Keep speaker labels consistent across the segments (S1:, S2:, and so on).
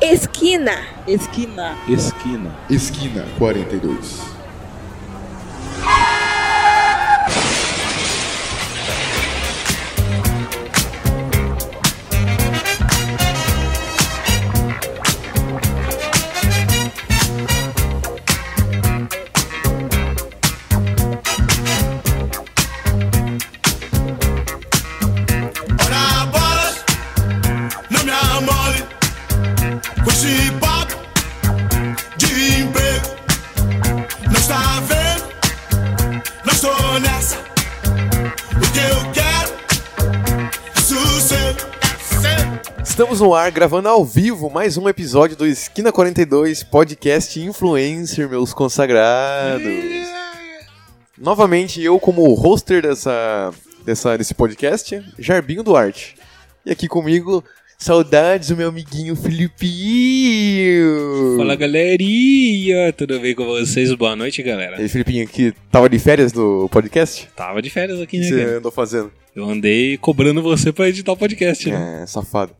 S1: Esquina.
S2: Esquina.
S3: Esquina.
S4: Esquina 42.
S2: é
S3: Estamos no ar gravando ao vivo mais um episódio do Esquina 42 Podcast Influencer, meus consagrados. Novamente eu como hoster dessa, dessa desse podcast, Jarbinho Duarte. E aqui comigo, saudades do meu amiguinho Filipinho.
S5: Fala galerinha, tudo bem com vocês? Boa noite, galera.
S3: E Filipinho que tava de férias do podcast?
S5: Tava de férias aqui,
S3: O que
S5: né?
S3: você
S5: cara?
S3: andou fazendo?
S5: Eu andei cobrando você pra editar o podcast, né?
S3: É, safado.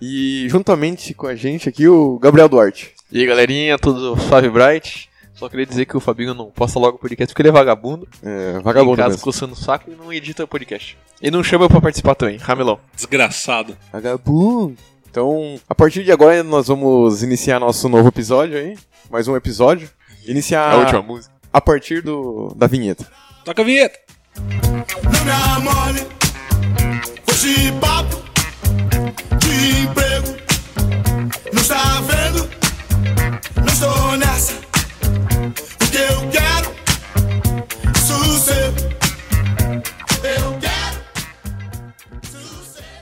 S3: E juntamente com a gente aqui o Gabriel Duarte.
S6: E aí galerinha, tudo suave Bright? Só queria dizer que o Fabinho não posta logo o podcast porque ele é vagabundo.
S3: É,
S6: Fica em
S3: vagabundo
S6: casa
S3: mesmo.
S6: coçando o saco e não edita o podcast. E não chama eu pra participar também, Ramelão.
S3: É.
S5: Desgraçado.
S3: Vagabundo. Então, a partir de agora nós vamos iniciar nosso novo episódio aí. Mais um episódio. Iniciar
S6: É a última música.
S3: a partir do, da vinheta.
S5: Toca a vinheta.
S7: Não me amole Hoje papo de emprego Não está vendo? Não estou nessa O que eu quero é Sossego Eu quero Sossego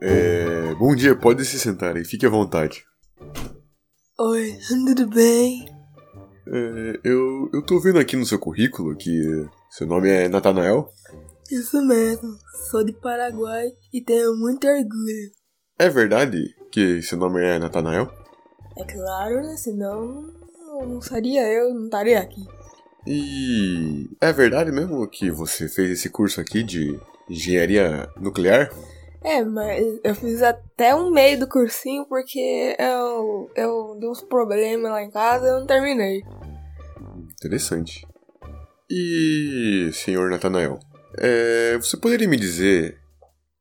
S4: É, bom dia, pode se sentar aí, fique à vontade.
S1: Oi, tudo bem?
S4: É, eu, eu tô vendo aqui no seu currículo que seu nome é Natanael.
S1: Isso mesmo, sou de Paraguai e tenho muito orgulho.
S4: É verdade que seu nome é Natanael?
S1: É claro, né? Senão eu não seria eu, não estaria aqui.
S4: E é verdade mesmo que você fez esse curso aqui de engenharia nuclear?
S1: É, mas eu fiz até um meio do cursinho porque eu, eu dei uns problemas lá em casa e eu não terminei.
S4: Interessante. E, senhor Natanael, é, você poderia me dizer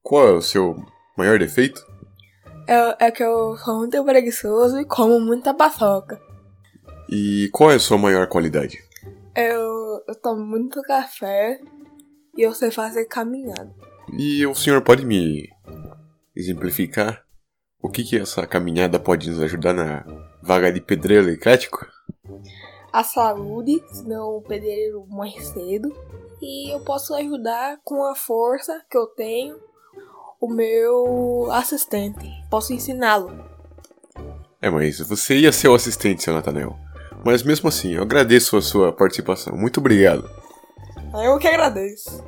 S4: qual é o seu maior defeito?
S1: É, é que eu sou muito preguiçoso e como muita paçoca.
S4: E qual é a sua maior qualidade?
S1: Eu, eu tomo muito café e eu sei fazer caminhada.
S4: E o senhor pode me exemplificar o que, que essa caminhada pode nos ajudar na vaga de pedreiro elétrico?
S1: A saúde, senão o pedreiro morre cedo. E eu posso ajudar com a força que eu tenho o meu assistente. Posso ensiná-lo.
S4: É, mas você ia ser o assistente, seu Natanael. Mas mesmo assim, eu agradeço a sua participação. Muito obrigado.
S1: Eu que agradeço.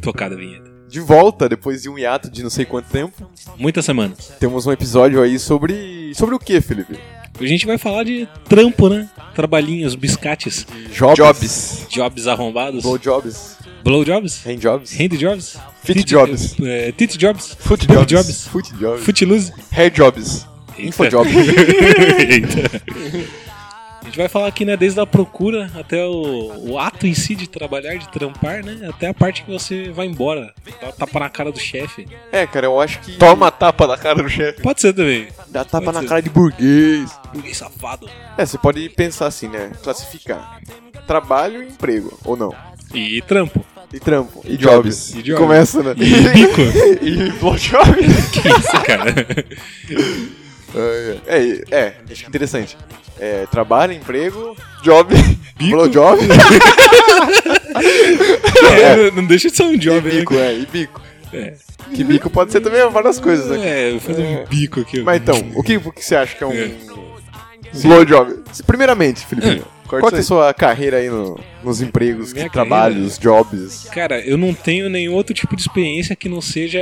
S5: Tocada a vinheta.
S3: De volta, depois de um hiato de não sei quanto tempo,
S5: Muitas semanas.
S3: temos um episódio aí sobre. Sobre o que, Felipe?
S5: Hoje a gente vai falar de trampo, né? Trabalhinhos, biscates,
S3: Jobs.
S6: Jobs.
S5: jobs arrombados,
S3: Blow jobs.
S5: blowjobs,
S3: Hand jobs.
S5: hand jobs,
S3: É Fit jobs.
S5: eh, tit jobs,
S3: Foot
S5: boob jobs,
S3: Foot jobs.
S5: foot loose.
S3: Hair jobs. Info
S5: Eita.
S3: jobs.
S5: Eita. A gente gente vai falar aqui, né, desde a procura até o, o ato em si de trabalhar, de trampar, né, até a parte que você vai embora, dá uma tapa na cara do chefe.
S3: É, cara, eu acho que.
S6: Toma a tapa na cara do chefe.
S5: Pode ser também.
S3: Dá tapa
S5: Pode
S3: na
S5: ser.
S3: cara de burguês.
S5: Burguês safado.
S3: É, você pode pensar assim, né? Classificar. Trabalho e emprego, ou não.
S5: E trampo.
S3: E trampo. E,
S6: jobs.
S3: jobs.
S5: E
S3: E
S5: jobs.
S3: Começa, né?
S5: E bico.
S3: e blowjob.
S5: que isso, cara?
S3: É, é, é, acho interessante. É, trabalho, emprego,
S6: Job.
S3: blowjob
S5: É, não deixa de ser um
S3: e
S5: job, né?
S3: bico, é, e bico.
S5: É.
S3: Que bico pode ser também várias coisas, né?
S5: É, eu vou fazer um bico aqui. ó.
S3: Mas então, o que, o que você acha que é um
S6: Blowjob.
S3: Se- Primeiramente, Felipe, qual que é
S6: isso
S3: a sua carreira aí no- nos empregos,
S5: Minha
S3: que trabalhos, jobs?
S5: Cara, eu não tenho nenhum outro tipo de experiência que não seja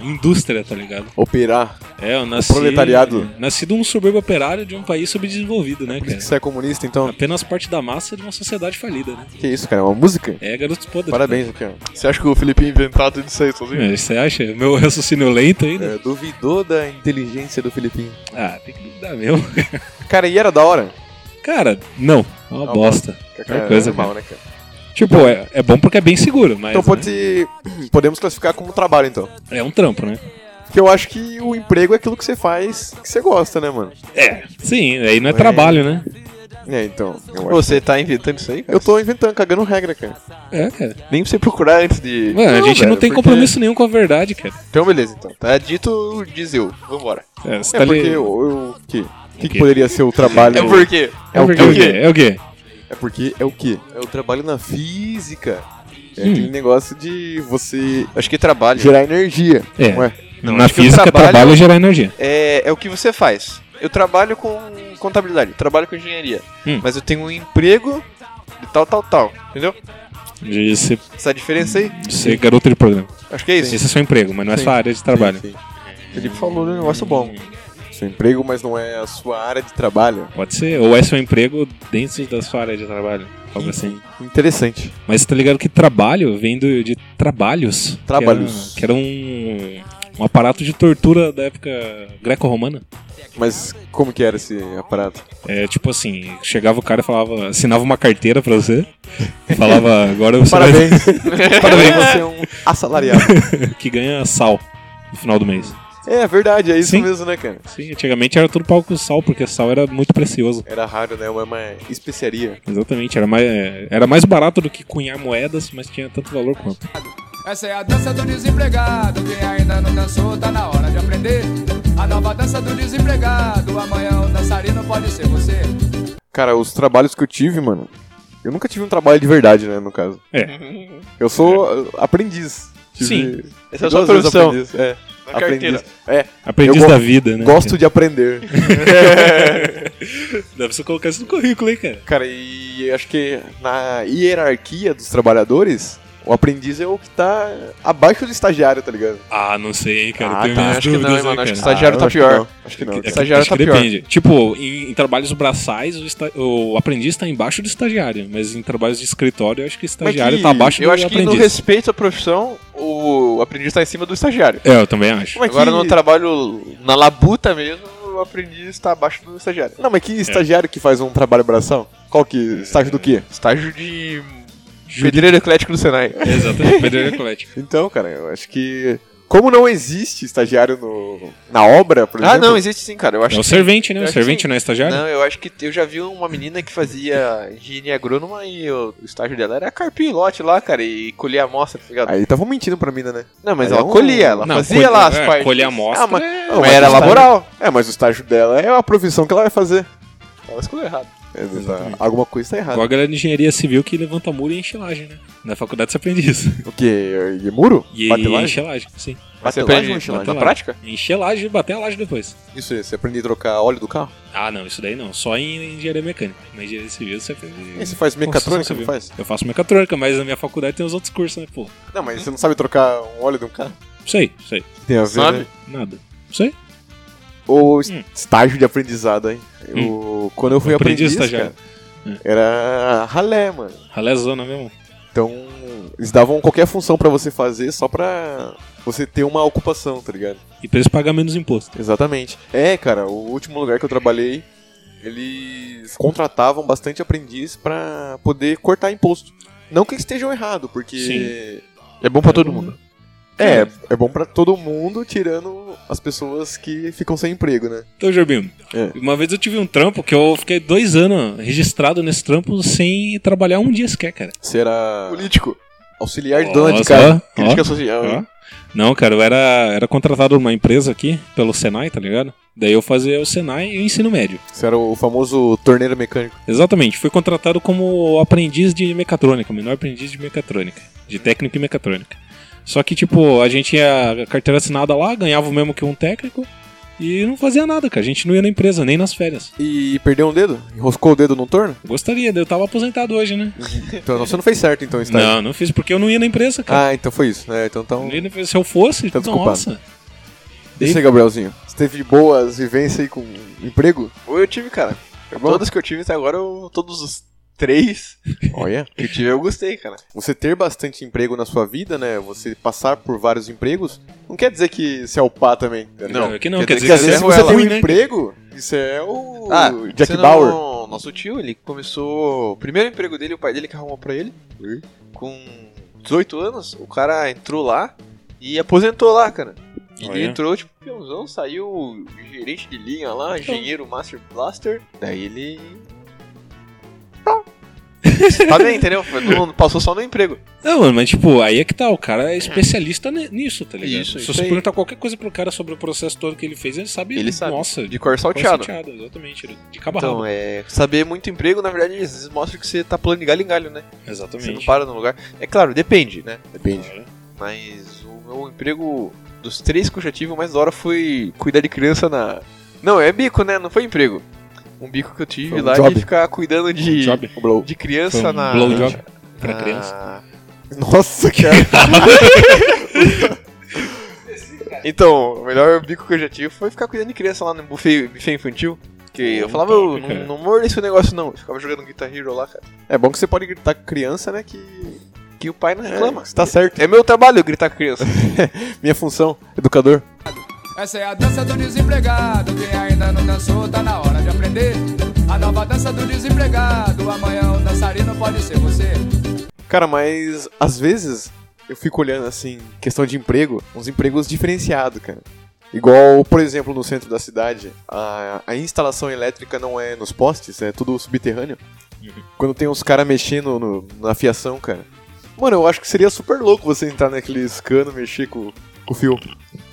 S5: indústria, tá ligado?
S3: Operar?
S5: É, eu nasci.
S3: proletariado.
S5: Nasci de um subúrbio operário de um país subdesenvolvido, né,
S3: Por isso que
S5: cara?
S3: você é comunista, então?
S5: Apenas parte da massa de uma sociedade falida, né?
S3: Que isso, cara? É uma música?
S5: É, garotos podres.
S3: Parabéns é, aqui, ó.
S6: Você acha que o Felipe ia inventar tudo isso aí sozinho?
S5: É, Você acha? Meu raciocínio lento ainda?
S3: É, duvidou da inteligência do Filipinho.
S5: Ah, tem que duvidar mesmo.
S3: Cara, e era da hora?
S5: Cara, não. É uma
S3: Não,
S5: bosta. Pior
S6: é
S5: coisa,
S3: mal,
S5: cara.
S3: né, cara?
S5: Tipo, é, é bom porque é bem seguro, mas
S3: Então pode
S5: né,
S3: ser... podemos classificar como trabalho, então.
S5: é um trampo, né?
S3: Porque eu acho que o emprego é aquilo que você faz que você gosta, né, mano?
S5: É, sim, aí não é trabalho, né?
S3: É, então. Eu, acho.
S6: Você tá inventando isso aí, cara?
S3: eu tô inventando, cagando regra, cara.
S5: É, cara.
S6: Nem pra você procurar antes de.
S5: Mano, a gente não
S6: velho,
S5: tem
S6: porque-
S5: compromisso nenhum com a verdade, cara.
S6: Então, beleza, então. Tá dito, diz eu. Vambora.
S5: É, você
S3: É
S5: tá
S3: porque
S5: ali-
S3: eu. eu- o que? O que,
S5: quê?
S3: que poderia ser o trabalho?
S6: É porque.
S5: É o quê? É o quê?
S3: É porque é o quê? É o trabalho na física. É aquele negócio de você
S6: Acho que trabalho.
S3: gerar energia.
S5: É.
S3: Não é?
S6: Não,
S5: Na
S6: acho que o
S5: física,
S6: trabalho-
S5: trabalho é gerar energia.
S6: é, é o que você faz. Eu trabalho com contabilidade, eu trabalho com engenharia.
S5: Hum.
S6: Mas eu tenho um emprego de tal, tal, tal. Entendeu?
S5: De ser,
S6: Essa é diferença aí?
S5: de ser garoto de programa.
S6: Acho que é isso.
S5: Esse é seu emprego, mas não é
S3: Sim.
S5: sua área de trabalho.
S3: Sim, sim. Felipe falou um negócio bom. Seu emprego, mas não é a sua área de trabalho.
S5: Pode ser, ou é seu emprego dentro da sua área de trabalho. Algo assim.
S3: Interessante.
S5: Mas você tá ligado que trabalho vem do, de trabalhos.
S3: Trabalhos.
S5: Que era, que era um, um aparato de tortura da época greco-romana.
S3: Mas como que era esse aparato?
S5: É tipo assim, chegava o cara e falava, assinava uma carteira pra você. e Falava, agora você vai-
S3: Parabéns. Parabéns, você é um assalariado.
S5: que ganha sal no final do mês.
S3: É verdade, é isso
S5: Sim.
S3: mesmo, né, cara?
S5: Sim, antigamente era tudo pau com sal, porque sal era muito precioso.
S3: Era raro, né? Uma, uma especiaria.
S5: Exatamente, era mais, era mais barato do que cunhar moedas, mas tinha tanto valor quanto.
S2: Essa é a dança do desempregado. Quem ainda não dançou, tá na hora de aprender. A nova dança do desempregado. Amanhã o dançarino pode ser você.
S3: Cara, os trabalhos que eu tive, mano. Eu nunca tive um trabalho de verdade, né, no caso.
S5: É.
S3: Eu
S6: É.
S3: sou uh, aprendiz. Tive Sim.
S6: Essa é a sua profissão.
S3: Aprendiz. É.
S6: carteira.
S3: Aprendiz. É,
S5: Aprendiz
S3: Eu go-
S5: da vida, né?
S3: gosto de aprender.
S5: Deve você colocar isso no currículo, hein, cara?
S3: Cara, e eu acho que na hierarquia dos trabalhadores, o aprendiz é o que tá abaixo do estagiário, tá ligado?
S5: Ah, não sei, hein, cara.
S3: Ah,
S5: Tenho
S3: tá,
S5: minhas
S6: acho que não,
S5: dúvidas,
S6: hein, mano,
S5: hein,
S6: acho que
S5: cara.
S6: está- Estagiário
S3: eu
S6: tá
S3: acho
S6: pior.
S3: que não, Acho que não.
S5: É que-
S3: cara.
S6: estagiário
S5: acho que
S6: tá pior.
S5: depende. Tipo, em, em trabalhos braçais, o, esta- o aprendiz tá embaixo do estagiário. Mas em trabalhos de escritório, eu acho que o estagiário
S3: que-
S5: tá abaixo
S6: é Eu
S5: do
S6: acho que
S5: aprendiz.
S6: no respeito à profissão, o aprendiz tá em cima do estagiário.
S5: É, eu também acho.
S3: Mas
S6: Agora
S3: que-
S6: no trabalho, na labuta mesmo, o aprendiz tá abaixo do estagiário.
S3: Não, mas que estagiário que faz um trabalho bração? Qual que?
S6: É.
S3: Estágio do quê?
S6: Estágio de pedreiro eclético do Senai.
S5: Exatamente, pedreiro eclético.
S3: Então, cara, eu acho que. Como não existe estagiário no... na obra, por
S6: Ah,
S3: exemplo.
S6: não, existe sim, cara. Eu acho
S5: É o
S6: que-
S5: servente, né?
S6: eu
S5: O
S6: acho que
S5: servente
S6: sim.
S5: não é estagiário?
S6: Não, eu acho que eu já vi uma menina que fazia engenharia agrônoma e o estágio dela era carpir lote lá, cara, e colher amostra, tá ligado?
S3: Aí estavam mentindo pra mim, né?
S6: não,
S3: aí
S6: mas ela
S3: é um-
S6: colhia, ela
S5: Não,
S6: fazia
S5: colher-
S6: lá as
S5: é,
S6: partes.
S5: colher amostra
S6: Ah, mas,
S3: é-
S6: mas
S3: mas
S6: era
S3: o estágio-
S6: laboral.
S3: É, mas o estágio dela é a profissão que ela vai fazer.
S6: Ela escolheu errado.
S3: É, tá- Alguma coisa tá errada.
S5: Igual a galera de engenharia civil que levanta muro e enche laje, né? Na faculdade você aprende isso.
S3: O quê? E muro?
S5: E
S3: Batelagem?
S5: enche laje, sim.
S6: Mas você
S3: Batelagem
S6: aprende
S3: ou enchilagem?
S6: na
S5: Batelagem.
S6: prática?
S5: Encher laje e bater a laje depois.
S3: Isso, aí, você aprende a trocar óleo do carro?
S5: Ah, não, isso daí não. Só em engenharia mecânica. Na engenharia civil você aprende.
S6: Hum.
S3: E você faz mecatrônica,
S5: Construção
S3: não faz?
S5: Eu faço mecatrônica, mas na minha faculdade tem os outros cursos, né? Pô,
S3: Não, mas você não sabe trocar um óleo de um carro?
S5: sei, sei.
S3: Tem a ver,
S6: Sabe?
S3: né?
S5: Nada. Sei.
S3: Ou
S5: Hum.
S3: estágio de aprendizado, hein?
S6: Hum.
S3: Eu, quando eu fui
S5: Eu aprendi
S3: aprendiz,
S5: estagiário.
S3: cara, era ralé, mano.
S5: Ralezona mesmo.
S3: Então, eles davam qualquer função pra você fazer só pra você ter uma ocupação, tá ligado?
S5: E pra eles pagar menos imposto.
S3: Exatamente. É, cara, o último lugar que eu trabalhei, eles contratavam bastante aprendiz pra poder cortar imposto. Não que eles estejam errados, porque
S6: É bom pra todo mundo.
S3: é, é bom pra todo mundo, tirando as pessoas que ficam sem emprego, né?
S5: Então, Jorbinho,
S3: É.
S5: uma vez eu tive um trampo que eu fiquei dois anos registrado nesse trampo sem trabalhar um dia sequer, cara.
S3: Será
S6: Político.
S3: auxiliar de dona de
S5: Nossa,
S3: casa.
S5: ó,
S6: Crítica social.
S5: ó.
S6: hein?
S5: Não, cara, eu era, era contratado numa empresa aqui, pelo Senai, tá ligado? Daí eu fazia o Senai e o ensino médio.
S3: Será o famoso torneiro mecânico.
S5: Exatamente, fui contratado como aprendiz de mecatrônica, menor aprendiz de mecatrônica, de técnico em mecatrônica. Só que, tipo, a gente ia a carteira assinada lá, ganhava o mesmo que um técnico e não fazia nada, cara. A gente não ia na empresa, nem nas férias.
S3: E perdeu um dedo? Enroscou o dedo num torno?
S5: Gostaria, eu tava aposentado hoje, né?
S3: Então você não fez certo, então, estágio.
S5: Não, não fiz, porque eu não ia na empresa, cara.
S3: Ah, então foi isso. É, então, então...
S5: Não ia na empresa. Se eu fosse,
S3: Tá desculpado.
S5: nossa.
S3: E você, Gabrielzinho? Você teve boas vivências aí com emprego?
S6: Ou eu tive, cara.
S3: bom?
S6: Todas que eu tive até agora, eu- todos os três
S3: Olha.
S6: que eu tive, eu gostei, cara.
S3: Você ter bastante emprego na sua vida, né? Você passar por vários empregos, não quer dizer que você é o pá também. tá ligado?
S5: Não, que não,
S6: quer
S5: quer
S3: Porque
S5: dizer
S6: dizer
S5: que
S3: às
S6: você
S5: você
S3: vezes
S6: é
S5: é
S3: você tem
S5: ruim,
S3: um
S5: né?
S3: emprego, isso é o
S6: Ah,
S3: Jack
S6: senão
S3: Bauer.
S6: o Nosso tio, ele começou. O primeiro emprego dele, o pai dele que arrumou pra ele. Com 18 anos, o cara entrou lá e aposentou lá, cara. E
S5: Olha.
S6: Ele entrou, tipo, peãozão, saiu gerente de linha lá, engenheiro Master Blaster. Daí ele. Tá. tá bem, entendeu? Foi- Todo mundo passou só no emprego.
S5: Não, mano, mas tipo, aí é que tá, o cara é especialista ni- nisso, tá ligado?
S6: Isso,
S5: Se
S6: isso
S5: você
S6: aí.
S5: perguntar qualquer coisa pro cara sobre o processo todo que ele fez, ele sabe,
S6: Ele sabe.
S5: nossa,
S6: De cor
S5: cor
S6: salteado.
S5: salteada, exatamente, de cabo a
S6: Então,
S5: rabo.
S6: é. Saber muito emprego, na verdade, às vezes mostra que você tá pulando de galho em galho, né? Você não
S5: Exatamente.
S6: para no lugar. É claro, depende, né?
S3: Depende.
S6: Mas o meu emprego dos três que eu já tive, o mais da hora foi cuidar de criança na. Não, é bico, né? Não foi emprego. Um bico que eu tive
S3: Foi um
S6: lá
S3: job.
S6: de ficar cuidando de,
S5: Um Job.
S3: O blow.
S6: de
S5: Foi
S6: criança
S5: um
S6: na.
S5: blowjob pra
S6: na-
S5: criança.
S3: Nossa, cara.
S6: Então, o melhor bico que eu já tive foi ficar cuidando de criança lá no buffet, buffet infantil. Que eu
S5: Hum,
S6: falava,
S5: top,
S6: "Ô,
S5: cara."
S6: não, não morde esse negócio não. Eu ficava jogando Guitar Hero lá, cara.
S3: é bom que você pode gritar com criança, né? Que
S6: Que o pai não reclama.
S3: você tá certo.
S6: É meu trabalho gritar com criança.
S3: Minha função, educador.
S2: Essa é a dança do desempregado. Quem ainda não dançou, tá na hora de aprender. A nova dança do desempregado. Amanhã o dançarino pode ser você.
S3: Cara, mas às vezes eu fico olhando assim, questão de emprego, uns empregos diferenciados, cara. Igual, por exemplo, no centro da cidade, a, a instalação elétrica não é nos postes, é tudo subterrâneo.
S5: Uhum.
S3: Quando tem uns caras mexendo no- na fiação, cara. Mano, eu acho que seria super louco você entrar naqueles canos, mexer com, com o fio.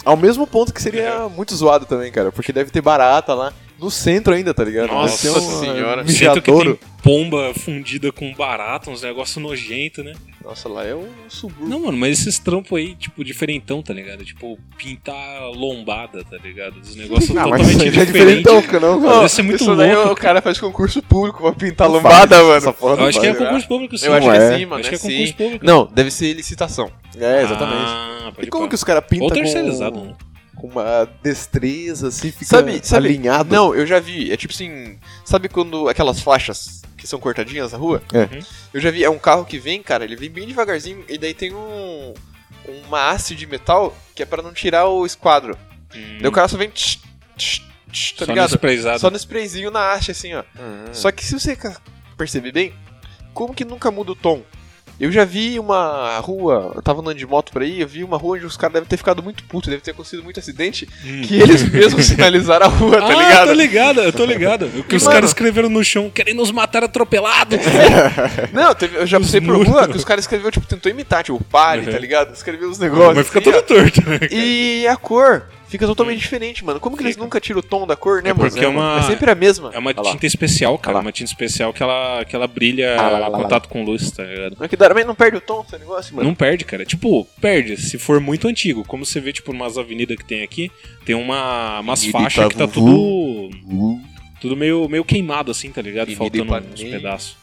S3: Ao mesmo ponto que
S5: É.
S3: seria muito zoado também, cara, porque deve ter barata lá. No centro ainda, tá ligado? Deve
S5: Nossa
S3: ser um,
S6: Senhora.
S3: Um
S5: Sinto que
S3: mijadouro.
S5: tem pomba fundida com barata, uns negócios nojentos, né?
S6: Nossa, lá é um subúrbio.
S5: Não, mano, mas esses trampos aí, tipo, diferentão, tá ligado? Tipo, pintar lombada, tá ligado? Dos negócios
S3: Ah, mas
S5: totalmente
S3: isso aí já é
S5: diferentes.
S3: diferentão, cara. Não,
S5: Deve ser muito
S6: Isso daí é
S5: louco.
S6: o cara faz concurso público pra pintar
S3: Não
S6: tá lombada,
S3: faz.
S6: mano.
S3: Essa porra
S5: Eu acho que é
S3: Vai, né?
S5: concurso público, sim.
S6: Eu acho
S3: Não
S6: que
S3: é.
S6: é sim, mano.
S5: Acho que é
S6: sim.
S5: concurso público.
S6: Não, deve ser licitação.
S3: É, exatamente.
S5: Ah, pode
S3: E como
S5: pá.
S3: que os caras pintam
S5: Ou terceirizado,
S3: com,
S6: Tá
S5: né?
S3: com uma destreza assim, fica
S6: Sabe- sabe-
S3: alinhado?
S6: Não, eu já vi. É tipo assim. Sabe quando aquelas faixas que são cortadinhas na rua?
S3: É.
S5: Uhum.
S6: Eu já vi. É um carro que vem, cara. Ele vem bem devagarzinho. E daí tem um. Uma haste de metal que é pra não tirar o esquadro.
S5: Hum,
S6: Daí o cara só vem. Tch, tch, tch, tá
S5: só no
S6: ligado?
S5: sprayzado.
S6: Só no sprayzinho na haste, assim, ó.
S5: Ah.
S6: Só que se você ca- perceber bem, como que nunca muda o tom? Eu já vi uma rua, eu tava andando de moto por aí, eu vi uma rua onde os caras devem ter ficado muito putos, deve ter acontecido muito acidente,
S5: Hum.
S6: que eles mesmos sinalizaram a rua, tá
S5: Ah, tô
S6: ligado?
S5: ligado, eu tô ligado. O que os
S6: Mano.
S5: caras escreveram no chão, querem nos matar atropelado.
S6: Não, teve- eu já
S5: Os
S6: passei por
S5: muros.
S6: rua que os caras escreveu, tipo, tentou imitar, tipo, pare,
S5: Uhum.
S6: tá ligado? Escreveu os negócios.
S5: Mas fica
S6: assim, ó.
S5: todo torto, né? cara?
S6: E a cor fica totalmente diferente, mano. Como que eles nunca tiram o tom da cor, né,
S5: É
S6: mano?
S5: porque é uma-
S6: sempre a mesma.
S5: É uma
S6: Olha lá.
S5: tinta especial,
S3: Ah
S5: cara.
S3: lá.
S5: Uma tinta especial que ela, que ela brilha
S3: Ah lá, lá, lá,
S5: contato com luz, tá ligado?
S6: Não é que dá, mas não perde o tom, esse negócio, mano.
S5: Não perde, cara. Tipo, perde se for muito antigo. Como você vê, tipo, umas avenidas que tem aqui, tem uma, umas
S4: Avenida
S5: faixas que tá
S4: Itavuvu.
S5: tudo. Tudo meio, meio queimado, assim, tá ligado?
S6: Avenida
S5: Faltando uns
S6: Ipanema.
S5: pedaços.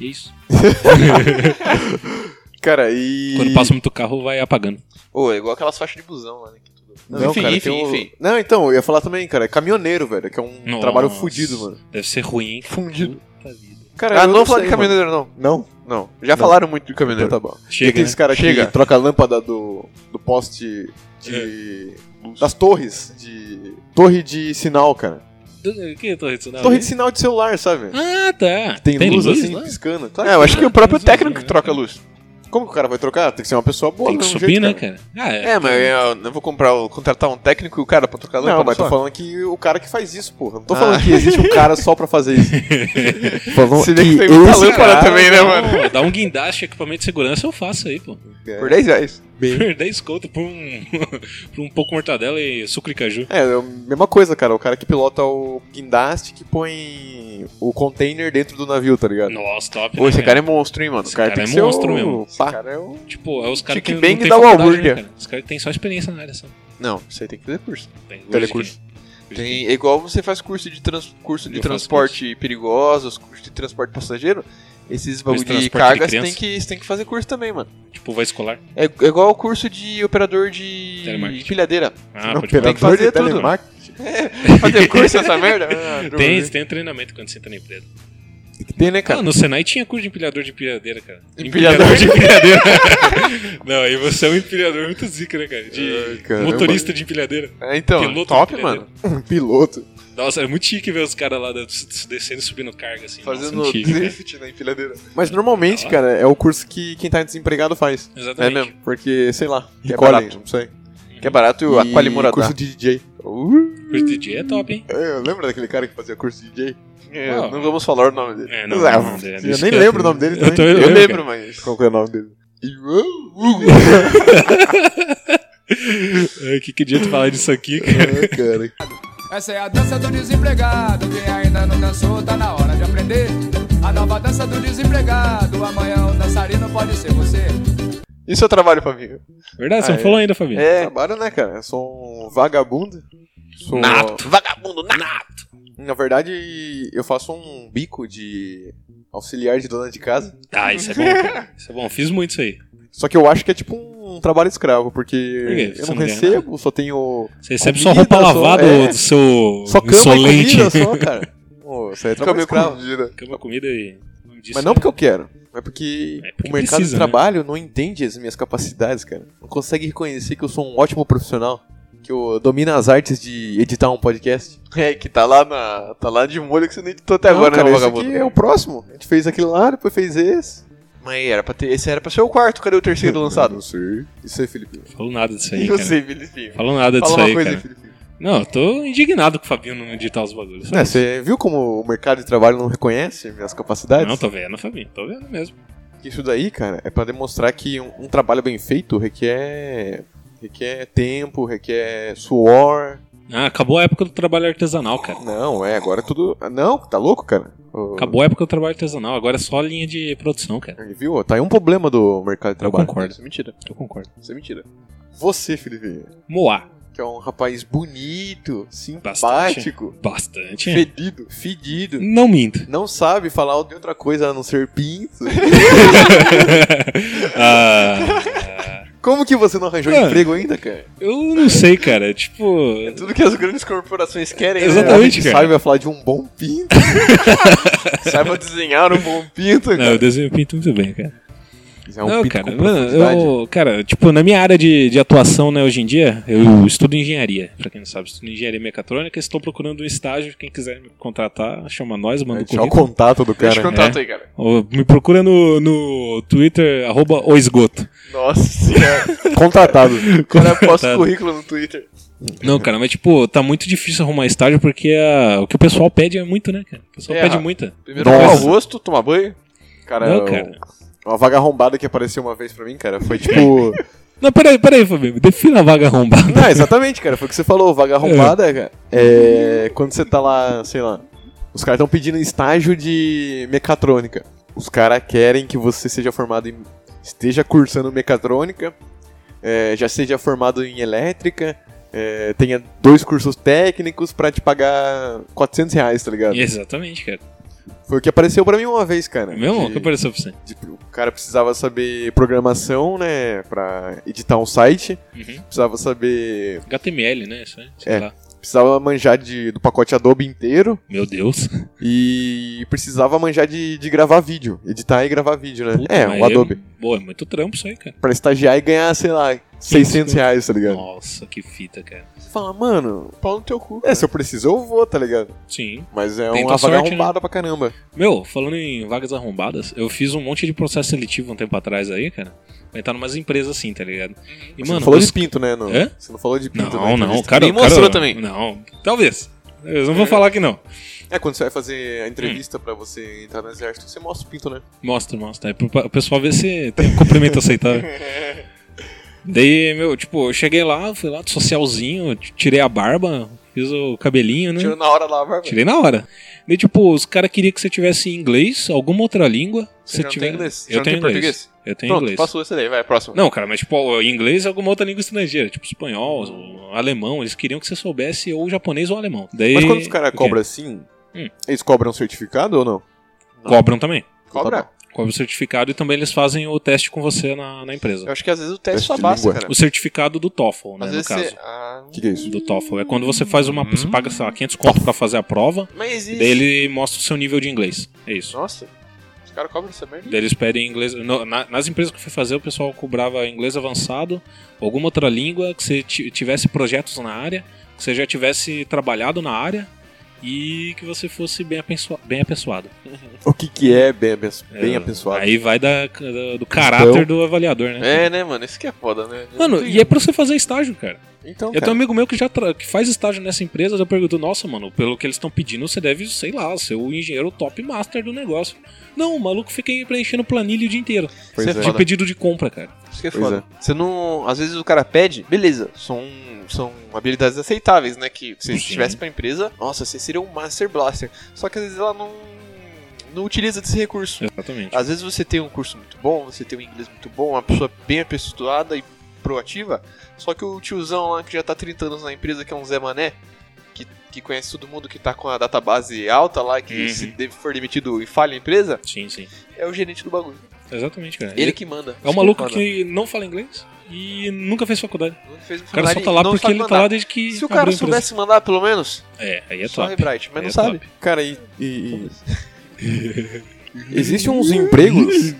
S5: E é isso.
S3: assim. Cara, e.
S5: Quando passa muito carro, vai apagando.
S6: Ô, é igual aquelas faixas de busão lá, né? que tudo-
S3: Não, cara, tem um-
S6: enfim.
S3: Não, então, eu ia falar também, cara, é caminhoneiro, velho, que é um
S5: Nossa.
S3: trabalho fudido, mano.
S5: Deve ser ruim, hein?
S6: Fundido.
S5: Puta vida.
S3: Cara,
S6: Ah,
S3: É, eu
S6: não falar
S3: sei,
S6: de
S3: mano.
S6: caminhoneiro, não.
S3: Não?
S6: Não. Já
S3: Não.
S6: falaram muito de caminhoneiro.
S3: Então tá bom. Tem
S5: Chega, né?
S3: aqueles caras que
S6: Chega.
S3: troca a lâmpada do, do poste de. das torres. De. Torre de sinal, cara.
S5: O que é torre de sinal?
S3: Torre de sinal de celular, sabe?
S5: Ah, tá.
S3: Tem, luz, assim,
S5: lá?
S3: piscando. Claro
S6: É, eu acho que é o próprio
S5: Tem luz azul,
S6: técnico que
S5: né?
S6: troca a luz.
S3: que- Como que o cara vai trocar? Tem que ser uma pessoa boa,
S5: Tem que
S3: do mesmo um
S5: subir,
S3: jeito,
S5: né, cara? Ah, é.
S6: É, mas eu não vou comprar, o- contratar um técnico e o cara pra trocar a luz. é
S3: Não,
S6: pra
S3: mas tô
S6: só.
S3: falando que o cara que faz isso, porra. Não tô
S6: Ah.
S3: falando que existe um cara só pra fazer isso. Tô falando
S6: Se bem que tem muita
S3: esse
S6: lâmpada
S3: cara...
S6: também, né, mano?
S5: Pô, dá Ah, é. um guindaste, equipamento de segurança, eu faço aí, pô.
S3: É.
S6: Por 10 reais.
S5: Por 10 conto por um, por um pouco mortadela e suco de caju.
S3: É, é a mesma coisa, cara. O cara que pilota o guindaste que põe o container dentro do navio, tá ligado?
S5: Nossa, top.
S6: Pô,
S5: né,
S6: esse cara é monstro, hein, mano.
S5: Esse
S3: O cara,
S5: cara
S3: tem
S5: é
S3: que ser
S5: monstro
S3: o...
S5: mesmo.
S3: Pá.
S6: Esse cara é o...
S5: Tipo, é os caras
S6: Chick
S5: que não
S6: Bang
S5: tem
S6: da
S5: faculdade,
S6: Walburga.
S5: né, cara? Os caras têm só experiência na área, só.
S6: Não, isso aí tem que fazer curso.
S5: Tem curso
S3: Telecurso.
S5: de-
S6: Tem, é igual você faz curso de, trans, curso de
S5: Eu faço
S6: transporte perigoso, os cursos de transporte passageiro. Esses bagulho de
S5: transporte de
S6: cargas
S5: criança.
S6: tem, que, você tem que fazer curso também, mano.
S5: Tipo, vai escolar.
S6: É, é igual o curso de operador de
S5: Telemarketing.
S6: pilhadeira.
S5: Ah, pode
S3: Operador
S6: tem que fazer
S3: de
S6: tudo.
S3: telemarketing.
S6: Fazer curso nessa merda? Ah, droga.
S5: Tem, tem treinamento quando você entra na empresa.
S3: Tem que ter, né, cara?
S5: Ah, no Senai tinha curso de empilhador de empilhadeira, cara.
S6: Empilhador
S5: de empilhadeira. não, aí você é um empilhador muito zica, né, cara?
S3: Ai,
S5: De
S3: caramba.
S5: motorista de empilhadeira.
S6: Ah, então,
S5: Piloto
S6: top,
S5: de
S6: mano.
S3: Um piloto.
S5: Nossa, é muito chique ver os caras lá da- descendo e subindo carga, assim.
S6: Fazendo
S5: Nossa, antigo, né?
S6: drift na empilhadeira.
S3: Mas normalmente,
S5: Da hora.
S3: cara, é o curso que quem tá desempregado faz.
S5: Exatamente. né?
S6: É mesmo.
S3: Porque, sei lá,
S6: Que é
S3: recolhe,
S6: barato.
S3: não sei.
S6: Que é barato e a
S3: E
S6: qualimura
S3: curso de DJ.
S5: Curso de dia é top, hein?
S3: É, lembra Uh. daquele cara que fazia curso de DJ?
S6: É,
S5: Ah.
S6: Não vamos falar o nome dele.
S5: É, né?
S3: Ah, eu nem lembro o nome dele
S5: Eu, tô,
S3: também.
S5: eu,
S6: Eu
S5: lembro.
S6: lembro, mas.
S3: Qual que é o nome dele?
S5: Ai, que que adianta falar disso aqui, cara?
S3: É, cara.
S2: Essa é a dança do desempregado. Quem ainda não dançou, tá na hora de aprender. A nova dança do desempregado. Amanhã o dançarino pode ser você.
S6: Isso é trabalho, família.
S5: Verdade, você
S3: Ah,
S5: não
S3: é.
S5: falou ainda, Fabinho.
S6: É.
S3: Trabalho, né, cara? Eu sou um vagabundo. Sou...
S6: Vagabundo, nato.
S3: Na verdade, eu faço um bico de auxiliar de dona de casa.
S5: Ah, isso é bom, cara. Isso é bom. Fiz muito isso aí.
S3: Só que eu acho que é tipo um trabalho escravo,
S5: Por quê?
S3: porque eu
S5: Você
S3: não
S5: não ganha
S3: recebo, só tenho.
S5: Você recebe
S3: Comida,
S5: só roupa
S3: só-
S5: lavada
S3: é.
S5: do seu
S3: Só cama
S5: insolente.
S3: e comida só, cara. Pô, isso aí é trabalho escravo.
S5: Cama, é comida e.
S3: Mas não porque eu quero, mas porque,
S5: É, porque
S3: o mercado
S5: precisa,
S3: de trabalho não entende as minhas capacidades, cara. Não consegue reconhecer que eu sou um ótimo profissional, que eu domino as artes de editar um podcast.
S6: É, que tá lá na. Tá lá de molho que você nem editou até
S3: Não,
S6: agora,
S3: cara,
S6: né,
S3: esse
S6: vagabundo?
S3: aqui é o próximo. A gente fez aquele lá, depois fez esse.
S6: Mas era pra ter. Esse era pra ser o quarto, cadê o terceiro lançado?
S3: sei. Isso aí, Felipe.
S5: Falou nada disso aí,
S6: E
S5: cara.
S6: você, Felipinho?
S5: Falou nada disso
S6: Fala uma
S5: aí,
S6: coisa
S5: cara.
S6: aí, Felipinho.
S5: Não, eu tô indignado com o Fabinho não editar os bagulhos.
S3: É, você viu como o mercado de trabalho não reconhece minhas capacidades?
S5: Não, tá. tô vendo, Fabinho. Tô vendo mesmo.
S3: Isso daí, cara, é pra demonstrar que um, um trabalho bem feito requer, requer tempo, requer suor.
S5: Ah, acabou a época do trabalho artesanal, cara.
S3: Não, é, agora é tudo. Ah, Não, tá louco, cara? Ô,
S5: Acabou a época do trabalho artesanal, agora é só a linha de produção, cara.
S3: Viu? Tá aí um problema do mercado de
S5: Eu
S3: trabalho.
S5: concordo,
S6: Isso é mentira.
S5: eu concordo.
S6: Isso é mentira.
S3: Você, Felipe,
S5: Moá,
S3: que é um rapaz bonito,
S5: Bastante. Hum.
S3: simpático,
S5: bastante.
S3: fedido, fedido,
S5: Não minto.
S3: não sabe falar de outra coisa a não ser pinto.
S5: Ah,
S3: Como que você não arranjou
S5: Ah.
S3: emprego ainda, cara?
S5: eu não sei, cara. Tipo.
S6: Tudo que as grandes corporações querem, né?
S5: Exatamente.
S3: que
S5: cara.
S3: sabe falar de um bom pinto.
S6: Saiba desenhar um bom pinto,
S5: Não,
S6: cara.
S5: eu desenho pinto muito bem, cara.
S3: É um
S5: não,
S3: pinto
S5: cara,
S3: com
S5: mano,
S3: profundidade.
S5: eu, cara, tipo, na minha área de, de atuação, né, hoje em dia, eu estudo engenharia, pra quem não sabe, estudo engenharia mecatrônica, estou procurando um estágio, quem quiser me contratar, chama nós, manda o
S3: Deixa o
S5: currículo.
S3: contato do
S6: Deixa o
S3: cara.
S6: contato aí, cara.
S5: Ou me procura no, no Twitter, arroba o esgoto.
S6: Nossa senhora.
S3: Contratado.
S6: O cara posta
S5: Coitado.
S6: currículo no Twitter.
S5: Não, cara, mas tipo, tá muito difícil arrumar estágio porque a- o que o pessoal pede é muito, né, cara? O pessoal
S6: É,
S5: pede
S3: ah.
S6: Rafa.
S5: muita.
S6: Primeiro
S3: Nossa.
S6: lava o rosto, toma banho.
S3: Cara,
S5: Não,
S3: o-
S5: cara.
S3: uma vaga arrombada que apareceu uma vez pra mim, cara, foi tipo...
S5: Não, peraí, peraí, Fabinho, defina a vaga arrombada.
S3: Não, exatamente, cara, foi o que você falou, vaga arrombada, cara. É, quando você tá lá, sei lá, os caras estão pedindo estágio de mecatrônica. Os caras querem que você seja formado em... esteja cursando mecatrônica, é, já seja formado em elétrica, é, tenha dois cursos técnicos pra te pagar 400 reais, tá ligado?
S5: Exatamente, cara.
S3: Foi o que apareceu pra mim uma vez, cara.
S5: Mesmo? O
S3: de-
S5: que apareceu pra você?
S3: de- o cara precisava saber programação, né, pra editar um site,
S5: Uhum.
S3: precisava saber,
S5: HTML, né? Isso aí, sei
S3: É.
S5: lá.
S3: precisava manjar de, do pacote Adobe inteiro
S5: Meu Deus.
S3: e precisava manjar de, de gravar vídeo, editar e gravar vídeo, né?
S5: Puta,
S3: é,
S5: mas
S3: o Adobe.
S5: É, pô, é muito trampo isso aí, cara.
S3: Pra estagiar e ganhar, sei lá, 600 reais, tá ligado?
S5: Nossa, que fita, cara.
S3: Você fala, mano,
S6: Pau no teu cu.
S3: é, se eu precisar eu vou, tá ligado?
S5: Sim.
S3: Mas é
S5: Tenta
S3: uma
S5: a
S3: vaga
S5: sorte, né?
S3: arrombada pra caramba.
S5: Meu, falando em vagas arrombadas, eu fiz um monte de processo seletivo um tempo atrás aí, cara. Vai entrar numas empresas assim, tá ligado? E,
S3: Uhum. Você não falou
S5: os-
S3: de pinto, né? Não.
S5: Hã?
S3: Você não falou de pinto, né?
S5: Não, não, o cara.
S6: Nem
S5: o cara-
S6: mostrou também.
S5: Não, talvez. Eu não vou falar que não.
S3: É, quando você vai fazer
S5: Hum.
S3: a entrevista pra você entrar no exército, você mostra o pinto, né?
S5: Mostra, mostra. É pro pa- o pessoal ver se tem um cumprimento aceitável. Daí, meu, tipo, eu cheguei lá, fui lá, socialzinho, t- tirei a barba, fiz o cabelinho, né?
S6: Tirou na hora lá, vai.
S5: Tirei na hora. Daí, tipo, os caras queriam que você tivesse inglês, alguma outra língua.
S6: Você
S5: se
S6: já não
S5: tiver...
S6: tem inglês? Você
S5: Eu
S6: já não
S5: tenho
S6: tem
S5: inglês.
S6: português?
S5: Eu tenho
S6: Pronto,
S5: inglês.
S6: passou esse daí, vai, próximo.
S5: Não, cara, mas tipo, inglês é alguma outra língua estrangeira, tipo espanhol, ou alemão, eles queriam que você soubesse ou japonês ou alemão. Daí,
S3: Mas quando os caras
S5: o quê?
S3: cobram assim,
S5: Hum.
S3: eles cobram um certificado ou não?
S5: Cobram também.
S6: Cobra.
S3: Tá
S5: Cobram o certificado e também eles fazem o teste com você na, na empresa.
S6: Eu acho que às vezes o teste,
S3: Teste
S6: só
S3: de
S6: basta,
S3: língua.
S6: cara.
S5: O certificado do TOEFL, né,
S6: É. Às
S5: no
S6: vezes
S5: caso.
S6: você. Ah,
S3: O que, que é isso?
S5: Do TOEFL. É quando você faz uma. Você paga, sei lá, 500 conto pra fazer a prova,
S6: mas existe.
S5: daí ele mostra o seu nível de inglês. É isso.
S6: Nossa, os caras cobram essa merda.
S5: Daí eles pedem inglês. no- na- nas empresas que eu fui fazer, o pessoal cobrava inglês avançado, alguma outra língua, que você ti- tivesse projetos na área, que você já tivesse trabalhado na área e que você fosse bem, apensua- bem apessoado.
S3: O que, que é bem, abenço-
S5: É,
S3: bem abençoado?
S5: Aí vai da, da- do
S3: Então-
S5: caráter do avaliador, né?
S6: É, né, mano? Isso que é foda, né? Eu não
S5: Mano,
S6: tenho-
S5: e é pra você fazer estágio, cara.
S3: Então,
S5: Eu
S3: cara,
S5: tenho um amigo meu que já tra- que faz estágio nessa empresa, eu pergunto, nossa, mano, pelo que eles estão pedindo, você deve, sei lá, ser o engenheiro top master do negócio. Não, o maluco fica aí preenchendo planilha o dia inteiro.
S3: pois
S6: você
S3: é.
S5: De pedido de compra, cara.
S6: Isso que é
S3: Pois
S6: foda. Você não. Às vezes o cara pede, beleza, são, são habilidades aceitáveis, né? Que se
S5: Sim.
S6: tivesse pra empresa, nossa, você seria um Master Blaster. Só que às vezes ela não. não utiliza desse recurso.
S5: Exatamente.
S6: Às vezes você tem um curso muito bom, você tem um inglês muito bom, uma pessoa bem apessoada e proativa, só que o tiozão lá que já tá 30 anos na empresa, que é um Zé Mané, que, que conhece todo mundo, que tá com a database alta lá, que
S5: Uhum.
S6: se de- for demitido e falha a empresa,
S5: Sim, sim.
S6: é o gerente do bagulho.
S5: Exatamente, cara.
S6: Ele que manda.
S5: É um maluco que não fala inglês e nunca fez faculdade.
S6: Não fez
S5: O cara só tá lá porque ele tá lá desde que.
S6: Se o cara
S5: abriu a empresa.
S6: soubesse mandar, pelo menos,
S5: É, aí é
S6: só
S5: top.
S6: Rebright,
S5: Aí
S6: mas não
S5: é
S6: sabe.
S5: top.
S3: Cara, e. e, e... Existem uns empregos.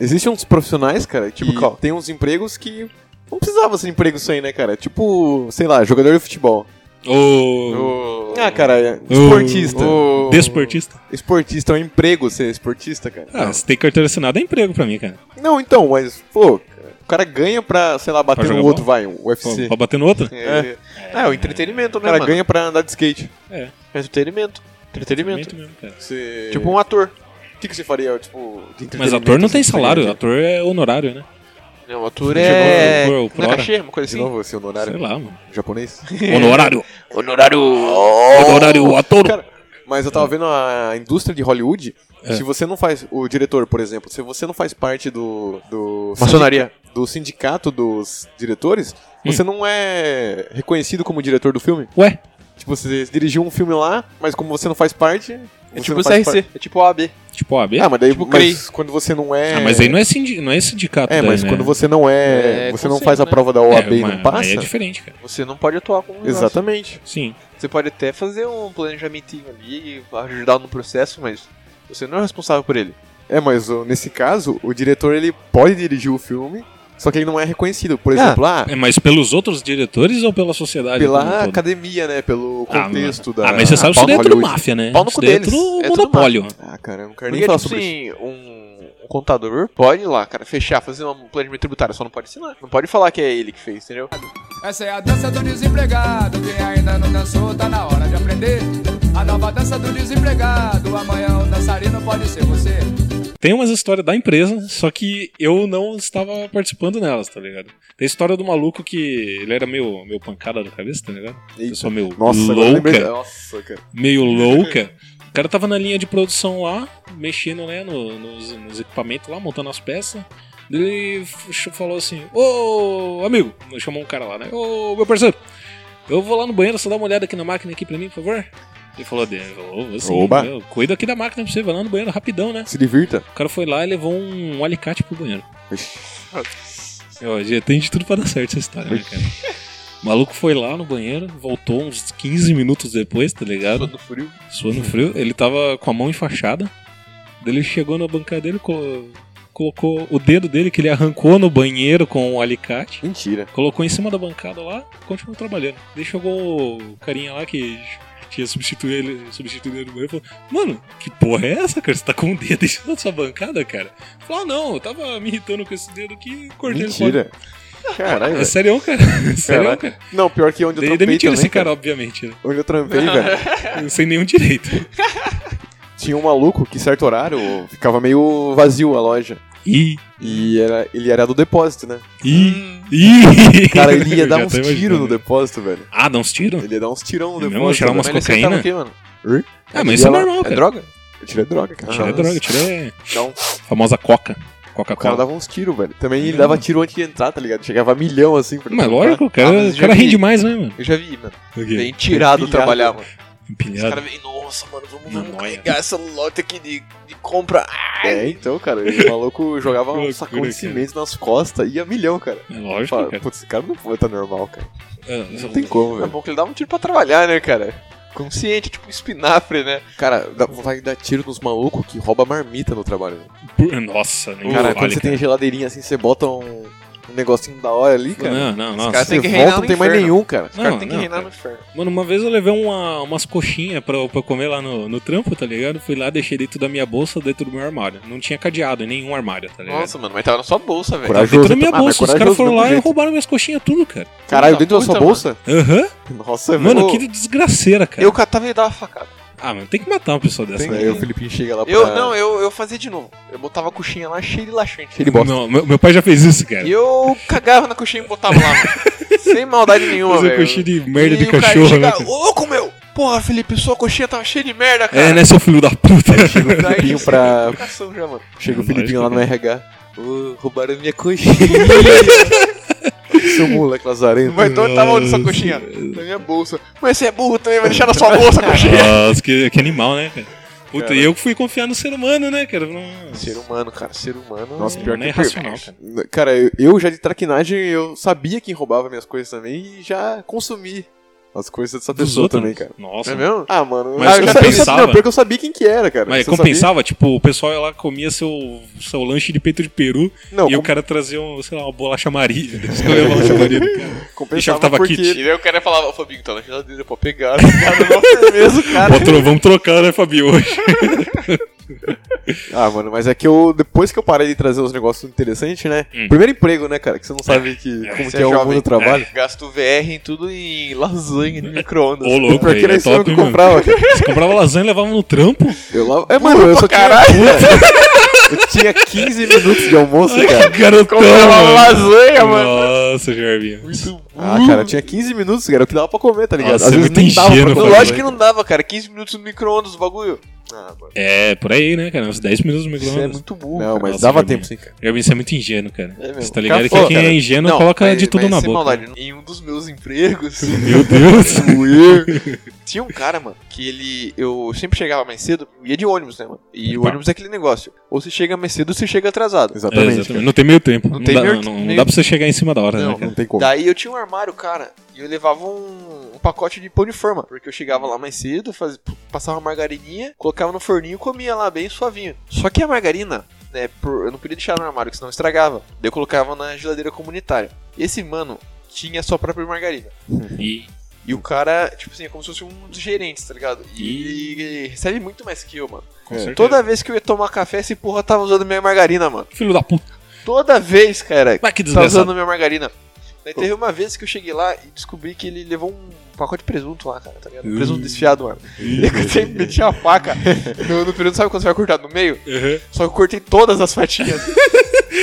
S3: Existem uns profissionais, cara, que
S6: Tipo qual?
S3: tem uns empregos que. Não precisava ser emprego isso aí, né, cara? Tipo, sei lá, jogador de futebol.
S5: Ô.
S3: Ah, cara, é-
S5: Ô.
S3: esportista.
S5: Desportista.
S3: Esportista é um emprego ser esportista, cara.
S5: Ah, se tem carteira assinada é emprego pra mim, cara.
S3: Não, então, mas, pô, cara, o cara ganha pra, sei lá, bater
S5: Pra
S3: no
S5: jogar
S3: outro,
S5: bola?
S3: vai, um
S5: Pra,
S3: UFC.
S5: pra bater no outro?
S6: É, é o entretenimento,
S3: O
S6: né,
S3: cara
S6: mano?
S3: ganha pra andar de skate.
S6: É entretenimento. Entretenimento.
S5: Muito mesmo, cara.
S3: Você...
S6: Tipo um ator.
S3: o que, que você faria, tipo, de
S5: Mas
S3: entretenimento,
S5: ator não tem
S3: assim, pra
S5: salário,
S3: ganhar dinheiro?
S5: ator é honorário, né?
S6: Não, um ator é.
S5: Chegou- chegou
S6: Não é
S5: por
S6: cachê, uma coisa
S3: De
S6: assim.
S3: novo, assim, honorário
S5: Sei lá, mano.
S3: japonês.
S5: Honorário!
S6: Honorário.
S5: Honorário ator!
S3: Cara, mas eu tava vendo a indústria de Hollywood.
S5: É.
S3: Se você não faz. O diretor, por exemplo, se você não faz parte do. do
S6: Maçonaria.
S3: sindica- do sindicato dos diretores,
S5: Hum.
S3: você não é reconhecido como diretor do filme.
S5: Ué,
S3: Tipo, você dirigiu um filme lá, mas como você não faz parte.
S6: É
S3: você
S6: tipo
S3: não
S6: o
S3: faz
S6: CRC. É tipo o AB.
S5: tipo OAB?
S3: par- Ah, mas daí
S6: Tipo
S3: mas
S6: CREI.
S3: quando você não é.
S5: Ah, mas aí não é, sindi não é sindicato
S3: É,
S5: daí,
S3: mas
S5: né?
S3: quando você não é.
S6: É
S3: você não
S6: conselho,
S3: faz a
S6: né?
S3: prova da
S5: É,
S3: OAB e
S5: mas-
S3: não passa.
S5: Aí é diferente, cara.
S6: Você não pode atuar como um negócio.
S3: Exatamente.
S5: Sim.
S6: Você pode até fazer um planejamentinho ali, ajudar no processo, mas você não é responsável por ele.
S3: É, mas ó, nesse caso, o diretor ele pode dirigir o filme, só que ele não é reconhecido. Por
S6: Ah,
S3: exemplo, ah,
S5: É, mas pelos outros diretores ou pela sociedade? como um
S3: pela
S5: todo?
S3: academia, né? Pelo
S5: Ah,
S3: contexto
S5: mano.
S3: da.
S5: Ah, mas você sabe que
S3: Paulo
S5: isso daí é tudo
S3: Hollywood.
S5: máfia, né?
S6: Pau no
S5: isso
S6: cu
S5: daí é
S6: deles.
S5: tudo
S6: É tudo
S5: monopólio.
S3: Ah, cara, eu não quero
S6: Porque,
S3: nem falar
S6: tipo
S3: sobre isso.
S6: assim, um, um contador pode ir lá, cara, fechar, fazer um planejamento tributário, só não pode assinar. Não pode falar que é ele que fez, entendeu?
S2: Essa é a dança do desempregado. Quem ainda não dançou, tá na hora de aprender. A nova dança do desempregado. Amanhã o dançarino pode ser você.
S5: Tem umas histórias da empresa, só que eu não estava participando nelas, tá ligado? Tem a história do maluco que ele era meio, meio pancada na cabeça, tá ligado?
S3: Eita.
S5: Pessoa meio
S3: Nossa, agora eu lembrei.
S5: louca.
S3: Nossa, cara.
S5: meio louca. O cara tava na linha de produção lá, mexendo né, no- nos, nos equipamentos lá, montando as peças. Ele f- falou assim: Ô amigo, chamou um cara lá, né? Ô meu parceiro, eu vou lá no banheiro, só dá uma olhada aqui na máquina aqui pra mim, por favor. Ele falou, "Dê", ele falou, "Ô, sim,
S3: Oba.
S5: meu, cuida aqui da máquina pra você, vai lá no banheiro rapidão, né?
S3: Se divirta.
S5: O cara foi lá e levou um, alicate pro banheiro.
S3: Ixi.
S5: Ó, já tem de tudo pra dar certo essa história, né, cara? O maluco foi lá no banheiro, voltou uns 15 minutos depois, tá ligado?
S6: Do frio.
S5: suando frio. Ele tava com a mão enfaixada. Daí ele chegou na bancadeira, co- colocou o dedo dele que ele arrancou no banheiro com um alicate,
S3: Mentira.
S5: colocou em cima da bancada lá, continuou trabalhando. Daí chegou o carinha lá que tinha substituído ele, substituído ele no banheiro e falou: Mano, que porra é essa, cara? Você tá com o dedo em cima da sua bancada, cara? Ele Falou: ah, não, eu tava me irritando com esse dedo aqui e cortei ele fora."
S3: Mentira. Caralho,
S5: É
S3: velho.
S5: sério, cara. É sério,
S3: Caralho.
S5: cara.
S3: Não, pior que onde eu
S5: Daí
S3: trampei
S5: demitiram
S3: também,
S5: esse é cara,
S3: cara.
S5: obviamente, né?
S3: Onde eu trampei, velho,
S5: Sem nenhum direito.
S3: tinha um maluco que certo horário ficava meio vazio a loja.
S5: Ih,
S3: E era, ele era do depósito, né?
S5: ih, ih.
S3: Cara, ele ia
S5: Eu
S3: dar
S5: já
S3: uns
S5: tô
S3: tiros
S5: imaginando.
S3: no depósito, velho.
S5: Ah, dá uns tiros?
S3: Ele ia dar uns tirão no
S5: Não,
S3: depósito.
S5: tirar um umas
S3: velho.
S6: ele acertava
S5: cocaína?
S6: o quê, mano?
S5: Ah, mas isso é
S3: Ela-
S5: normal,
S6: É
S5: cara.
S6: droga?
S3: Eu tirei droga, cara.
S5: Tira é droga, tira é.
S3: né? Não.
S5: Famosa coca.
S3: O cara
S5: Coca-Cola.
S3: dava uns tiros, velho. Também
S5: Hum.
S3: ele dava tiro antes de entrar, tá ligado? Chegava a milhão assim. pra ele
S5: Mas
S3: comprar.
S5: lógico, o cara,
S6: Ah, mas
S5: o cara
S6: já vi.
S5: rende mais, né, mano?
S6: Eu já vi, mano. Vem
S5: Aqui,
S6: tirado
S3: Empilhado.
S6: trabalhar, mano. Os
S5: Empilhado.
S6: caras vêm, nossa, mano, vamos,
S5: Na
S6: vamos
S5: noia.
S6: pegar essa lota aqui de, de compra. Ah,
S3: É, então, cara. O maluco jogava um
S5: Loucura,
S3: sacão
S5: cara.
S3: de cimento nas costas e ia milhão, cara.
S5: É lógico,
S3: Fala,
S5: cara.
S3: putz, esse cara não foi tá normal, cara.
S5: É,
S3: Não tem como,
S6: É
S3: velho.
S6: bom que ele dava um tiro pra trabalhar, né, cara? Consciente, tipo espinafre, né?
S3: Cara, dá vontade de dar tiro nos malucos que rouba marmita no trabalho. velho.
S5: pur- Nossa, nem
S3: Cara, quando
S5: fale,
S3: você tem
S5: cara.
S3: a geladeirinha assim, você bota um, um negocinho da hora ali, cara.
S5: Não, não, nossa.
S6: caras
S3: Você
S6: Tem que reinar
S3: volta,
S6: no
S3: não tem mais
S6: inferno.
S3: nenhum, cara.
S6: O cara
S5: Não,
S6: tem que
S5: não,
S6: reinar
S5: cara.
S6: no inferno.
S5: Mano, uma vez eu levei uma- umas coxinhas pra, pra comer lá no, no trampo, tá ligado? Fui lá, deixei dentro da minha bolsa, dentro do meu armário. Não tinha cadeado em nenhum armário, tá ligado?
S6: Nossa, mano, mas tava na sua bolsa, velho.
S3: Coragem. corajoso,
S5: dentro da minha
S3: ah, mas
S5: bolsa. Os caras
S3: corajoso
S5: foram
S3: do
S5: lá e
S3: jeito.
S5: roubaram minhas coxinhas tudo, cara.
S3: Caralho,
S6: Puta
S3: dentro da sua
S6: puta,
S3: bolsa?
S5: Aham.
S3: Nossa, velho.
S5: Mano,
S3: Ô,
S5: que desgraceira, cara.
S6: Eu catava e dava facada.
S5: Ah, mano, tem que matar uma pessoa dessa,
S3: Tem,
S5: né?
S3: aí o Felipinho chega lá pra...
S6: Eu, não, eu, eu fazia de novo. Eu botava a coxinha lá cheia de laxante.
S3: Ele bosta.
S5: Não, meu, meu pai já fez isso, cara.
S6: E eu cagava na coxinha e botava lá, mano. Sem maldade nenhuma,
S5: Fazer
S6: velho.
S5: coxinha um de merda
S6: e
S5: de
S6: o cara
S5: cachorro,
S6: chega,
S5: né? cara?
S6: Ô, louco, meu! Porra, Felipe, sua coxinha tava cheia de merda, cara.
S5: É, né, seu filho da puta?
S3: Chega o
S6: Daí
S3: Felipinho
S6: você
S3: pra...
S6: tem educação já, mano.
S3: Chega o
S5: É
S3: Felipinho lá no
S5: lógico,
S3: RH. Ô, roubaram minha coxinha. Seu moleque lazarento.
S6: Mas então tava onde sua coxinha? Na minha bolsa. Mas você é burro também, vai deixar na sua bolsa a coxinha.
S5: Nossa, que, que animal, né, cara? Puta, e eu que fui confiar no ser humano, né, cara? Nossa.
S6: Ser humano, cara, ser humano.
S3: Nossa,
S5: Não
S3: pior
S5: é
S3: que
S5: racional, cara.
S3: Cara, eu- eu já de traquinagem, eu sabia quem roubava minhas coisas também e já consumi as coisas dessa
S5: Dos
S3: pessoa
S5: outros,
S3: também,
S5: né?
S3: cara.
S5: Nossa.
S6: É mesmo?
S3: Ah, mano,
S5: Mas
S3: ah, eu já sabia,
S5: compensava?
S3: não, pior que eu sabia quem que era, cara.
S5: Mas
S3: Você sabia?
S5: compensava, tipo, o pessoal ia lá comia seu, seu lanche de peito de peru
S3: Não,
S5: e o
S3: com-
S5: cara trazia, um, sei lá, uma bolacha maria. né? Escolheu a bolacha maria do cara. achava
S3: compensava
S5: que tava
S3: porque...
S5: kit.
S6: E daí o cara falava, ô Fabinho, tá na geladeira pra pegar. Cara, não firmeza, cara.
S5: Pô, tro- vamos trocar, né, Fabio, hoje.
S3: Ah, mano, mas é que eu, depois que eu parei de trazer os negócios interessantes, né?
S5: Hum.
S3: Primeiro emprego, né, cara, que você não sabe que, como
S6: Você
S3: que é, o
S6: jovem.
S3: mundo do trabalho.
S6: Gasto VR em tudo em lasanha, no micro-ondas.
S5: Ô, louco,
S3: Porque
S5: velho,
S3: era
S5: é
S3: isso
S5: top,
S3: que
S5: hein,
S3: eu
S5: mano.
S3: comprava, cara.
S5: Você comprava lasanha e levava no trampo?
S3: Eu lá... É, mano, eu só tinha... Eu tinha 15 minutos de almoço, cara.
S5: Garotão,
S6: Comprava
S5: mano.
S6: lasanha, mano.
S5: Nossa, Jarvinho.
S3: Ah, cara, eu tinha 15 minutos, cara, o que dava pra comer, tá ligado?
S5: Nossa,
S3: Às
S5: é
S3: vezes
S5: muito
S3: nem dava pra
S5: ingênuo,
S3: comer.
S5: mano.
S6: Lógico que não dava, cara. 15 minutos no micro-ondas o bagulho. Ah, mano.
S5: É, por aí, né, cara? Uns 10 minutos no
S6: Isso é
S5: micro-ondas.
S6: muito burro.
S3: Não, mas
S5: Nossa,
S3: dava
S5: Jorginho.
S3: tempo sim, cara.
S5: Jarvinho, você é muito ingênuo, cara.
S6: É mesmo.
S5: Você tá ligado
S6: Cara,
S5: que quem
S6: cara,
S5: é ingênuo
S6: não,
S5: coloca
S6: mas-
S5: de tudo
S6: mas
S5: na
S6: sem
S5: boca.
S6: maldade, em um dos meus empregos,
S5: Meu Deus.
S6: tinha um cara, mano, que ele. Eu sempre chegava mais cedo, eu ia de ônibus, né, mano? E o
S5: Tá.
S6: ônibus é aquele negócio. Ou você chega mais cedo ou você chega atrasado.
S5: É,
S3: Exatamente.
S5: exatamente. Não tem meio tempo. Não,
S6: né? tem
S5: dá,
S6: meio-
S5: não- não
S6: meio-
S5: dá pra você chegar em cima da hora,
S6: Não,
S5: né,
S3: Cara.
S5: cara?
S3: Não tem como.
S6: Daí eu tinha um armário, cara, e eu levava um, um pacote de pão de forma. Porque eu chegava lá mais cedo, fazia, passava uma margarininha, colocava no forninho e comia lá bem suavinho. Só que a margarina, né, por- eu não podia deixar no armário, que senão estragava. Daí eu colocava na geladeira comunitária. Esse mano tinha a sua própria margarina.
S5: E
S6: E o cara, tipo assim, é como se fosse um dos gerentes, tá ligado? E ele recebe muito mais que eu, mano.
S5: com certeza.
S6: Toda vez que eu ia tomar café, esse porra tava usando minha margarina, mano.
S5: Filho da puta.
S6: Toda vez, cara.
S5: Vai que
S6: Tá
S5: desgraçado.
S6: usando minha margarina. Daí teve uma vez que eu cheguei lá e descobri que ele levou um pacote de presunto lá, cara, tá ligado? Presunto desfiado, mano. E eu sempre meti a faca no, no presunto, sabe quando você vai cortar no meio?
S5: Uhum.
S6: Só que eu cortei todas as fatias.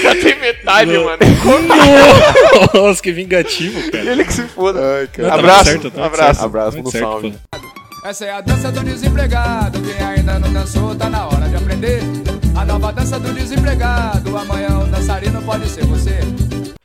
S6: Catei metade,
S5: Não.
S6: mano. E
S5: Nossa, que vingativo, cara.
S6: Ele que se foda.
S3: Ai,
S5: Não,
S3: cara.
S5: tá muito
S6: Abraço,
S5: certo, tá muito
S6: abraço.
S5: certo.
S3: Abraço,
S5: Muito
S3: no
S5: certo,
S3: salve.
S5: pô.
S2: Essa é a dança do desempregado. Quem ainda não dançou, tá na hora de aprender. A nova dança do desempregado. Amanhã o dançarino pode ser você.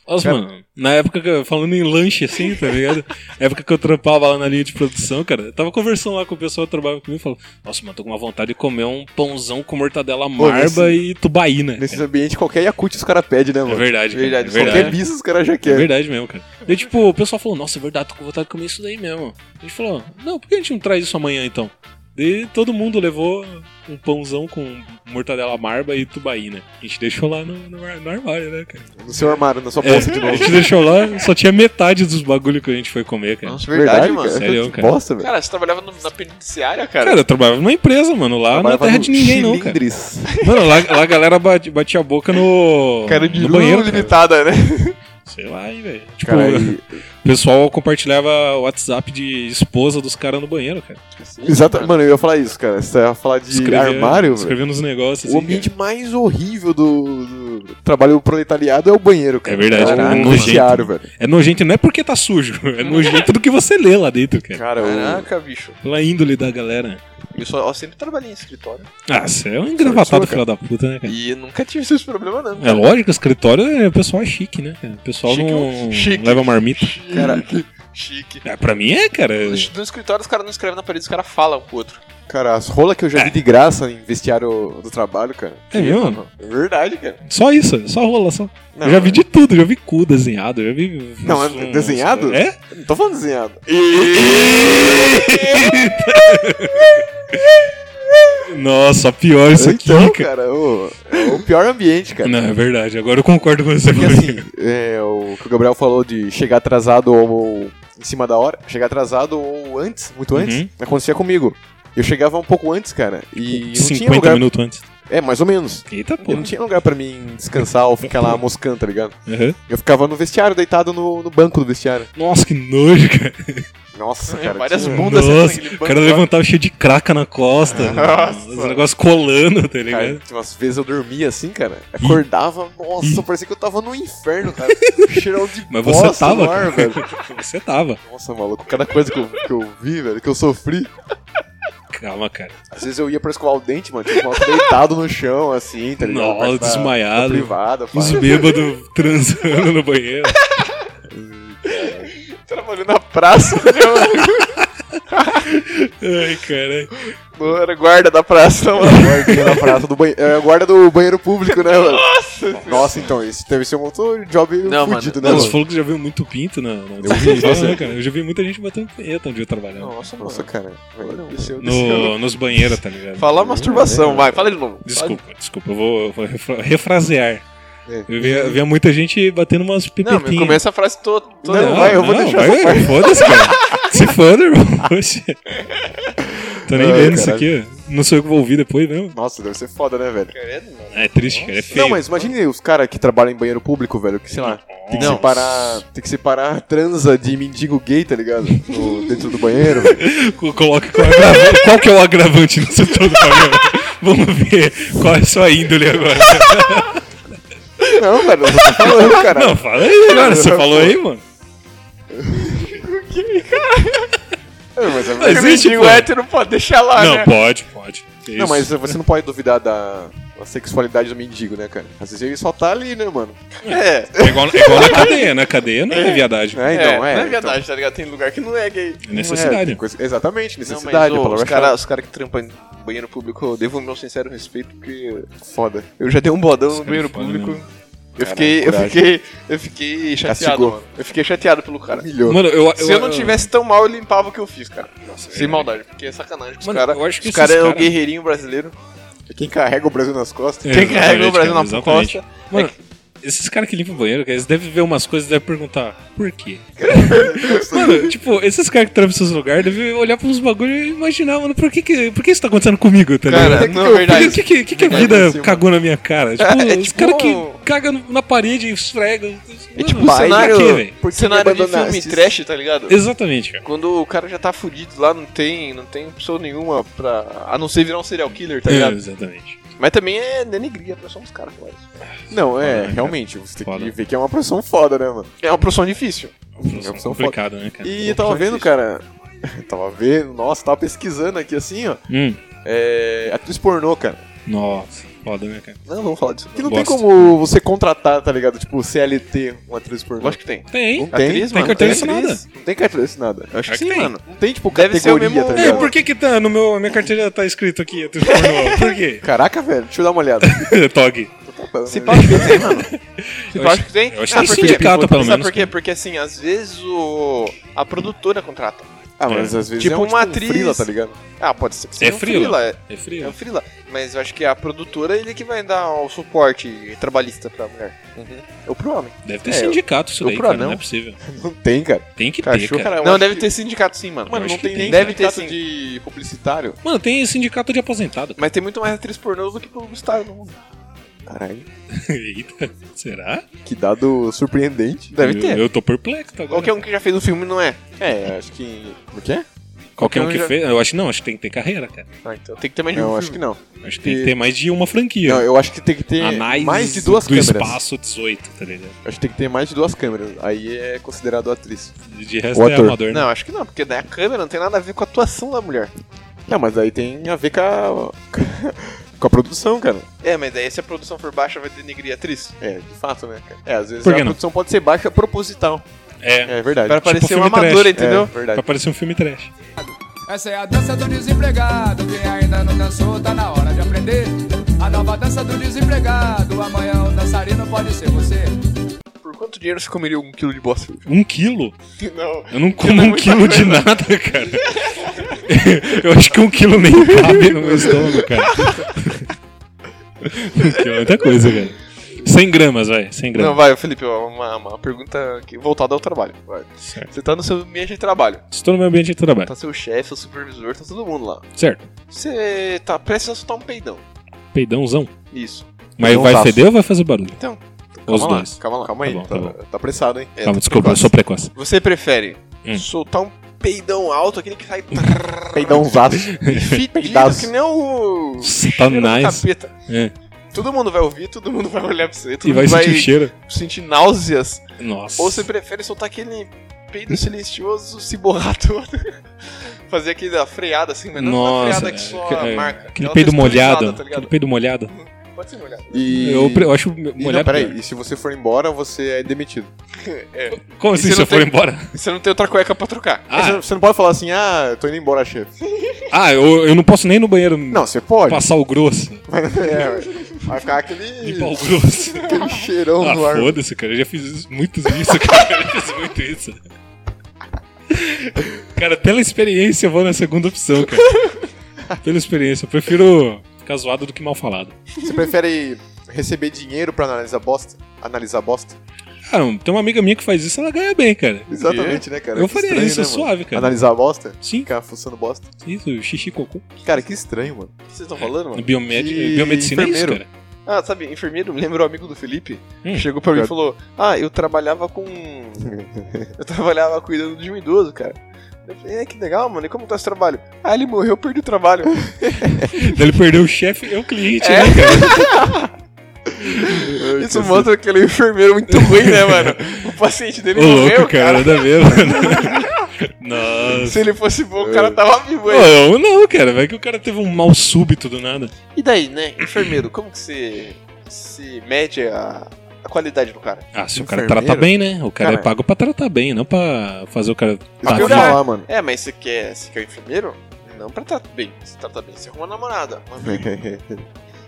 S5: Nossa,
S3: Cara-
S5: mano, na época que eu, falando em lanche assim, tá ligado? Na época que eu trampava lá na linha de produção, cara, eu tava conversando lá com o pessoal que trabalhava comigo e falou: Nossa, mano, tô com uma vontade de comer um pãozão com mortadela marba e né?" É, tubaína.
S3: Nesses
S5: cara."
S3: ambientes, qualquer Yakut os caras pedem, né,
S5: É
S3: mano?
S5: verdade, cara,
S6: Verdade,
S5: é
S6: só
S5: verdade.
S3: Qualquer bis os caras já
S5: É
S3: querem.
S5: verdade mesmo, cara. Daí, tipo, o pessoal falou, nossa, é verdade, tô com vontade de comer isso daí mesmo. A gente falou, não, por que a gente não traz isso amanhã então? Daí Daí todo mundo levou um pãozão com mortadela marba e tubaína. A gente deixou lá no, no ar- no armário, né, cara?
S3: No seu armário, na sua
S5: É,
S3: bolsa de
S5: a
S3: novo.
S5: gente deixou lá, só tinha metade dos bagulho que a gente foi comer, cara.
S6: Nossa, verdade,
S3: cara?
S6: mano.
S5: Sério,
S3: Que
S5: cara.
S3: Bosta, velho.
S6: Cara, você trabalhava no- na penitenciária, cara?
S5: Cara, eu trabalhava numa empresa, mano, lá na
S3: Trabalhava
S5: terra
S3: no
S5: de ninguém, não, cara.
S3: Chilindres.
S5: Mano, lá, lá a galera bate- batia a boca no,
S6: Cara, de
S5: no
S6: lua
S5: banheiro. cara.
S6: limitada, né?
S5: Sei lá, hein, velho. Tipo,
S3: Cara, e-
S5: o pessoal compartilhava o WhatsApp de esposa dos caras no banheiro, cara.
S3: Exato, mano, eu ia falar isso, cara. Você ia falar de armário, velho.
S5: Escrevendo os negócios.
S3: O
S5: assim,
S3: ambiente mais horrível do, do trabalho do proletariado é o banheiro, cara.
S5: É verdade,
S3: é
S5: cara,
S3: um
S5: nojento.
S3: noticiário, velho.
S5: cara. É nojento, não é porque tá sujo. É nojento do que você lê lá dentro, cara.
S3: Cara, o...
S6: Caraca, bicho.
S5: Pela índole da galera.
S6: Eu, só, eu sempre trabalhei em escritório.
S5: Ah, você é um
S3: Sorte
S5: engravatado,
S3: sua,
S5: filho da puta, né, cara?
S6: E nunca tive esses problemas, não.
S5: É lógico, escritório é o pessoal é chique, né? cara? O pessoal
S6: Chique,
S5: não
S6: chique.
S5: leva marmita.
S6: Cara, chique.
S5: É, pra mim é, cara.
S6: No escritório os caras não escrevem na parede, os caras falam com o outro.
S3: cara, as rolas que eu já vi de graça em vestiário do trabalho, cara.
S5: É mesmo?
S6: É verdade, cara.
S5: Só isso, só rola, só.
S3: Não,
S5: eu já vi de tudo, já vi cu desenhado, já vi.
S3: Não, é desenhado?
S5: É?
S3: eu Não tô falando desenhado.
S5: Nossa, pior isso aqui,
S3: então,
S5: cara.
S3: cara, o, é o pior ambiente, cara.
S5: Não, é verdade, agora eu concordo com você.
S3: Porque assim, é, o que o Gabriel falou de chegar atrasado ou, ou em cima da hora, chegar atrasado ou antes, muito antes,
S5: Uhum.
S3: acontecia comigo. Eu chegava um pouco antes, cara, e não tinha
S5: 50
S3: lugar.
S5: Tipo, minutos antes.
S3: É, mais ou menos.
S5: Eita
S3: Eu
S5: porra.
S3: não tinha lugar pra mim descansar ou ficar lá moscando, tá ligado?
S5: Aham.
S3: Eu ficava no vestiário, deitado no, no banco do vestiário.
S5: Nossa, que nojo, cara.
S3: Nossa, cara.
S6: É, Várias
S3: tinha-
S6: bundas sentadas
S5: Nossa,
S6: naquele
S5: o cara
S6: banco lá.
S5: levantava cheio de craca na costa.
S6: Nossa.
S5: Os negócios colando, tá
S3: Cara,
S5: ligado?
S3: tinha umas vezes eu dormia assim, cara. Acordava, nossa, parecia que eu tava no inferno, cara. Um Cheirão de
S5: Mas você
S3: bosta
S5: tava,
S3: no ar,
S5: cara.
S3: velho.
S5: Você tava.
S3: Nossa, maluco, cada coisa que eu, que eu vi, velho, que eu sofri.
S5: Calma, cara.
S3: Às vezes eu ia pra escovar o dente, mano, tinha que ficar deitado no chão, assim, tá ligado?
S5: Nossa,
S3: Perto da-
S5: desmaiado.
S3: da privada, pá.
S5: Os bêbados transando no banheiro.
S6: Trabalhou na praça, né, mano?
S5: Ai, cara.
S6: Eu Era guarda da praça, mano.
S3: Guardinha na praça do banheiro. É a guarda do banheiro público, né, mano? Nossa! Nossa, então, isso deve ser um outro job
S6: Não, mano,
S3: fudido, né,
S5: Não, você
S3: mano?
S5: falou que já viu muito pinto na. na- Não, cara. Eu já vi muita gente batendo punheta onde eu trabalhava.
S6: Nossa,
S3: Nossa, cara. velho, não.
S6: Desceu, desceu.
S5: No, nos banheiros, tá ligado?
S6: Fala masturbação, vai, fala de novo.
S5: Desculpa, desculpa, eu vou, eu vou refra- refrasear.
S3: É.
S5: Eu via, eu via muita gente batendo umas
S6: Não, mas
S5: pipetinhas.
S6: começa a frase toda. toda-
S3: Não, vai, eu vou deixar essa parte.
S5: Foda-se, cara. Se foda, irmão. Poxa. Tô nem
S3: Ai,
S5: vendo isso
S3: caralho.
S5: aqui, ó. Não sou eu que vou ouvir depois mesmo.
S3: Nossa, deve ser foda, né, velho?
S5: É triste, cara. É feio.
S3: Não, mas imagine os caras que trabalham em banheiro público, velho, que sei lá, tem que
S6: Não.
S3: separar. Tem que separar transa de mendigo gay, tá ligado? No- dentro do banheiro. velho.
S5: Co- Coloca qual, é o agravante- qual que é o agravante nisso todo, Fabiano? Vamos ver qual é a sua índole agora.
S3: Não, velho, eu tô falando, cara.
S5: Não, fala aí agora. Você falou aí, mano.
S3: É, mas, é-
S5: Mas existe,
S6: Mendigo
S5: pô.
S6: hétero pode deixar lá,
S5: Não,
S6: né?
S5: pode, pode. Que
S3: não,
S5: isso.
S3: mas você não pode duvidar da. da sexualidade do mendigo, né, cara? Às vezes ele só tá ali, né, mano?
S6: É,
S5: É igual, é igual na cadeia. Na cadeia não é viadagem.
S3: É, então, é.
S6: não é
S3: então.
S6: verdade, tá ligado? Tem lugar que não é gay.
S5: É necessidade.
S3: tem coisa- exatamente,
S6: Não,
S3: necessidade.
S6: mas ô, os
S3: palavra
S6: caras cara que trampam em banheiro público, eu devo o meu sincero respeito, porque
S3: chata. Foda.
S6: eu já dei um bodão no
S5: caras
S6: banheiro
S5: é foda
S6: público.
S5: mesmo.
S6: Eu fiquei, eu
S3: coragem.
S6: fiquei, eu fiquei chateado,
S3: Castigou.
S6: mano. Eu fiquei chateado pelo cara.
S3: Milhão.
S5: Mano, eu,
S6: Se eu não tivesse tão mal, eu limpava o que eu fiz, cara. Sem maldade, porque é sacanagem. com Os
S5: Mano,
S6: caras
S5: eu acho que
S6: os cara
S5: esses
S6: é o
S5: cara-
S6: guerreirinho brasileiro.
S3: Quem carrega o Brasil nas costas.
S5: É,
S6: Quem carrega o
S5: exatamente,
S6: Brasil
S5: cara,
S6: na
S5: exatamente.
S6: costa.
S5: Mano, esses caras que limpam o banheiro, cara, eles devem ver umas coisas e devem perguntar por quê. mano, tipo, esses caras que trampam esses lugares devem olhar pra uns bagulho e imaginar, mano, por que, que, por que isso tá acontecendo comigo, tá ligado?
S6: Cara,
S3: que
S6: não
S3: eu
S6: é
S3: fiz?
S5: Por que- que,
S6: verdade.
S5: que, que, que a
S6: Verdade,
S5: vida
S6: assim,
S5: cagou na minha cara? Tipo,
S6: É, é
S5: os
S6: tipo-
S5: caras que cagam no- na parede e esfregam.
S6: É
S5: Mano,
S6: tipo um
S5: pra
S6: cenário,
S5: quê, velho?
S3: Por que
S6: cenário de filme
S3: abandonaste?
S6: trash, tá ligado?
S5: Exatamente, cara.
S6: Quando o cara já tá fudido lá, não tem, não tem opção nenhuma pra. A não ser virar um serial killer, tá
S5: É,
S6: ligado?
S5: exatamente.
S6: Mas também é denigria a profissão dos caras, cara.
S3: Não,
S5: Foda,
S3: é,
S5: né,
S3: realmente, você tem
S5: Foda.
S3: que ver que é uma profissão foda, né, mano?
S6: É uma profissão difícil.
S5: É
S3: opção
S5: complicado, né, cara?
S3: E eu tava vendo, cara. Tava vendo, nossa, tava pesquisando aqui assim, ó.
S5: Hum,
S3: É. Atriz pornô, cara.
S5: nossa, foda, né, cara?
S6: Não, não vou falar disso.
S3: Que não
S5: Bosta.
S3: tem como você contratar, tá ligado? Tipo, CLT, uma atriz pornô.
S6: Lógico que tem.
S5: Tem.
S3: Não tem.
S6: Atriz,
S5: Tem
S6: mano.
S5: carteira
S6: tem
S5: assinada.
S6: atriz.
S3: Não tem carteira assinada.
S6: Eu acho
S5: Acho
S6: que
S5: que
S6: sim,
S5: tem.
S6: mano.
S3: Não tem, tipo,
S6: Deve ser o
S3: categoria,
S6: mesmo-
S3: tá
S5: É,
S3: ligado?
S5: por que que tá no meu, minha carteira tá escrito aqui, atriz pornô? Por quê?
S3: Caraca, velho, deixa eu dar uma olhada.
S5: Tog.
S3: Né?
S6: Se pá, acho que tem, mano. Se
S5: Eu
S6: pá,
S5: acho-
S6: acho que tem.
S5: eu acho que tem
S6: Sabe por quê?
S5: sindicato, pelo
S6: Sabe
S5: menos,
S6: por quê?
S5: cara.
S6: Porque assim, às vezes o... a produtora contrata.
S3: Ah, mas às vezes
S6: Tipo
S3: é um,
S6: uma
S3: um
S6: atriz.
S3: frila, tá ligado?
S6: Ah, pode ser que
S5: É
S6: seja um
S5: frila.
S6: frila, é,
S5: É
S6: é um
S5: frio.
S6: frila. Mas eu acho que a produtora é ele que vai dar o suporte trabalhista pra mulher. Ou pro homem.
S5: Deve ter
S6: É,
S5: sindicato isso
S6: eu
S5: daí,
S6: pro
S5: cara. Não
S6: anão.
S5: é possível.
S3: Não tem, cara.
S5: Tem que ter,
S3: Cachorro,
S5: cara.
S3: cara, eu
S6: não,
S3: acho
S6: deve
S3: que-
S6: ter sindicato sim, mano.
S3: Mano,
S5: acho
S3: não
S5: que
S3: tem
S5: tem,
S3: nem
S6: deve ter
S3: sindicato
S6: sim.
S3: de publicitário.
S5: Mano, tem sindicato de aposentado.
S6: Mas tem muito mais atriz pornô do que publicitário no mundo.
S3: Caralho.
S5: Eita, será?
S3: Que dado surpreendente.
S6: Deve
S5: eu,
S6: ter.
S5: eu tô perplexo agora.
S6: Qualquer um que já fez um filme não é.
S3: É, acho que. Como que é?
S5: Qualquer um que
S6: já-
S5: fez. Eu acho que não, acho que tem que ter carreira, cara.
S6: Ah, então tem que ter mais de um
S3: Não,
S6: filme.
S3: acho que não.
S5: Acho que tem que
S3: E-
S5: ter mais de uma franquia.
S3: Não, eu acho que tem que ter
S5: Anais
S3: mais de duas
S5: do
S3: câmeras.
S5: espaço 18, tá ligado?
S3: Acho que tem que ter mais de duas câmeras. Aí é considerado atriz.
S5: De resto
S3: O
S5: é
S3: ator.
S5: amador, né?
S6: Não, acho que não, porque daí a câmera não tem nada a ver com a atuação da mulher.
S3: Não, mas aí tem a ver com a. com a produção, cara.
S6: É, mas daí se a produção for baixa, vai denegrir a atriz.
S3: É, de fato, né, cara? É, às vezes
S5: Por que
S3: a
S5: não?
S3: produção pode ser baixa proposital.
S5: É,
S3: É verdade.
S6: Pra parecer
S5: filme
S6: uma amadora,
S5: trash.
S6: entendeu?
S3: É, verdade.
S5: pra parecer um filme trash.
S2: Essa é a dança do desempregado. Quem ainda não dançou, tá na hora de aprender. A nova dança do desempregado. Amanhã o dançarino pode ser você.
S6: Por quanto dinheiro você comeria um quilo de bosta?
S5: Um quilo?
S6: Não.
S5: Eu não como um quilo de nada, cara. eu acho que um quilo nem cabe no meu estômago, cara. um quilo é muita coisa, cara. 100 gramas, vai. 100
S6: Não,
S5: gramas.
S6: vai, Felipe, ó, uma, uma pergunta que- voltada ao trabalho. vai.
S5: Certo.
S6: Você tá no seu ambiente de trabalho.
S5: Estou no meu ambiente de trabalho.
S6: Tá seu chefe, seu supervisor, tá todo mundo lá.
S5: Certo.
S6: Você tá prestes a soltar um peidão.
S5: Peidãozão.
S6: Isso.
S5: Mas
S3: Não
S5: vai
S3: faço.
S5: feder ou vai fazer barulho?
S6: Então,
S5: Os
S6: calma lá,
S5: dois.
S6: calma lá.
S3: Calma aí,
S5: Tá bom,
S3: tá,
S5: tá
S3: tá apressado, hein?
S6: É,
S5: Calma,
S6: tá
S5: desculpa, eu
S6: precoce.
S5: sou precoce.
S6: Você prefere
S5: Hum.
S6: soltar um peidão alto, aquele que sai
S3: Peidão zaço.
S6: fedido,
S3: Peidaço.
S6: que nem o...
S5: Satanás.
S6: cheiro do capeta.
S5: É.
S6: Todo mundo vai ouvir, todo mundo vai olhar pra você, todo
S5: E vai
S6: mundo
S5: sentir o cheiro.
S6: sentir náuseas.
S5: Nossa.
S6: Ou você prefere soltar aquele peido silencioso, se borrar todo. Fazer aquela freada assim, mas não uma
S5: Nossa.
S6: freada que só
S5: é,
S6: marca.
S5: Aquele
S6: Aquela
S5: peido
S6: texturizada,
S5: molhado.
S6: tá ligado?
S5: Aquele peido molhado.
S6: Pode ser molhado.
S3: E.
S5: Eu, É pre- eu acho
S3: e não,
S5: molhado.
S3: peraí,
S5: pior.
S3: e se você for embora, você é demitido.
S5: Como
S6: E
S5: assim
S6: você
S5: se eu
S6: não
S5: for
S6: tem-
S5: embora?
S6: Você não tem outra cueca pra trocar.
S3: Mas Você,
S5: Ah,
S3: não- você não pode falar assim, ah, eu tô indo embora, chefe.
S5: ah eu, eu não posso nem ir no banheiro
S3: Não, você pode.
S5: passar o grosso.
S3: Mas, é, vai ficar aquele,
S5: Limpar o grosso.
S3: aquele cheirão
S5: Ah,
S3: no ar.
S5: foda-se, cara. Eu já fiz isso- muitos isso, cara. Eu já fiz muito isso. Cara, pela experiência eu vou na segunda opção, cara. Pela experiência. Eu prefiro ficar zoado do que mal falado.
S3: Você prefere receber dinheiro pra analisar bosta? Analisar bosta?
S5: Cara, Ah, tem uma amiga minha que faz isso, ela ganha bem, cara.
S3: Exatamente, né, cara?
S5: Eu
S3: Que
S5: faria
S3: estranho,
S5: isso,
S3: né, mano?
S5: suave, cara.
S3: Analisar bosta?
S5: Sim,
S3: Ficar fuçando bosta.
S5: isso, xixi, cocô.
S3: Cara, que estranho, mano.
S6: O que vocês estão falando,
S5: É.
S6: mano?
S5: Biomed...
S3: E
S5: Biomedicina é isso,
S3: enfermeiro.
S5: cara.
S6: Ah, sabe, enfermeiro, me lembra o amigo do Felipe?
S5: Hum.
S6: Chegou pra mim e falou: Ah, eu trabalhava com. eu trabalhava cuidando de um idoso, cara. Eu falei, é, que legal, mano. E como tá esse trabalho? Ah, ele morreu, eu perdi o trabalho.
S5: Daí ele perdeu o chefe e o cliente,
S6: É.
S5: né, cara?
S6: Isso mostra que ele é um enfermeiro muito ruim, né, mano? O paciente dele
S5: Ô,
S6: morreu,
S5: louco, cara,
S6: cara.
S5: nada a ver, mano. Nossa.
S6: Se ele fosse bom, o cara tava vivo
S5: Ô,
S6: aí.
S5: eu não, cara. Vai que o cara teve um mal súbito do nada.
S6: E daí, né? Enfermeiro, como que você se mede a, a qualidade do cara?
S5: Ah, se o cara
S3: Enfermeiro?
S5: trata bem, né? O cara, é
S3: Cara.
S5: pago pra tratar bem, não pra fazer o cara.
S3: Isso
S5: tá
S3: que eu ia
S5: vivo.
S3: falar, mano.
S6: É, mas você quer, você quer o enfermeiro? Não pra tratar bem. Você trata bem, você arruma uma namorada. Uma amiga.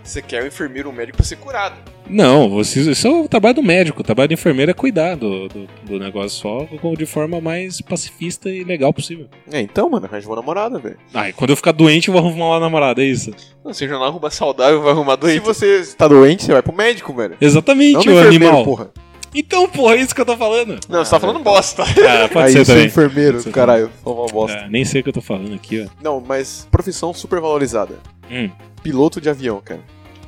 S6: Você quer o enfermeiro, o médico pra ser curado.
S5: Não, você, isso é o trabalho do médico. O trabalho do enfermeiro é cuidar do, do, do negócio só com- de forma mais pacifista e legal possível.
S3: é, então, mano, arranja uma namorada, velho.
S5: Ah, e quando eu ficar doente, eu vou arrumar uma namorada, é isso?
S6: Não, se o jornal arruma saudável, vai arrumar
S3: Se
S6: doente.
S3: você tá doente, você vai pro médico, velho. Não
S5: Exatamente,
S3: no
S5: o
S3: enfermeiro,
S5: animal.
S3: porra.
S5: Então, porra, é isso que eu tô falando.
S6: Não, você tá falando bosta.
S5: Ah, pode
S3: Aí,
S5: ser
S3: seu
S5: também.
S3: enfermeiro,
S5: Pode ser
S3: caralho. Toma bosta.
S5: Ah, nem sei o que eu tô falando aqui, ó.
S3: Não, mas profissão super valorizada.
S5: Hum.
S3: Piloto de avião, cara.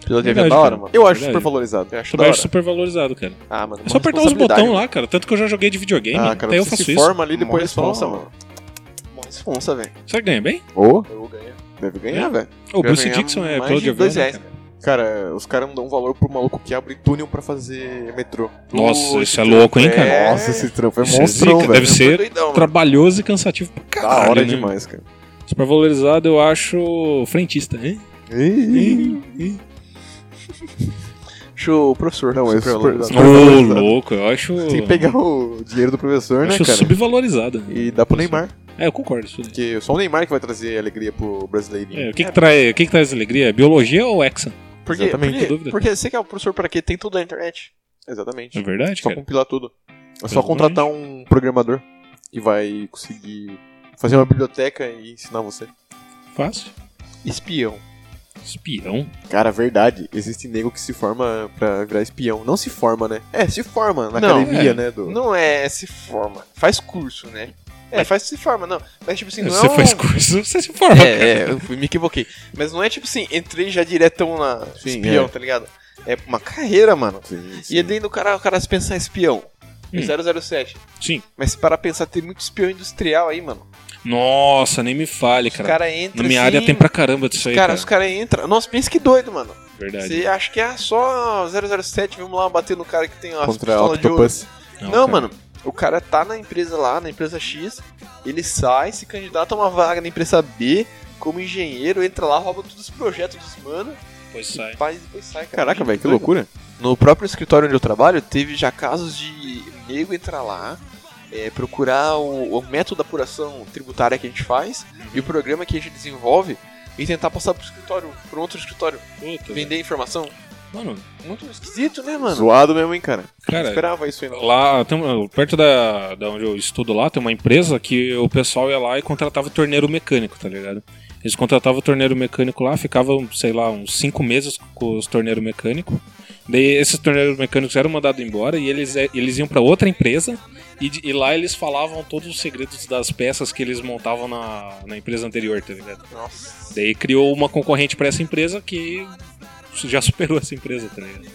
S6: Piloto
S5: de avião é da hora, mano.
S3: Eu acho
S5: Verdade.
S3: super valorizado.
S6: Eu acho da
S5: Trabalho
S6: hora.
S5: super valorizado, cara.
S6: Ah, mano.
S5: É só apertar os botões lá, cara. Tanto que eu já joguei de videogame.
S3: Ah, cara,
S5: até eu
S3: você
S5: faço
S3: se
S5: isso.
S3: forma ali depois
S6: Mó
S3: é só.
S6: responsa, mano. Mó responsa, velho.
S5: Será que ganha bem?
S3: Ô,
S6: Eu ganho.
S3: deve ganhar, velho.
S5: O Bruce
S6: ganhar
S5: Dixon é
S6: mais
S5: piloto de
S6: de
S5: avião.
S6: dois
S5: né,
S6: reais,
S5: cara?
S3: Cara, os caras não dão um valor pro maluco que abre túnel pra fazer metrô.
S5: Nossa,
S6: Dois
S5: isso é louco, hein,
S6: reais.
S5: cara?
S6: É.
S3: Nossa, esse trampo é
S5: Isso é
S3: monstrão,
S5: zica,
S3: velho.
S5: deve ser
S6: doidão, mano.
S5: trabalhoso e cansativo pra caralho.
S3: Da hora
S5: né?
S3: demais, cara.
S5: Super valorizado eu acho frentista, hein?
S3: Ih,
S6: Deixa o professor.
S3: Não,
S6: super
S3: esse
S6: valor.
S3: super-
S5: Ô,
S3: valorizado.
S5: louco, eu acho.
S3: Tem que pegar o dinheiro do professor,
S5: eu
S3: né,
S5: acho
S3: cara?
S5: subvalorizado.
S3: E dá pro Neymar.
S5: É, eu concordo. Isso. daí.
S3: Porque só o Neymar que vai trazer alegria pro brasileirinho.
S5: É, o que, que trai- o que que traz alegria? É Biologia ou Hexa?
S6: Porque,
S3: Exatamente.
S5: Sem
S6: porque,
S5: dúvida.
S6: porque você que é o professor pra quê? Tem tudo na internet.
S3: Exatamente.
S5: É verdade,
S3: só
S5: cara.
S3: compilar tudo. É só
S5: Pois
S3: contratar um programador que vai conseguir Fazer uma biblioteca e ensinar você.
S5: Fácil.
S6: Espião.
S5: Espião?
S3: Cara, verdade, existe nego que se forma pra virar espião. Não se forma, né? É, se forma na
S6: Não,
S3: academia,
S5: é.
S3: né? Do...
S6: Não é se forma. Faz curso, né? É, faz se forma, não. Mas tipo assim, não
S5: você
S6: é um-
S5: faz curso, você se forma. cara.
S6: É, é, eu fui- me equivoquei. Mas não é tipo assim, entrei já diretão na
S3: Sim,
S6: espião,
S3: é.
S6: tá ligado? É uma carreira, mano.
S3: Sim,
S6: E além do cara, o cara se pensar em espião.
S5: Hum.
S6: 007.
S3: é.
S5: Sim.
S6: Mas se parar pra pensar, tem muito espião industrial aí, mano.
S5: Nossa, nem me fale,
S6: Os
S5: cara.
S6: cara entra
S5: Na minha
S6: assim,
S5: área tem pra caramba disso aí,
S6: cara,
S5: cara.
S6: os caras entram. Nossa, pensa que doido, mano.
S5: Verdade.
S6: Você acha que é só 007, vamos lá bater no cara que tem uma
S3: Contra
S6: pistola de ouro.
S3: Octopus.
S6: Não,
S5: cara.
S6: mano. O cara tá na empresa lá, na empresa X, ele sai, se candidata a uma vaga na empresa B, como engenheiro, entra lá, rouba todos os projetos dos mano,
S5: Pois sai.
S6: faz e depois sai, cara.
S3: Caraca, velho, que loucura.
S6: No próprio escritório onde eu trabalho, teve já casos de nego entrar lá, é, procurar o, o método da apuração tributária que a gente faz e o programa que a gente desenvolve e tentar passar pro escritório, pro outro escritório,
S5: Puta, velho.
S6: vender informação.
S5: Mano,
S6: Muito esquisito, né, mano?
S3: Zoado mesmo, hein, cara.
S5: cara,
S3: Esperava isso aí, não.
S5: Lá, tem uma- perto da, da onde eu estudo lá, tem uma empresa que o pessoal ia lá e contratava torneiro mecânico, tá ligado? Eles contratavam o torneiro mecânico lá, ficavam, sei lá, uns cinco meses com os torneiros mecânicos. Daí esses torneiros mecânicos eram mandados embora e eles, é, eles iam pra outra empresa e, de- e lá eles falavam todos os segredos das peças que eles montavam na, na empresa anterior, tá ligado?
S6: Nossa.
S5: Daí criou uma concorrente pra essa empresa que já superou essa empresa, tá ligado?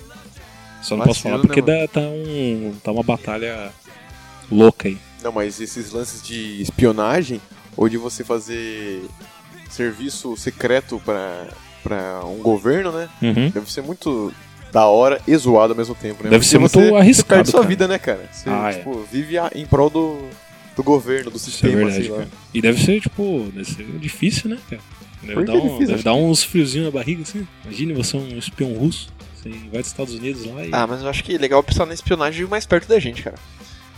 S5: Só não posso
S3: Vacilo,
S5: falar porque
S3: né,
S5: dá, tá, um, tá uma batalha louca aí.
S3: Não, mas esses lances de espionagem, ou de você fazer serviço secreto pra, pra um governo, né? Deve ser muito da hora e zoado ao mesmo tempo, né?
S5: Deve ser muito
S3: você
S5: arriscado,
S3: perde sua
S5: cara.
S3: vida, né, cara? Você,
S5: Ah, é.
S3: tipo, vive a- em prol do, do governo, do
S5: Isso é
S3: sistema,
S5: verdade,
S3: sei lá.
S5: cara. E deve ser, tipo, deve ser difícil, né, cara? Deve
S3: Por que é
S5: dar, um-
S3: difícil?
S5: deve
S3: Acho
S5: dar uns friozinhos na barriga, assim. Imagine você é um espião russo, você vai dos Estados Unidos lá e.
S6: Ah, mas eu acho que é legal pensar na espionagem mais perto da gente, cara.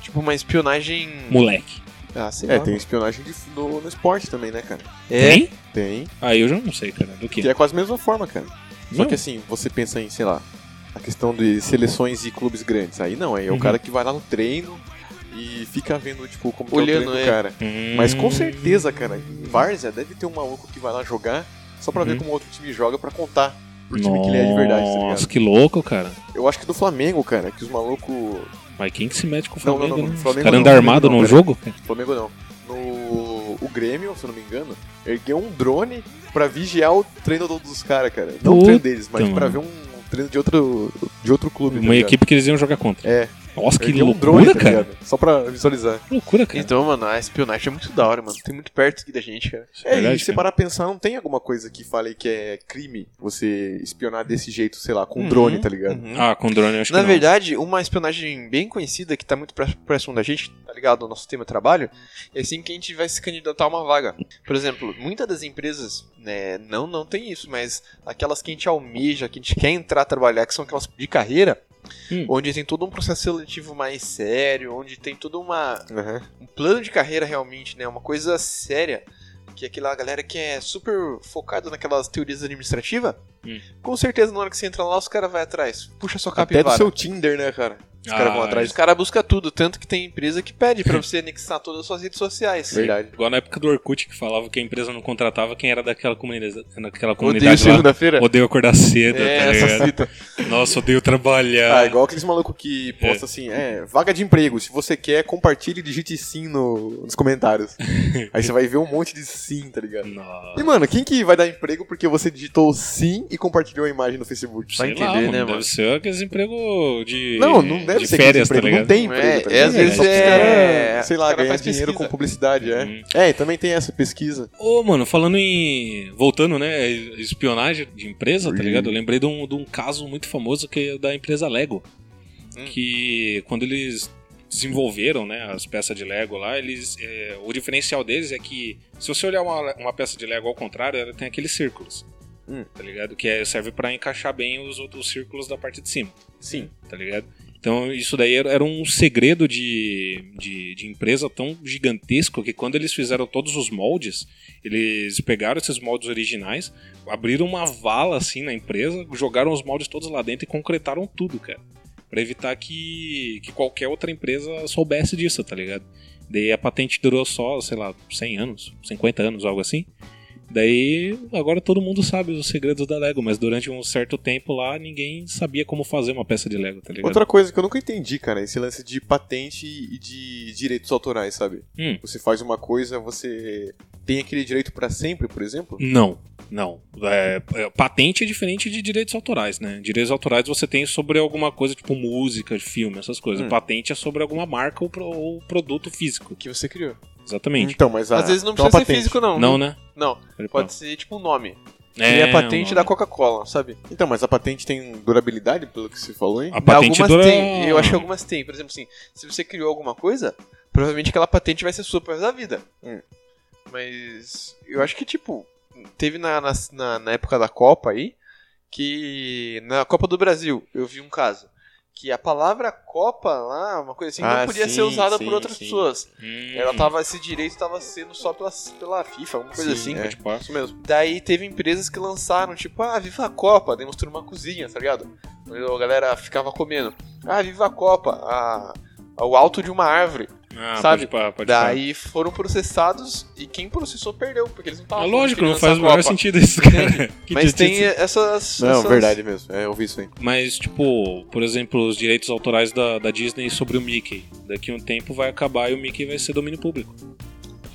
S6: Tipo, uma espionagem.
S5: Moleque.
S6: Ah, sei
S3: É,
S6: lá.
S3: tem espionagem de- no, no esporte também, né, cara?
S6: É,
S5: Tem?
S3: Tem.
S5: Ah, eu já não sei, cara. Do
S3: Que
S5: que?
S3: é quase a mesma forma, cara. Só
S5: Não.
S3: que assim, você pensa em, sei lá, a questão de seleções e clubes grandes. Aí não, aí é
S5: Uhum.
S3: o cara que vai lá no treino e fica vendo, tipo, como que
S6: Olhando,
S3: é o treino
S6: é.
S3: do cara.
S5: Hum.
S3: Mas com certeza, cara, em Várzea deve ter um maluco que vai lá jogar só pra
S5: Uhum.
S3: ver como outro time joga pra contar pro time que ele é de verdade, tá
S5: Nossa,
S3: ligado?
S5: que louco, cara.
S3: Eu acho que do Flamengo, cara, que os malucos.
S5: Mas quem que se mete com o
S3: Não, não,
S5: Flamengo,
S3: não,
S5: né?
S3: Flamengo
S5: Os caras
S3: não,
S5: andam
S3: Flamengo
S5: armado
S3: não,
S5: no
S3: cara.
S5: jogo? cara.
S3: Flamengo não. No. O Grêmio, se eu não me engano, ergueu um drone pra vigiar o treino do- dos caras, cara. Não o
S5: Puta,
S3: treino deles, mas
S5: mano.
S3: pra ver um treino de outro, de outro clube. tá
S5: Uma
S3: ligado?
S5: equipe que eles iam jogar contra.
S3: É.
S5: Nossa, que
S3: Ergueu
S5: loucura,
S3: um drone, tá
S5: cara.
S3: ligado? Só pra visualizar.
S5: Que loucura, cara.
S6: Então, mano, a espionagem é muito da hora, mano. Tem muito perto aqui da gente, cara.
S5: Isso
S3: É,
S5: verdade,
S3: e se
S5: cara.
S3: parar a pensar, não tem alguma coisa que fale que é crime você espionar desse jeito, sei lá, com
S5: Uhum,
S3: um drone, tá ligado?
S5: Ah, com drone eu acho
S6: Na
S3: é
S5: que não.
S6: verdade, uma espionagem bem conhecida que tá muito pró- próximo da gente, tá ligado? O nosso tema de trabalho, é assim que a gente vai se candidatar a uma vaga. Por exemplo, muitas das empresas, né, não, não tem isso, mas aquelas que a gente almeja, que a gente quer entrar a trabalhar, que são aquelas de carreira,
S5: Hum.
S6: onde tem todo um processo seletivo mais sério, onde tem toda uma
S5: uhum.
S3: Aham.
S6: um plano de carreira realmente, né, uma coisa séria, que aquela galera que é super focada naquelas teorias administrativas,
S5: Hum.
S6: com certeza na hora que você entra lá, os caras vão atrás. Puxa sua
S3: Até
S6: capivara.
S3: do seu Tinder, né, cara? Os caras vão
S5: Ah,
S3: atrás.
S6: Os caras buscam tudo, tanto que tem empresa que pede pra você anexar todas as suas redes sociais.
S3: Verdade.
S5: Igual na época do Orkut que falava que a empresa não contratava quem era daquela comunidade, daquela
S6: Odeio
S5: comunidade lá.
S6: segunda-feira.
S5: Odeio acordar cedo,
S6: É,
S5: tá
S6: essa
S5: ligado?
S6: fita.
S5: Nossa, odeio trabalhar.
S3: Ah, igual aqueles malucos que postam assim, é, vaga de emprego, se você quer, compartilhe e digite sim no- nos comentários. Aí você vai ver um monte de sim, tá ligado? E
S5: Nossa,
S3: mano, quem que vai dar emprego porque você digitou sim e compartilhou a imagem no Facebook?
S5: sei
S6: entender,
S5: lá, mano,
S6: né,
S5: deve
S6: mano?
S5: ser aqueles empregos de
S3: Não, não deve
S5: de
S3: ser
S5: férias,
S3: que esse
S5: tá
S3: emprego,
S5: ligado?
S3: não tem
S6: Não
S3: emprego,
S6: é,
S3: tá
S6: é,
S3: ligado?
S6: às vezes
S3: Só que os
S6: é-
S3: cara, sei
S6: os
S3: lá,
S6: cara
S3: ganhar
S6: faz
S3: dinheiro
S6: pesquisa.
S3: com publicidade, é.
S5: Uhum.
S3: É, e também tem essa pesquisa.
S5: Ô, mano, falando em. Voltando, né? Espionagem de empresa, tá ligado? Eu lembrei de um, de um caso muito famoso que é da empresa Lego. Que quando eles desenvolveram né, as peças de Lego lá, eles. é, o diferencial deles é que se você olhar uma, uma peça de Lego ao contrário, ela tem aqueles círculos.
S3: Hum.
S5: Tá ligado? Que é- serve pra encaixar bem os outros círculos da parte de cima
S3: Sim.
S5: tá ligado? Então isso daí era era um segredo de, de, de empresa tão gigantesco que quando eles fizeram todos os moldes, eles pegaram esses moldes originais, abriram uma vala assim na empresa, jogaram os moldes todos lá dentro e concretaram tudo, cara. Pra evitar que, que qualquer outra empresa soubesse disso, tá ligado? Daí a patente durou só, sei lá, 100 anos, 50 anos, algo assim. Daí agora todo mundo sabe os segredos da Lego, mas durante um certo tempo lá ninguém sabia como fazer uma peça de Lego, tá ligado?
S3: Outra coisa que eu nunca entendi, cara, é esse lance de patente e de direitos autorais, sabe?
S5: Hum.
S3: Você faz uma coisa, você tem aquele direito pra sempre, por exemplo?
S5: Não, não. É, é, patente é diferente de direitos autorais, né? Direitos autorais você tem sobre alguma coisa, tipo música, filme, essas coisas.
S3: Hum.
S5: Patente é sobre alguma marca ou, pro- ou produto físico.
S6: Que você criou.
S5: Exatamente.
S3: Então, mas a,
S6: Às vezes não
S3: então a
S6: precisa ser
S3: patente.
S6: físico, não.
S5: Não, né?
S6: Não.
S5: Pode,
S6: Pode ser tipo um nome.
S5: não.
S6: É, e a
S5: um
S6: patente
S5: nome.
S6: da Coca-Cola, sabe?
S3: Então, mas a patente tem durabilidade, pelo que você falou, hein?
S5: A patente
S6: algumas
S3: é
S5: dura...
S3: um-
S6: tem. Eu acho que algumas tem. Por exemplo, assim, se você criou alguma coisa, provavelmente aquela patente vai ser sua pro resto da vida.
S3: Hum.
S6: Mas eu acho que, tipo, teve na, na, na- na época da Copa aí, que na Copa do Brasil eu vi um caso. Que a palavra Copa lá, uma coisa assim,
S3: Ah,
S6: não podia
S3: sim,
S6: ser usada
S3: sim,
S6: por outras
S3: sim. Uhum.
S6: pessoas.
S5: Hum,
S6: Ela tava, esse direito tava sendo só pela, pela FIFA, alguma coisa
S3: Sim,
S6: assim.
S3: é.
S5: pode pá.
S3: Isso mesmo.
S6: Daí teve empresas que lançaram, tipo, ah, viva a Copa, daí mostrou uma cozinha, tá ligado? Onde A galera ficava comendo. Ah, viva a Copa, a- ao alto de uma árvore.
S5: Ah,
S6: Sabe?
S5: Pode pá, pode pá.
S6: daí foram processados e quem processou perdeu, porque eles
S5: É
S6: não estavam.
S5: lógico, não
S6: querendo
S5: faz o
S6: lançar a
S5: menor
S6: Copa.
S5: sentido isso, cara. Que
S6: Mas tem é.
S5: justiça.
S6: essas.
S3: Não,
S6: essas-
S3: verdade mesmo. É, eu vi isso aí.
S5: Mas, tipo, por exemplo, os direitos autorais da, da Disney sobre o Mickey. Daqui a um tempo vai acabar e o Mickey vai ser domínio público.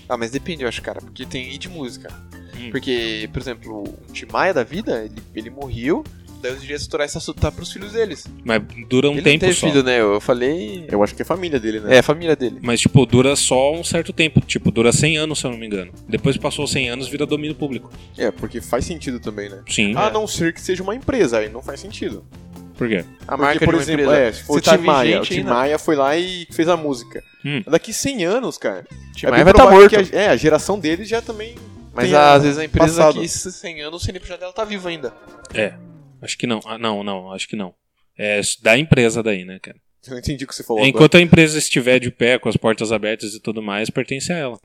S6: Ah, mas depende, eu acho, cara, porque tem e de música.
S5: Hum.
S6: Porque, por exemplo, o Tim Maia da vida, ele, ele morreu, daí os direitos autorais tá, tá pros filhos deles.
S5: Mas dura um
S6: ele não
S5: tempo
S6: teve
S5: só.
S6: filho, né? Eu falei.
S3: Eu acho que é família dele, né?
S6: É, a família dele.
S5: Mas, tipo, dura só um certo tempo. Tipo, dura 100 anos, se eu não me engano. Depois que passou 100 anos, vira domínio público.
S3: É, porque faz sentido também, né?
S5: Sim.
S6: Ah,
S5: é.
S3: A não ser que seja uma empresa, aí não faz sentido.
S5: Por quê?
S6: A
S3: Porque,
S6: marca
S3: por
S6: de uma
S3: exemplo,
S6: empresa.
S3: é, se for o
S6: Se tá
S3: Tim Maia, o
S6: vigente
S3: Tim
S6: ainda.
S3: Maia foi lá e fez a música.
S5: Hum.
S3: Daqui 100 anos, cara,
S6: Tim
S3: é
S6: Maia
S3: bem
S6: vai estar
S3: provável
S6: morto.
S3: que a- é, a geração dele já também
S6: Mas
S3: tenha
S6: às vezes a empresa
S3: passado.
S6: que esses 100 anos, o CNPJ dela tá vivo ainda.
S5: Acho que não. Ah, não, não, acho que não. É da empresa daí, né, cara?
S3: Eu não entendi o que você falou agora.
S5: Enquanto a empresa estiver de pé, com as portas abertas e tudo mais, pertence a ela.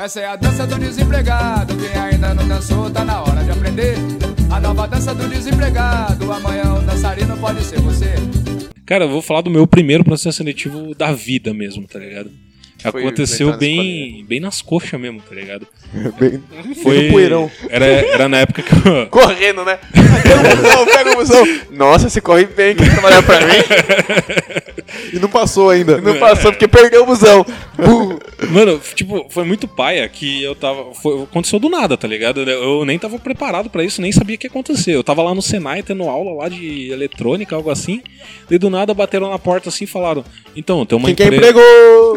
S2: Essa é a dança do desempregado. Quem ainda não dançou, tá na hora de aprender. A nova dança do desempregado. Amanhã o dançarino pode ser você.
S5: Cara, eu vou falar do meu primeiro processo seletivo da vida mesmo, tá ligado?
S6: foi
S5: Aconteceu
S6: entrar na
S5: bem, bem nas coxas mesmo, tá ligado?
S3: Bem-
S5: Foi.
S3: no poeirão.
S5: Era, era na época que eu,
S6: Correndo, né? Pega o busão, pega o busão. Nossa, você corre bem, quer trabalhar pra mim?
S3: E não passou ainda.
S6: Não passou porque perdeu o busão. Bum.
S5: Mano, f- tipo, foi muito paia que eu tava. foi- aconteceu do nada, tá ligado? Eu eu nem tava preparado pra isso, nem sabia o que ia acontecer. Eu tava lá no Senai tendo aula lá de eletrônica, algo assim. E do nada bateram na porta assim e falaram: Então, tem uma
S3: Quem quer
S5: empresa.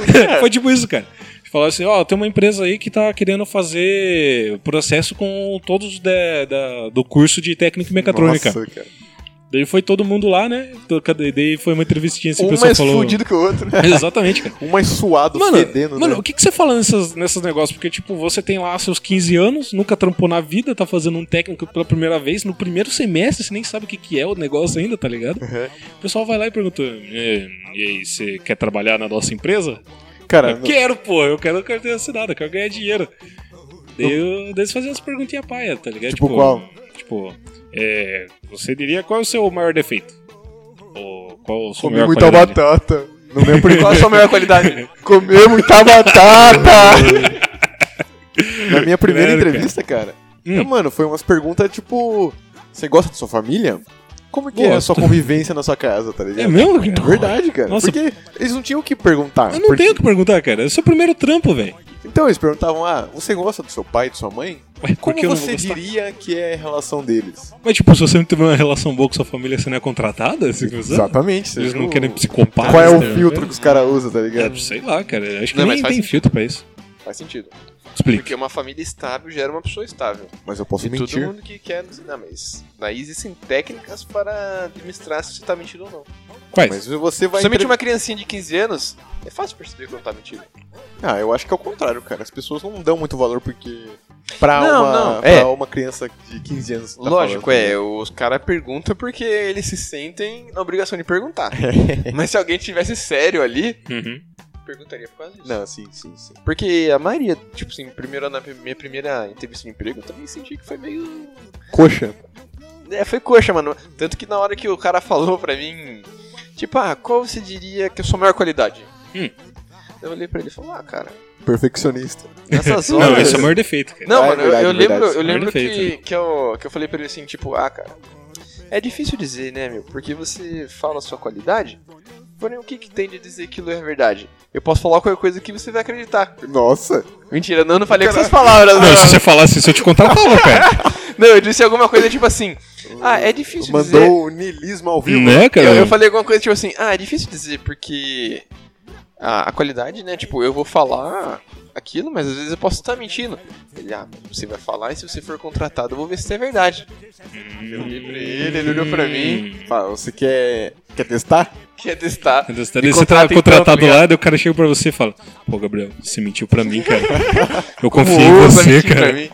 S3: emprego?
S5: Foi tipo isso, cara. Falaram assim: Ó, tem uma empresa aí que tá querendo fazer processo com todos da- da- do curso de técnica e mecatrônica.
S3: Nossa, cara.
S5: Daí foi todo mundo lá, né? Então, cadê- Daí foi uma entrevistinha assim, o
S6: Um
S5: pessoal
S6: mais
S5: falou.
S6: fudido que o outro.
S5: Exatamente, cara.
S3: né? Um mais suado,
S5: Mano,
S3: fedendo,
S5: mano
S3: né?
S5: o que, que você fala nessas, nesses negócios? Porque, tipo, você tem lá seus 15 anos, nunca trampou na vida, tá fazendo um técnico pela primeira vez, no primeiro semestre, você nem sabe o que, que é o negócio ainda, tá ligado?
S3: Uhum.
S5: O pessoal vai lá e pergunta: e, e aí, você quer trabalhar na nossa empresa?
S3: Cara,
S5: eu quero, pô, eu quero carteira assinada, eu quero ganhar dinheiro. Daí eu- daí eles faziam as perguntinhas paia, tá ligado?
S3: Tipo qual?
S5: Tipo, é, você diria qual é o seu maior defeito? Ou qual a sua
S3: comi
S5: maior
S3: muita
S5: qualidade?
S3: batata. Não lembro é
S6: Qual a sua melhor qualidade?
S3: Comer muita batata! Na minha primeira
S5: Sério,
S3: entrevista, cara,
S5: Hum.
S3: eu, mano, foi umas perguntas tipo: Você gosta da sua família? Como que é a
S5: Gosto.
S3: sua convivência na sua casa, tá ligado?
S5: É mesmo?
S3: É verdade, cara.
S5: Nossa.
S3: Porque eles não tinham o que perguntar.
S5: Eu não
S3: Porque-
S5: tenho o que perguntar, cara. É o seu primeiro trampo, velho.
S3: Então eles perguntavam: Ah, você gosta do seu pai, e de sua mãe?
S5: Ué, Por
S3: Como
S5: que eu não vou
S3: você
S5: gostar?
S3: diria que é a relação deles?
S5: Mas, tipo, se você não tiver uma relação boa com sua família, você não é contratada? Você não precisa?
S3: Exatamente.
S5: Eles não
S3: vocês
S5: querem psicopatas.
S3: Qual é o
S5: né?
S3: filtro que os caras usam, tá ligado?
S5: É, sei lá, cara. Eu Acho que
S6: Não, mas
S5: nem
S6: faz
S5: tem
S6: sentido.
S5: filtro pra isso.
S6: Faz sentido.
S5: Explica.
S6: Porque é uma família estável gera uma pessoa estável.
S3: Mas eu posso
S6: E todo
S3: mentir.
S6: mundo que quer. Não, mas. Daí existem técnicas para administrar se você tá mentindo ou não.
S5: Quais?
S3: Mas você vai.
S6: Se você mentir
S3: entrev-
S6: uma criancinha de 15 anos, é fácil perceber quando tá mentindo.
S3: Ah, eu acho que é o contrário, cara. As pessoas não dão muito valor porque. Pra,
S6: Não,
S3: uma,
S6: não,
S3: pra
S6: é.
S3: uma criança de 15 anos. que tá
S6: Lógico,
S3: falando.
S6: é. Os caras perguntam porque eles se sentem na obrigação de perguntar. Mas se alguém tivesse sério ali,
S5: Uhum.
S6: perguntaria por causa disso.
S3: Não, sim, sim, sim.
S6: Porque a maioria, tipo assim, primeiro na minha primeira entrevista de emprego, eu também senti que foi meio.
S3: Coxa.
S6: É, foi coxa, mano. Tanto que na hora que o cara falou pra mim, tipo, ah, qual você diria que é a sua maior qualidade?
S5: Hum.
S6: Eu olhei pra ele e falei, ah, cara,
S3: Perfeccionista.
S6: nessas horas.
S5: Não, esse é o maior defeito, cara.
S6: Não,
S3: Ah, é
S6: mano, eu-
S3: verdade,
S6: eu,
S3: verdade.
S6: lembro, eu lembro que,
S5: Perfeito.
S6: que, eu, que eu falei pra ele assim, tipo, ah, cara, é difícil dizer, né, meu? Porque você fala a sua qualidade, porém o que, que tem de dizer que aquilo é verdade? Eu posso falar qualquer coisa que você vai acreditar.
S3: Nossa!
S6: Mentira, não, eu não falei com essas palavras,
S5: Não, se
S6: não.
S5: você falasse isso, é- eu te contratava, cara.
S6: Não, eu disse alguma coisa tipo assim, ah, é difícil dizer.
S3: Mandou o niilismo ao vivo.
S5: né, cara?
S6: Eu, eu falei alguma coisa tipo assim, ah, é difícil dizer porque a, a qualidade, né? Tipo, eu vou falar aquilo, mas às vezes eu posso estar mentindo. Ele, ah, você vai falar e se você for contratado, eu vou ver se é verdade. Eu olhei pra ele, ele olhou pra mim,
S3: Fala, Ah, você quer, quer testar?
S6: quer testar.
S5: Entendeu? Você tá- você
S6: contrata
S5: tá
S6: então,
S5: contratado
S6: tá ligado?
S5: lá, daí o cara chega pra você e fala: Pô, Gabriel, você mentiu pra mim, cara. Eu confiei em
S6: Uou, vai
S5: você,
S6: mentir pra
S5: cara.
S6: mim.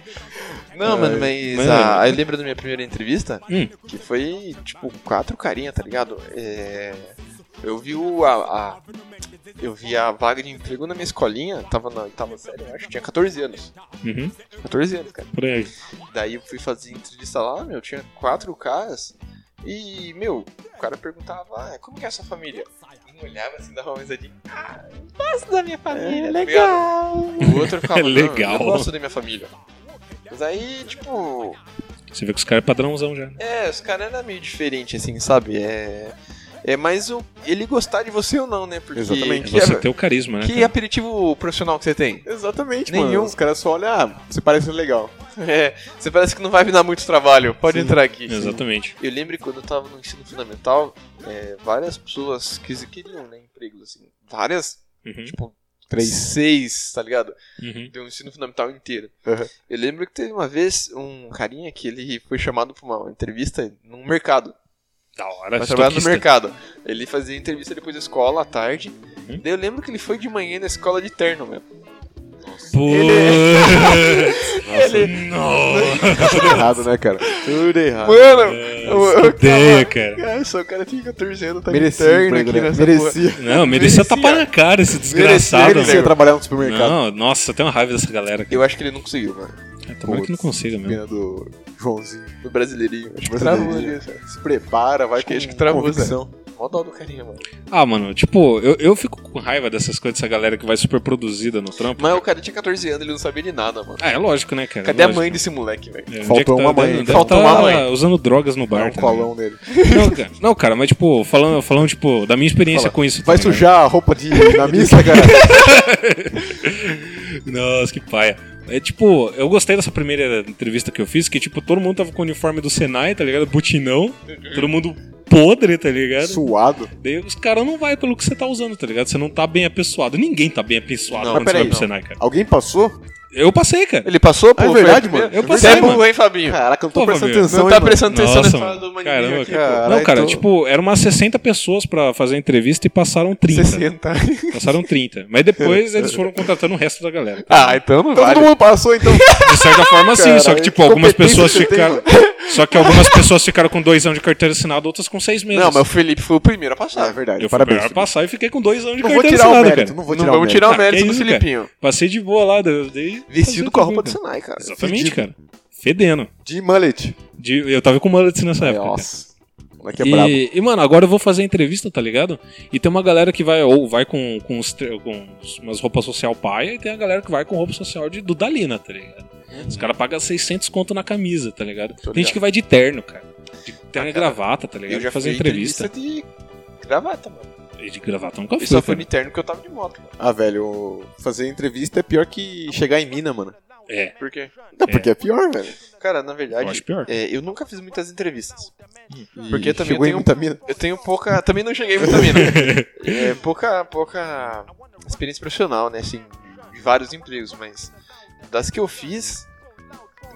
S6: Não, mano, mas
S5: mano.
S6: a- aí eu lembro da minha primeira entrevista,
S5: Hum.
S6: que foi, tipo, quatro carinha, tá ligado? É, eu vi o, a, a- eu vi a vaga de emprego na minha escolinha, tava na oitava série, eu acho, tinha 14 anos.
S5: Uhum,
S6: 14 anos, cara.
S5: por aí.
S6: Daí eu fui fazer entrevista lá, meu, tinha quatro caras. E, meu, o cara perguntava, ah, como que é a sua família? Um olhava assim, dava uma risadinha, ah, eu gosto da minha família, tá legal. O outro ficava,
S5: É
S6: "Não,
S5: legal.
S6: eu gosto da minha família. Mas aí, tipo,
S5: Você vê que os caras é padrãozão já. né?
S6: é, os caras eram meio diferentes, assim, sabe? É, é mais o, ele gostar de você ou não, né? Porque
S3: Exatamente.
S5: É
S6: Que,
S5: você
S6: é-
S5: ter o carisma, né?
S6: que
S5: cara?
S6: aperitivo profissional que você tem?
S3: Exatamente,
S6: Nenhum.
S3: mano. Os caras só olham, ah, você parece legal.
S6: É, você parece que não vai me dar muito trabalho, pode entrar aqui.
S5: Exatamente.
S6: Eu lembro que quando eu tava no ensino fundamental, é, várias pessoas que queriam, né, empregos, assim. Várias?
S5: Uhum,
S6: Tipo,
S3: Três.
S6: seis, tá ligado?
S5: uhum.
S6: Deu um ensino fundamental inteiro.
S3: Uhum.
S6: Eu lembro que teve uma vez um carinha que ele foi chamado pra uma entrevista num mercado.
S5: Da hora,
S6: Pra trabalhar no
S5: estoquista.
S6: mercado. Ele fazia entrevista depois da escola, à tarde.
S3: Hum?
S6: Daí eu lembro que ele foi de manhã na escola de terno, meu.
S5: Putz. Nossa,
S3: Tudo errado, né, cara? Tudo errado.
S6: Mano,
S5: que ideia, cara.
S6: cara, só o cara tinha 14 anos, tá
S3: Merecia,
S6: de terno
S3: emprego,
S6: aqui
S3: né?
S6: nessa porra.
S3: Merecia.
S5: Não, merecia tapar na cara esse desgraçado.
S3: merecia
S5: mano.
S3: trabalhar no supermercado.
S5: Não, nossa, eu tenho uma raiva dessa galera. cara.
S6: Eu acho que ele não conseguiu, mano.
S5: Tomara que não consiga mesmo.
S3: Pena do Joãozinho.
S6: No brasileirinho. Acho que
S3: Brasileirinho.
S6: travou ali, cara.
S3: Se prepara, vai é
S6: Acho que-
S3: com
S6: acho que travou,
S3: convicção.
S6: Mó dó do carinha, mano.
S5: Ah, mano, tipo, eu, eu fico com raiva dessas coisas, dessa galera que vai super produzida no trampo.
S6: Mas o cara tinha 14 anos, ele não sabia de nada, mano.
S5: Ah, é lógico, né, cara?
S6: Cadê a
S5: Lógico.
S6: mãe desse moleque, velho?
S5: É,
S3: Faltou
S5: onde é que
S3: uma mãe,
S5: deve
S6: faltou
S5: tá
S6: uma mãe.
S5: usando drogas no bar.
S3: Dá um
S5: tá
S3: colão nele.
S5: ligado? Não, cara, não, cara, mas tipo, falando, falando tipo, da minha experiência
S3: Fala,
S5: com isso.
S3: Vai
S5: tá ligado?
S3: sujar a roupa de, na missa, cara.
S5: Nossa, que paia. É tipo, eu gostei dessa primeira entrevista que eu fiz, que tipo, todo mundo tava com o uniforme do Senai, tá ligado? Butinão. Todo mundo podre, tá ligado?
S3: Suado.
S5: Daí os caras não vai pelo que você tá usando, tá ligado? Você não tá bem apessoado. Ninguém tá bem apessoado
S6: Não,
S5: quando
S3: mas
S5: você vai
S3: peraí,
S5: pro
S3: não.
S5: Senai, cara.
S3: Alguém passou?
S5: Eu passei, cara.
S6: Ele passou, pô?
S3: Ah, é
S6: foi a
S3: verdade,
S6: primeira?
S3: mano.
S5: Eu
S6: Você
S5: passei,
S6: é burro,
S5: mano.
S6: hein, Fabinho?
S3: Caraca, eu não tô
S5: Pô,
S3: prestando
S5: Fabinho,
S6: Você
S3: atenção,
S6: não
S3: hein,
S6: tá
S3: mano.
S6: prestando atenção na
S5: Nossa,
S6: história
S5: mano.
S6: do
S5: Caramba,
S6: maninho aqui,
S5: que-
S6: cara.
S5: Não, cara,
S3: tô-
S5: tipo, eram umas 60 pessoas pra fazer a entrevista e passaram 30.
S6: 60.
S5: Passaram 30. Mas depois eles foram contratando o resto da galera.
S6: Ah, então não
S3: Todo
S6: vale.
S3: mundo passou, então.
S5: De certa forma, sim,
S3: Cara,
S5: só que, tipo,
S3: que
S5: algumas
S3: competência
S5: pessoas
S3: você tem,
S5: ficaram. Só que algumas pessoas ficaram com dois anos de carteira assinada, outras com seis meses.
S6: Não, mas o Felipe foi o primeiro a passar.
S3: É verdade,
S5: eu fui
S3: parabéns.
S5: melhor passar e fiquei com dois anos de
S3: Não vou
S5: carteira
S3: tirar o
S5: assinada,
S3: mérito,
S5: cara.
S3: não vou
S6: não
S3: tirar o
S6: vamos tirar
S5: Ah,
S6: o mérito
S5: que
S6: do
S5: isso,
S6: Filipinho.
S5: Passei de boa lá, eu dei.
S6: Vestido
S5: fazer
S6: com a roupa do
S5: tranquilo,
S6: Senai, cara.
S5: cara. Exatamente, cara. Fedendo.
S3: mérito. De mullet.
S5: De- eu tava com mullets nessa época. cara.
S3: Nossa. O moleque é
S5: e,
S3: brabo.
S5: e, mano, agora eu vou fazer a entrevista, tá ligado? E tem uma galera que vai, ou vai com, com, os tre- com os- umas roupas social paia, e tem a galera que vai com roupa social de Dudalina, tá ligado? Os
S6: Uhum.
S5: caras pagam 600 conto na camisa, tá ligado? Tem gente que vai de terno, cara. De terno e
S6: Ah, cara,
S5: gravata, tá ligado?
S6: Eu já
S5: fazer
S6: fiz
S5: entrevista.
S6: entrevista de gravata, mano.
S5: E de gravata eu nunca
S6: E
S5: fui,
S6: só
S5: cara.
S6: foi no terno porque eu tava de moto. mano.
S3: Ah, velho, fazer entrevista é pior que chegar em mina, mano.
S5: É,
S6: Por quê?
S3: É porque é pior, velho.
S6: Cara, na
S5: eu
S6: verdade,
S5: acho pior.
S6: é, eu nunca fiz muitas entrevistas.
S3: E
S6: Porque também
S3: chegou
S6: eu
S3: em
S6: tenho-
S3: muita mina.
S6: Eu tenho pouca. Também não cheguei muito a mim, né? É, pouca, pouca experiência profissional, né? Assim, de vários empregos, mas das que eu fiz,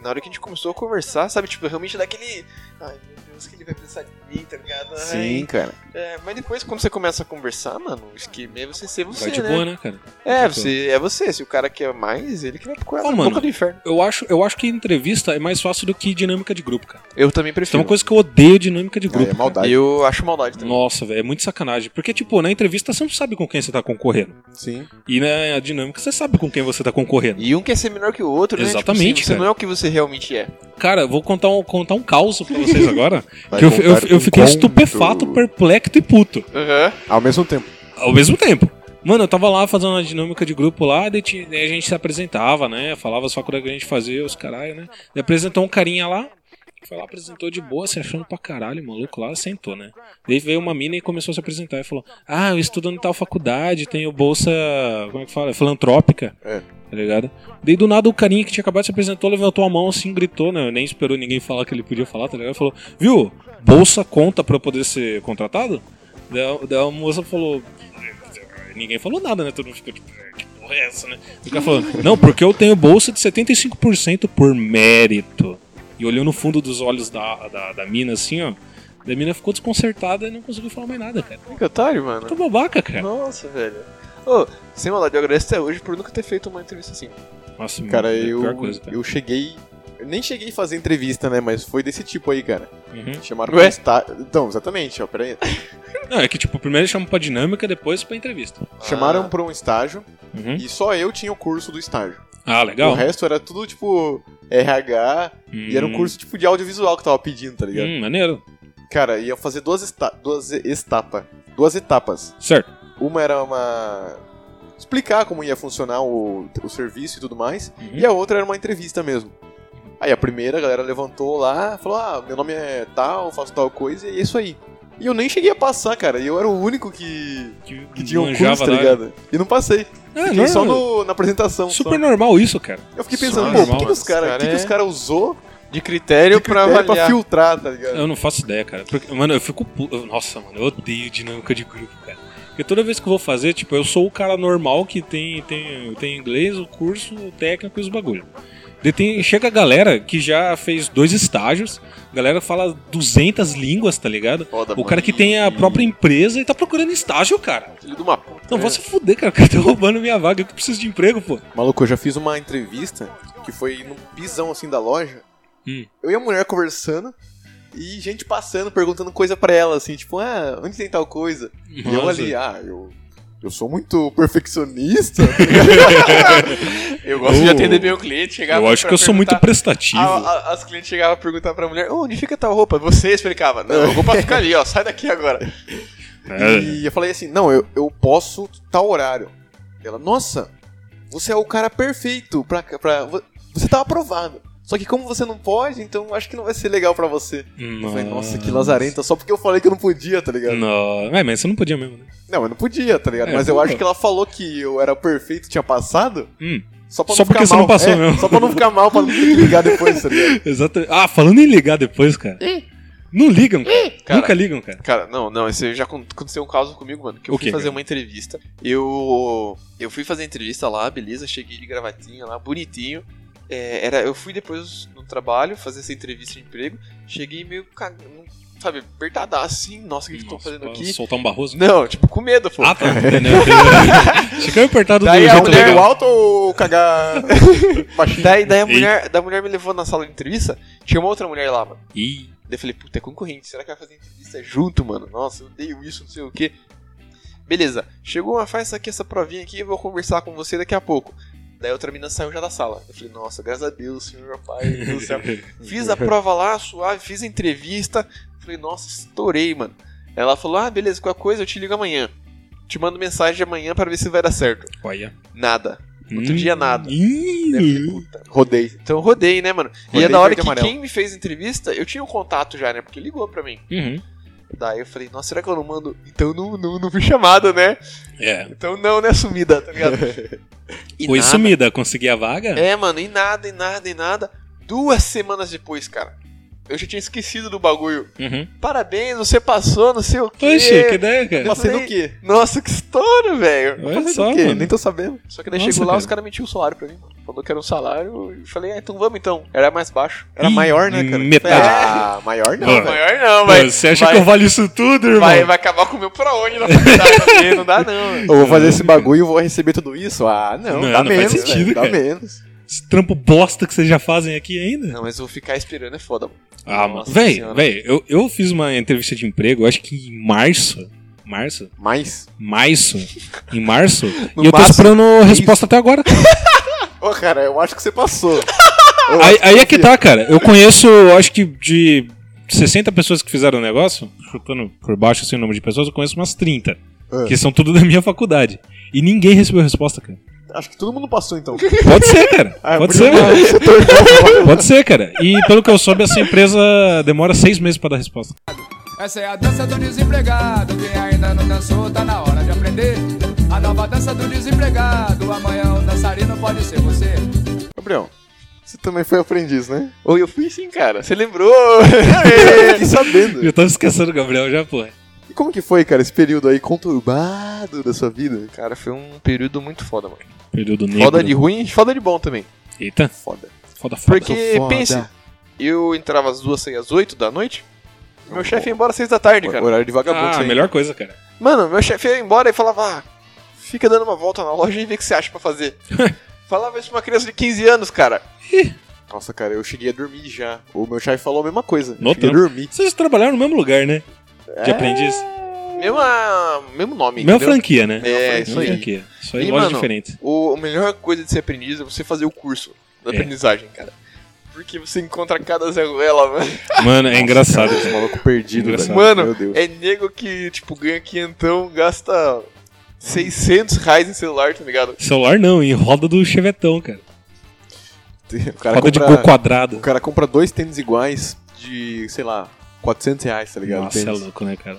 S6: na hora que a gente começou a conversar, sabe? Tipo, realmente daquele. Ai, meu Deus, que ele vai pensar de mim, tá ligado? Ai,
S3: Sim, cara.
S6: é, mas depois, quando você começa a conversar, mano, o esquema é você ser você.
S5: Vai de
S6: né?
S5: boa, né, cara?
S6: É, você, é você. Se o cara quer mais, ele que vai procurar
S5: Ô,
S6: na
S5: mano.
S6: boca do inferno.
S5: Eu acho, eu acho que entrevista é mais fácil do que dinâmica de grupo, cara.
S6: Eu também
S5: Tem
S6: prefiro.
S5: é uma coisa que eu odeio dinâmica de
S3: Ah,
S5: grupo.
S3: é maldade.
S6: Eu acho maldade também.
S5: Nossa, velho, é muito sacanagem. Porque, tipo, na entrevista você não sabe com quem você tá concorrendo.
S3: Sim.
S5: E na dinâmica você sabe com quem você tá concorrendo.
S6: E um quer ser melhor que o outro, né? Tipo assim,
S5: Exatamente,
S6: você
S5: cara.
S6: não é o que você realmente é.
S5: Cara, eu vou contar um, contar um caos pra vocês agora.
S3: Vai
S5: que eu, eu,
S3: contar
S5: eu
S3: um
S5: fiquei
S3: conto.
S5: estupefato, perplexo e puto.
S6: Aham.
S3: Ao mesmo tempo.
S5: Ao mesmo tempo. Mano, eu tava lá fazendo uma dinâmica de grupo lá, daí, ti- daí a gente se apresentava, né? Falava as faculdades que a gente fazia, os caralho, né? Daí apresentou um carinha lá, foi lá, apresentou de boa, se achando pra caralho, maluco lá, sentou, né? Daí veio uma mina e começou a se apresentar e falou: Ah, eu estudo em tal faculdade, tenho bolsa. Como é que fala? Filantrópica.
S4: É.
S5: Tá ligado? Daí do nada o carinha que tinha acabado de se apresentou levantou a mão assim, gritou, né? Nem esperou ninguém falar que ele podia falar, tá ligado? Falou: Viu? Bolsa conta pra eu poder ser contratado? Daí, a- daí a moça falou. Ninguém falou nada, né? Todo mundo ficou tipo, "É, que porra é essa, né? E o cara falou, não, porque eu tenho bolsa de 75% por mérito. E olhou no fundo dos olhos da, da, da mina assim, ó. Daí a mina ficou desconcertada e não conseguiu falar mais nada, cara.
S6: Que otário, mano.
S5: Ficou babaca, cara.
S6: Nossa, velho. Ô, sem maldade, eu agradeço até hoje por nunca ter feito uma entrevista assim.
S5: Nossa, mano,
S3: Cara,
S5: é a
S3: eu,
S5: pior coisa, cara.
S3: eu cheguei. Eu nem cheguei a fazer entrevista, né? Mas foi desse tipo aí, cara.
S5: Uhum.
S3: Chamaram
S6: Ué?
S3: pra estágio. Então, exatamente, ó, peraí.
S5: Não, é que tipo, primeiro chama pra dinâmica, depois pra entrevista.
S3: Chamaram pra um estágio
S5: Uhum.
S3: e só eu tinha o curso do estágio.
S5: Ah, legal.
S3: O resto era tudo tipo RH e era um
S5: Hum.
S3: curso tipo de audiovisual que eu tava pedindo, tá ligado?
S5: Hum, maneiro.
S3: Cara, ia fazer duas, esta duas etapas. Duas etapas.
S5: Certo.
S3: Uma era uma. explicar como ia funcionar o, o serviço e tudo mais.
S5: Uhum.
S3: E a outra era uma entrevista mesmo. Aí a primeira, a galera levantou lá, falou: Ah, meu nome é tal, faço tal coisa, e é isso aí. E eu nem cheguei a passar, cara. E eu era o único que,
S5: Que,
S3: que tinha um
S5: Uhum. manjava né?
S3: curso, tá
S5: da-
S3: ligado? E não passei.
S6: É,
S5: Ah,
S3: Fiquei
S5: não,
S3: só no- na apresentação. só.
S5: Super normal isso, cara.
S3: Eu fiquei pensando,
S5: Super
S3: pô,
S5: normal.
S3: por que, que os caras
S6: Cara
S3: que que
S6: é-
S3: os cara usou
S6: De critério,
S3: de critério
S6: pra
S3: pra
S6: avaliar.
S3: filtrar, tá ligado?
S5: Eu não faço ideia, cara. Porque, mano, eu fico. pu- eu- Nossa, mano, eu odeio dinâmica de grupo, cara. Porque toda vez que eu vou fazer, tipo, eu sou o cara normal que tem, tem, tem inglês, o curso, o técnico e os bagulho. Daí tem- chega a galera que já fez dois estágios, a galera fala 200 línguas, tá ligado?
S3: Foda,
S5: O cara que tem a própria empresa e tá procurando estágio, cara.
S6: Filho de uma puta.
S5: Não, vou se fuder, cara, o cara tá roubando minha vaga, eu que preciso de emprego, pô.
S3: Maluco, eu já fiz uma entrevista que foi num pisão assim da loja.
S5: Hum.
S3: Eu e a mulher conversando e gente passando, perguntando coisa pra ela, assim, tipo, ah, onde tem tal coisa? E eu
S5: Nossa.
S3: ali, ah, eu. Eu sou muito perfeccionista.
S6: Eu gosto de
S5: Eu-
S6: atender bem o cliente, chegar
S5: Eu acho que eu sou muito prestativo.
S6: A, a, as clientes chegavam a perguntar pra mulher, "Ô, onde fica tal roupa? Você explicava, não, a roupa fica ali, ó, sai daqui agora.
S5: É.
S3: E eu falei assim, não, eu, eu posso tal horário. Ela, nossa, você é o cara perfeito pra. pra vo- você tá aprovado. Só que como você não pode, então acho que não vai ser legal pra você. Eu falei, nossa, que lazarenta, só porque eu falei que eu não podia, tá ligado?
S5: Não, é, mas você não podia mesmo, né?
S3: Não, eu não podia, tá ligado?
S5: É,
S3: Mas eu
S5: pô.
S3: acho que ela falou que eu era perfeito, tinha passado.
S5: Hum.
S3: Só pra
S5: Só
S3: não ficar
S5: porque você
S3: mal.
S5: não passou
S3: é,
S5: mesmo.
S3: Só pra não ficar mal, pra não ter que ligar depois, tá ligado?
S5: Exatamente. Ah, falando em ligar depois, cara. Não ligam, cara.
S6: Cara.
S5: Nunca ligam, cara.
S6: Cara, não, não, isso já acon- aconteceu um caso comigo, mano, que eu
S5: O
S6: fui
S5: quê,
S6: fazer
S5: cara?
S6: uma entrevista. Eu eu fui fazer entrevista lá, beleza, cheguei de gravatinha lá, bonitinho. É, era, eu fui depois no trabalho fazer essa entrevista de emprego, cheguei meio cagando, sabe, apertada assim, nossa, o que, que eu tô
S5: Nossa,
S6: fazendo
S5: pra
S6: aqui?
S5: Soltar um barroso.
S6: Não, tipo, com medo, pô.
S5: Ah, tá. Entendeu? Chegou apertado do
S6: Daí é um a
S5: jeito tá
S6: mulher-
S5: legal.
S3: Pegou alto ou cagar baixinho?
S6: Daí, daí a mulher, da mulher me levou na sala de entrevista, tinha uma outra mulher lá, mano.
S5: Ih,
S6: Daí eu falei, puta, é concorrente, será que vai fazer entrevista junto, mano? Nossa, eu odeio isso, não sei o que. Beleza, chegou uma, faz aqui essa provinha aqui, eu vou conversar com você daqui a pouco. Daí a outra mina saiu já da sala. Eu falei, nossa, graças a Deus, senhor meu pai, meu Deus do céu. Fiz a prova lá, suave, fiz a entrevista. Falei, nossa, estourei, mano. Ela falou, ah, beleza, qualquer coisa eu te ligo amanhã. Te mando mensagem amanhã pra ver se vai dar certo.
S5: olha.
S6: Nada. Outro
S5: Hum.
S6: dia nada. Daí eu falei,
S5: Ih.
S6: puta,
S3: Rodei.
S6: então eu rodei, né, mano?
S3: Rodei
S6: e é da hora
S3: verde
S6: que
S3: e amarelo.
S6: quem me fez entrevista, eu tinha o contato já, né? Porque ligou pra mim.
S5: Uhum.
S6: Daí eu falei, nossa, será que eu não mando? Então não, não, não fui chamada, né?
S5: É.
S6: Então não, né? Sumida, tá ligado? E
S5: Foi
S6: nada.
S5: sumida, consegui a vaga?
S6: É, mano, e nada, e nada, e nada. Duas semanas depois, cara. Eu já tinha esquecido do bagulho.
S5: Uhum.
S6: Parabéns, você passou, não sei o quê.
S5: Oxi, que ideia, cara.
S3: Passei no
S6: Falei-
S3: Tá quê?
S6: Nossa, que estouro, velho.
S5: Olha
S3: Passei
S5: É só,
S3: no quê?
S5: mano.
S3: Nem tô sabendo.
S6: Só que daí
S5: Nossa,
S6: chegou lá,
S5: cara.
S6: os caras mentiam o salário pra mim, mano. Falou que era um salário. Eu falei, ah, então vamos então. Era mais baixo.
S3: Era
S5: Ih,
S3: maior, né, cara?
S5: Metade.
S3: Ah, maior não,
S5: Ah.
S3: velho.
S6: Maior não,
S5: Pô,
S6: mas.
S5: você acha
S6: vai-
S5: que eu valho isso tudo, irmão?
S6: Vai, vai acabar com o meu ProUni na faculdade também, não dá não. né?
S3: Eu vou fazer esse bagulho e vou receber tudo isso? Ah, não,
S5: Não,
S3: dá
S5: não
S3: menos,
S5: faz sentido,
S3: velho, dá
S5: cara.
S3: menos.
S5: Esse trampo bosta que vocês já fazem aqui ainda?
S6: Não, mas eu ficar esperando é foda, mano.
S5: Ah, mano.
S6: Nossa
S5: Véi,
S6: Senhora.
S5: véi, eu, eu fiz uma entrevista de emprego, eu acho que em março. Março?
S3: Mas,
S5: Março? Em março?
S3: No
S5: e eu tô
S3: máximo,
S5: esperando resposta até agora, cara.
S3: ô cara, eu acho que você passou. Eu
S5: Aí,
S3: acho
S5: aí é que
S3: você-
S5: tá, cara. Eu conheço, eu acho que de 60 pessoas que fizeram o negócio, chutando por baixo assim, o número de pessoas, eu conheço umas 30.
S3: Ah.
S5: Que são tudo da minha faculdade. E ninguém recebeu resposta, cara.
S3: Acho que todo mundo passou então.
S5: Pode ser, cara.
S3: Ah, por
S5: Pode ser,
S3: isso-
S5: mano.
S3: Isso é teu irmão,
S5: Pode ser, cara. E pelo que eu soube, essa empresa demora seis meses pra dar resposta.
S2: Essa é a dança do desempregado. Quem ainda não dançou, tá na hora de aprender. A nova dança do desempregado. Amanhã o dançarino pode ser você.
S6: Gabriel.
S3: Você também foi aprendiz, né?
S6: Oi, eu fui sim, cara. Você lembrou?
S3: Eu fiquei sabendo.
S5: Eu tava esquecendo o Gabriel já, porra.
S3: E como que foi, cara, esse período aí conturbado da sua vida?
S6: cara, foi um período muito foda, mano.
S5: Período negro.
S6: Foda de ruim e foda de bom também.
S5: Eita,
S3: Foda.
S5: foda foda.
S6: Porque,
S3: foda.
S6: pense, eu entrava às duas, saía às oito da noite. Meu chefe ia embora às seis da tarde, cara.
S3: Horário de vagabundo.
S5: Ah,
S3: você
S5: a
S3: aí.
S5: melhor coisa, cara.
S6: Mano, meu chefe ia embora e falava, ah, fica dando uma volta na loja e vê o que você acha pra fazer. falava isso pra uma criança de 15 anos, cara.
S3: Nossa, cara, eu cheguei a dormir já. O meu chefe falou a mesma coisa.
S5: No
S3: cheguei a
S5: trampo.
S3: dormir.
S5: Vocês trabalharam no mesmo lugar, né? De aprendiz.
S6: Mesma, mesmo nome,
S5: Mesma
S6: entendeu?
S5: franquia, né?
S6: É, isso
S5: Mesma
S6: aí.
S5: franquia. Só em
S6: E,
S5: lojas
S6: mano,
S5: diferentes.
S6: O, a melhor coisa de ser aprendiz é você fazer o curso da
S5: É.
S6: aprendizagem, cara. Porque você encontra cada zarguela, mano.
S5: Mano, é engraçado.
S3: Esse maluco perdido,
S5: Engraçado.
S3: velho.
S6: Mano,
S3: Meu Deus.
S6: é nego que, tipo, ganha quinhentão, gasta 600 reais em celular, tá ligado?
S5: Celular não, em roda do chevetão, cara.
S3: é, O cara,
S5: roda de
S3: compra,
S5: gol quadrado.
S3: o cara compra dois tênis iguais de, sei lá, 400 reais, tá ligado?
S5: Nossa, é
S3: Tênis.
S5: louco, né, cara?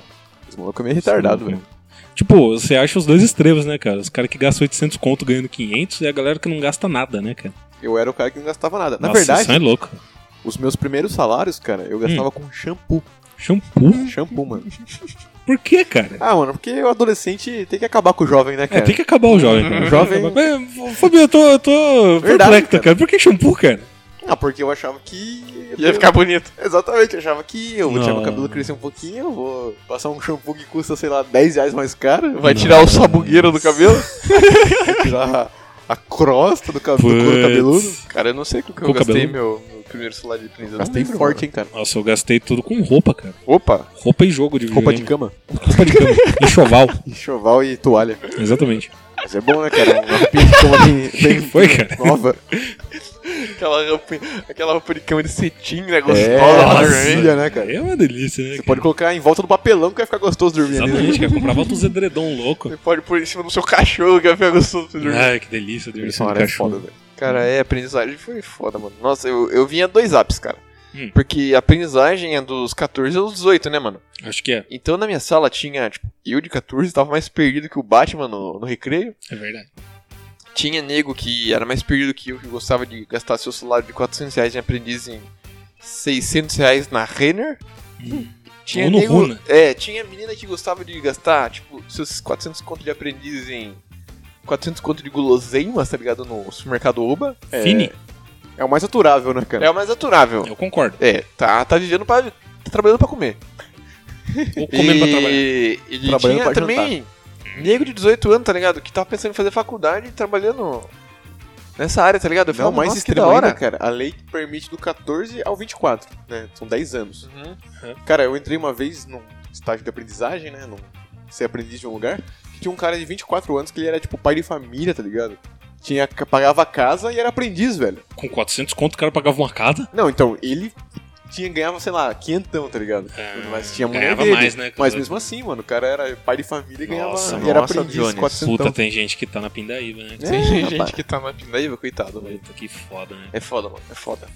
S3: Esse maluco é meio retardado,
S5: Louco,
S3: velho.
S5: né? Tipo, você acha os dois extremos, né, cara? Os caras que gastam 800 conto ganhando 500 e a galera que não gasta nada, né, cara?
S3: Eu era o cara que não gastava nada. Na
S5: Nossa,
S3: verdade,
S5: isso é louco.
S3: os meus primeiros salários, cara, eu gastava com shampoo.
S5: Shampoo?
S3: Shampoo, mano.
S5: Hum. Por que, cara?
S3: Ah, mano, porque o adolescente tem que acabar com o jovem, né,
S5: É,
S3: cara?
S5: tem que acabar o jovem, cara.
S3: O jovem-
S5: Tem que acabar. É, Fabio, eu tô, eu tô
S3: Verdade,
S5: perplexo, cara.
S3: cara.
S5: Por que shampoo, cara?
S3: Ah, porque eu achava que.
S6: Ia ficar bonito.
S3: Exatamente, eu achava que eu vou deixar
S5: Não.
S3: meu cabelo crescer um pouquinho, eu vou passar um shampoo que custa, sei lá, 10 reais mais caro, vai
S6: Vai tirar o sabugueiro do cabelo.
S3: tirar a crosta do, cabelo, do couro
S5: Putz.
S3: cabeludo.
S6: Cara, eu não sei com o que
S5: Com
S6: eu
S5: o
S6: gastei
S5: cabelo?
S6: meu, meu primeiro celular de aprendizagem.
S3: Gastei forte, hein, cara.
S5: Nossa, eu gastei tudo com roupa, cara.
S6: Opa!
S5: Roupa e jogo de
S3: Roupa de
S5: videogame.
S3: cama,
S5: Roupa de cama. Enxoval.
S3: enxoval e toalha.
S5: Exatamente.
S3: Mas é bom, né, cara? Uma roupinha de cama bem,
S5: Que
S3: bem
S5: foi, cara?
S3: nova.
S6: Aquela roupa, aquela roupa de cama de cetim, né?
S3: É,
S6: Gostosa, né?
S3: macia, né, cara?
S5: É uma delícia, né?
S3: Você
S5: cara?
S3: pode colocar em volta do papelão que vai ficar gostoso dormir ali. né?
S5: Exatamente, cara. Comprava outros edredom louco.
S6: Você pode pôr em cima do seu cachorro que vai ficar gostoso pra você dormir.
S5: Ai, que delícia.
S3: Trilha
S5: Delícia do
S3: sonora é
S5: cachorro.
S3: foda, velho.
S6: Cara,
S5: Uhum.
S6: é, aprendizagem foi foda, mano. Nossa, eu, eu vinha dois apps, cara.
S5: Hum.
S6: Porque a aprendizagem é dos 14 aos 18, né, mano?
S5: Acho que é.
S6: Então na minha sala tinha, tipo, eu de 14 tava mais perdido que o Batman no, no recreio.
S5: É verdade.
S6: Tinha nego que era mais perdido que eu, que gostava de gastar seu salário de 400 reais em aprendiz em 600 reais na Renner.
S5: Hum. Ou no Runa.
S6: É, tinha menina que gostava de gastar, tipo, seus 400 conto de aprendiz em 400 conto de guloseimas, tá ligado? No supermercado Oba.
S5: Fini,
S3: É o mais aturável, né, cara?
S6: É o mais aturável.
S5: eu concordo.
S6: É, tá, tá vivendo pra. tá trabalhando pra comer.
S5: Ou comendo pra trabalhar.
S6: E ele
S3: Trabalhando
S6: tinha
S3: pra
S6: também nego de 18 anos, tá ligado? Que tava pensando em fazer faculdade e trabalhando nessa área, tá ligado? Eu
S3: Não,
S6: falava,
S3: mais
S6: "Nossa, que
S3: extremo
S6: da hora.
S3: ainda, cara. A lei que permite do 14 ao 24, né? São 10 anos.
S6: Uhum.
S3: Cara, eu entrei uma vez num estágio de aprendizagem, né? Num... Ser aprendiz de um lugar. Que tinha um cara de 24 anos que ele era, tipo, pai de família, tá ligado? Tinha... Pagava a casa e era aprendiz, velho.
S5: Com 400 conto, o cara pagava uma casa.
S3: Não, então, ele tinha... ganhava, sei lá, quinhentão, tá ligado?
S5: Ah,
S3: Mas tinha mulher
S5: ganhava
S3: dele.
S5: mais, né, cara?
S3: Mas mesmo assim, mano, o cara era pai de família e ganhava...
S5: Nossa,
S3: e era
S6: nossa,
S3: aprendiz,
S6: Johnny.
S3: 400
S5: Puta, tem gente que tá na pindaíba, né?
S3: É,
S6: Tem gente
S3: rapaz.
S6: que tá na pindaíba, coitado, velho.
S5: Puta, que foda, né?
S6: É foda, mano, é foda.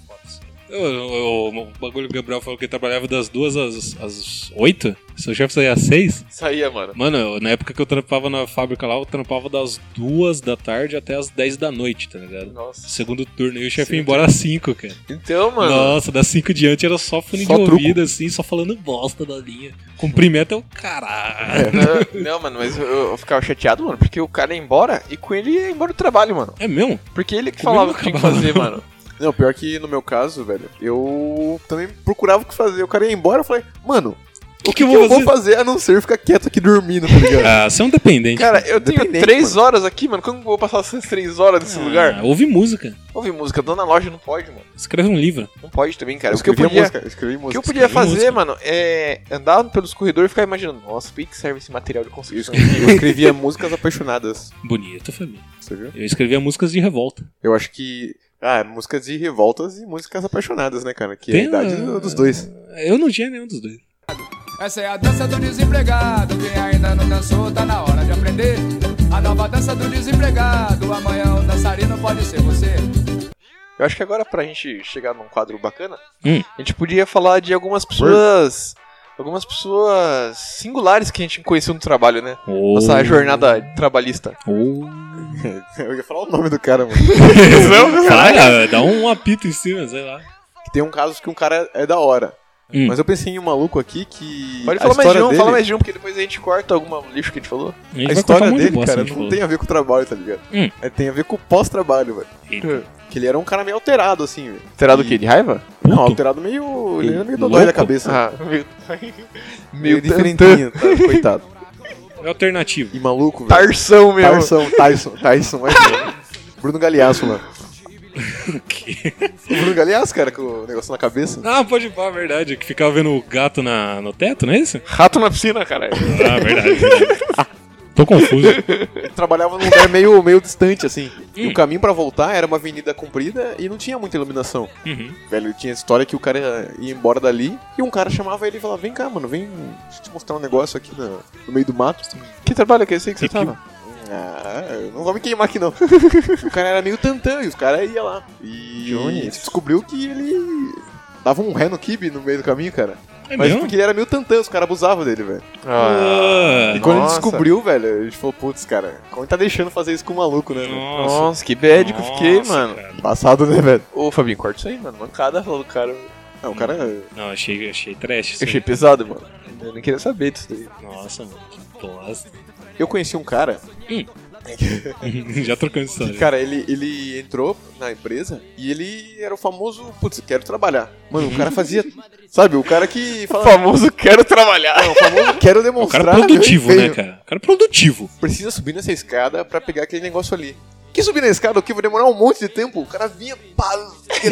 S5: Eu- eu- eu- o bagulho que o Gabriel falou que ele trabalhava das duas às, às 8. Seu chefe saía às 6.
S6: Saía, mano.
S5: Mano, eu- na época que eu trampava na fábrica lá, eu trampava das duas da tarde até as 10 da noite, tá ligado?
S6: Nossa.
S5: Segundo turno, e o chefe ia
S6: Sim.
S5: embora às 5, cara.
S6: Então, mano.
S5: Nossa, das 5 diante era só fone
S3: Só
S5: de
S3: truco.
S5: ouvido, assim, só falando bosta da linha. Cumprimento é o caralho.
S6: Não, não, mano, mas eu, eu ficava chateado, mano, porque o cara ia embora e com ele ia embora o trabalho, mano.
S5: É mesmo?
S6: Porque ele que
S5: Comigo
S6: falava o que tinha que
S5: acabava.
S6: fazer, mano.
S3: Não, pior que no meu caso, velho, eu também procurava o que fazer. O cara ia embora, eu falei, mano, o que,
S5: que eu
S3: eu
S5: vou
S3: vou fazer a não ser ficar quieto aqui dormindo, tá ligado?
S5: Ah, você é um dependente.
S6: Cara, eu tenho
S3: Dependente,
S6: três horas aqui, mano. Como que eu vou passar essas três horas nesse lugar?
S5: Ah, ouve música.
S6: Ouve música, dona loja não pode, mano.
S5: Escreve um livro.
S6: Não pode também, cara.
S3: eu
S6: O que eu
S3: escrevi
S6: podia,
S3: música, eu escrevi
S6: o que
S3: música.
S6: eu podia
S5: Escrevi
S6: fazer,
S5: música.
S6: mano, é andar pelos corredores e ficar imaginando, nossa, por que que serve esse material de
S3: Eu
S6: construção?
S3: escrevia, eu escrevia músicas apaixonadas,
S5: Bonito, família.
S3: você viu?
S5: Eu escrevia músicas de revolta.
S3: Eu acho que. Ah, músicas de revoltas e músicas apaixonadas, né, cara? Que é a
S5: Tem
S3: idade
S5: uma-
S3: do- dos dois.
S5: Eu não tinha nenhum dos dois.
S2: Essa é a dança do desempregado. Quem ainda não dançou, tá na hora de aprender. A nova dança do desempregado. Amanhã o dançarino pode ser você.
S6: Eu acho que agora, pra gente chegar num quadro bacana,
S5: Hum.
S6: a gente podia falar de algumas pessoas. Algumas pessoas singulares que a gente conheceu no trabalho, né? Nossa jornada trabalhista.
S5: Oh.
S3: Eu ia falar o nome do cara, mano.
S5: Cara, dá um apito em cima, sei lá.
S3: Que tem um caso que um cara é da hora.
S5: Hum.
S3: Mas eu pensei em um maluco aqui que.
S6: Pode
S3: a
S6: falar mais de
S3: história
S6: um,
S3: dele,
S6: fala mais de um, porque depois a gente corta alguma lixo que a gente falou.
S5: A gente
S3: A
S5: vai
S3: história
S5: cortar muito
S3: dele,
S5: bosta,
S3: cara,
S5: a gente
S3: não
S5: falou.
S3: tem a ver com o trabalho, tá ligado?
S5: Hum.
S3: É, tem a ver com o pós-trabalho, velho.
S5: Eita.
S3: Que ele era um cara meio alterado, assim, velho.
S6: Alterado
S3: E-
S6: o quê? De raiva?
S3: Não,
S5: Puto.
S3: alterado meio. Ele era meio
S5: Ele
S3: dodói da
S5: louco?
S3: cabeça.
S6: Ah, meio,
S3: meio
S6: meio tantã.
S3: diferentinho, tá? coitado.
S5: É alternativo.
S3: E maluco, velho.
S6: Tarção mesmo.
S3: Tarson, Tyson, Tyson, é mesmo. Bruno Galhaço, mano. O Bruno Galhaço, cara, com o negócio na cabeça.
S5: Ah, pode pôr, é verdade. Que ficava vendo o gato na, no teto, não é isso?
S6: Rato na piscina, caralho.
S5: Ah, verdade. verdade. Tô confuso.
S3: Ele trabalhava num lugar meio, meio distante, assim. E o caminho pra voltar era uma avenida comprida e não tinha muita iluminação.
S5: Uhum.
S3: Velho, tinha história que o cara ia embora dali e um cara chamava ele e falava: Vem cá, mano, vem deixa eu te mostrar um negócio aqui na- no, meio do mato.
S6: que trabalho que é esse que você
S5: Equipe.
S6: tava?
S3: Ah, eu não vou me queimar aqui não. o cara era meio tantã e os caras iam lá. E
S6: Jones.
S3: se descobriu que ele dava um ré no kibe no meio do caminho, cara.
S5: É
S3: Mas
S5: mesmo?
S3: porque ele era meio tantã, os caras abusavam dele, velho.
S5: Ah,
S3: E quando ele
S6: Nossa.
S3: descobriu, velho, a gente falou: Putz, cara, como ele tá deixando fazer isso com o maluco, né? velho?
S5: Nossa.
S6: Nossa, que bad que eu fiquei,
S5: Nossa,
S6: mano.
S5: cara.
S3: Passado, né, velho?
S6: Ô, Fabinho, corta isso aí, mano. Mancada falou do cara. Hum.
S3: Ah, o cara.
S5: Não, achei, achei trash. isso
S6: Eu achei
S5: aí.
S6: pesado, mano. Eu não queria saber disso daí.
S5: Nossa, mano. Que bosta.
S3: Eu conheci um cara
S5: Uhum. Já trocando
S3: Que,
S5: história.
S3: cara, ele, ele entrou na empresa e ele era o famoso, putz, quero trabalhar. Mano, o cara fazia. Sabe, o cara que
S6: O
S3: fala.
S6: famoso quero trabalhar.
S3: Não, o famoso quero
S5: O cara
S3: demonstrar.
S5: é produtivo,
S3: meu
S5: né,
S3: empenho.
S5: cara? O cara é produtivo.
S3: Precisa subir nessa escada pra pegar aquele negócio ali. Que subir na escada o que? Vai demorar um monte de tempo. O cara vinha, pá,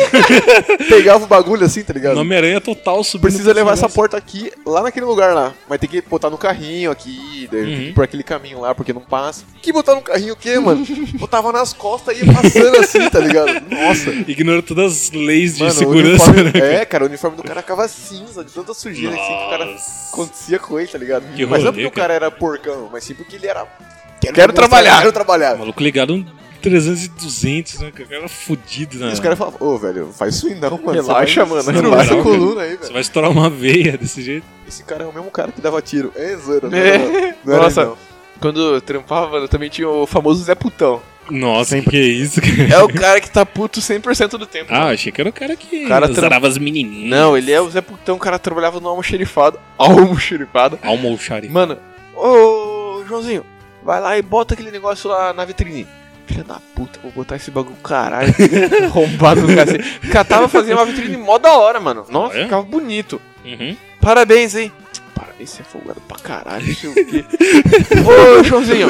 S3: pegava o bagulho assim, tá ligado?
S5: Homem-Aranha total subindo.
S3: Precisa
S5: pra
S3: levar essa
S5: cima.
S3: porta aqui, lá naquele lugar lá. Vai ter que botar no carrinho aqui, daí tem que ir por aquele caminho lá, porque não passa. Que botar no carrinho o quê, mano? Botava nas costas e ia passando assim, tá ligado? Nossa.
S5: Ignora todas as leis de
S3: Mano, o
S5: segurança.
S3: uniforme-
S5: né?
S3: É, cara, o uniforme do cara ficava cinza de tanta sujeira assim que o cara
S5: Nossa.
S3: acontecia com ele, tá ligado?
S5: Que
S3: mas não
S5: rolê,
S3: porque o cara era porcão, mas sim porque ele era. Quero, demonstrar,
S6: trabalhar.
S3: Quero trabalhar.
S5: O maluco ligado um 300 e 200, né? O cara fudido, né?
S3: E os caras falavam, ô, velho, faz isso aí não, mano.
S6: Relaxa,
S3: Você vai-
S6: mano,
S3: Você
S5: relaxa.
S3: vai essa coluna aí,
S5: Você
S3: velho.
S5: vai estourar uma veia desse jeito.
S3: Esse cara é o mesmo cara que dava tiro. É, zoeira.
S6: É.
S3: Não, era- não era
S6: Nossa.
S3: ele, não.
S6: Quando eu trampava, eu também tinha o famoso Zé Putão.
S5: Nossa, que isso, cara.
S6: É o cara que tá puto 100% do tempo.
S5: Ah, achei que era o cara que
S6: O cara tra-
S5: zarava as menininhas.
S6: Não, ele é o Zé Putão, o cara trabalhava no almoxerifado. Almoxerifado.
S5: Almoxari.
S6: Mano, ô Joãozinho, vai lá e bota aquele negócio lá na vitrine. Filha da puta, vou botar esse bagulho, caralho. Roubado do cacete. Catava fazia uma vitrine mó da hora, mano. Nossa,
S5: É?
S6: ficava bonito.
S5: Uhum.
S6: Parabéns, hein? Parabéns, você é folgado pra caralho, não sei o quê. Ô, Joãozinho,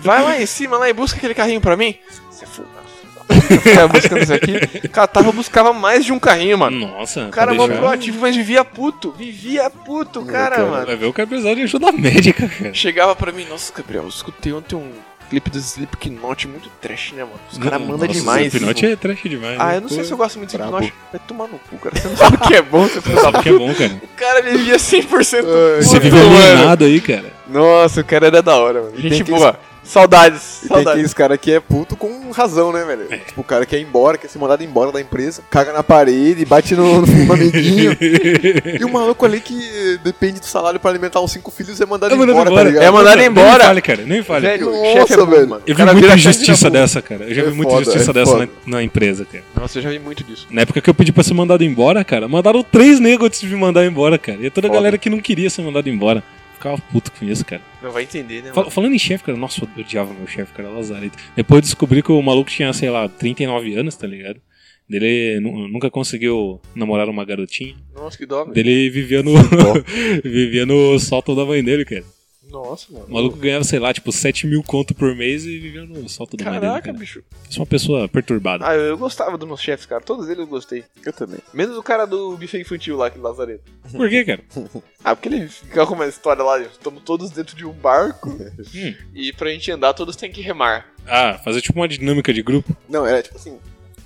S6: vai lá em cima lá e busca aquele carrinho pra mim. É, Você é folgado. filho da puta. Ficava buscando isso aqui. Catava, buscava mais de um carrinho, mano.
S5: Nossa, tá
S6: O cara
S5: pra
S6: mó
S5: deixar...
S6: proativo, mas vivia puto. Vivia puto, cara,
S3: cara.
S6: mano.
S5: Vai ver o cara precisava de ajuda médica, cara.
S6: Chegava pra mim, nossa, Gabriel, eu escutei ontem um clipe do Slipknot muito trash, né, mano? Os caras mandam
S5: Nossa,
S6: demais.
S5: Slipknot é trash demais.
S6: Ah,
S5: né?
S6: eu não sei
S5: Pô,
S6: se eu gosto muito de Slipknot. Vai tomar no cu, cara. Você não sabe o que é bom, você não sabe.
S5: Sabe que é bom, cara.
S6: O cara vivia 100%.
S3: Ai,
S5: Você
S6: Puta,
S5: vive né?
S6: mano.
S5: eliminado aí, cara.
S6: Nossa, o cara era da hora, mano.
S3: tem
S6: Gente
S3: que-
S6: boa. Saudades,
S3: E tem
S6: saudades.
S3: aqueles cara que é puto com razão, né, velho? Tipo, o cara quer ir embora, quer ser mandado embora da empresa, caga na parede, bate no, no amiguinho. e o maluco ali que depende do salário pra alimentar os cinco filhos é mandado, embora, tá ligado?
S6: É mandado
S5: Nem
S6: embora.
S5: fale, cara. Nem fale.
S6: Velho,
S3: Nossa,
S6: o chefe é bom,
S3: velho.
S6: mano.
S5: Eu
S6: O
S5: vi
S6: cara
S5: muita
S6: vira chefe
S5: injustiça
S6: da puta.
S5: dessa, cara. Eu já
S3: É
S5: vi muita
S3: foda,
S5: injustiça
S3: é
S5: dessa na,
S3: foda.
S5: na empresa, cara.
S6: Nossa, eu já vi muito disso.
S5: Na época que eu pedi pra ser mandado embora, cara, mandaram três negros antes de me mandar embora, cara. E toda a
S6: Foda.
S5: galera que não queria ser mandado embora. Ficava puto com isso, cara.
S6: Não vai entender, né,
S5: Fal-
S6: mano?
S5: falando em chefe, cara, nossa, eu odiava meu chefe, cara, lazareta. Depois eu descobri que o maluco tinha, sei lá, 39 anos, tá ligado? Ele nu- nunca conseguiu namorar uma garotinha.
S6: Nossa, que dó, velho.
S5: Ele vivia no. vivia no sótão da mãe dele, cara.
S6: Nossa, mano.
S5: O maluco ganhava, sei lá, tipo, 7 mil conto por mês e vivia no sótão da mãe dele.
S6: Caraca,
S5: Cara.
S6: bicho.
S5: Sou uma pessoa perturbada.
S6: Ah, eu, eu gostava dos meus chefes, cara. Todos eles eu gostei. Eu também. Menos o cara do bife infantil lá, aquele lazareto.
S5: Por que, cara?
S6: Ah, porque ele fica com uma história lá, estamos todos dentro de um barco
S5: Hum.
S6: e pra gente andar todos tem que remar.
S5: Ah, fazer tipo uma dinâmica de grupo.
S3: Não, era tipo assim.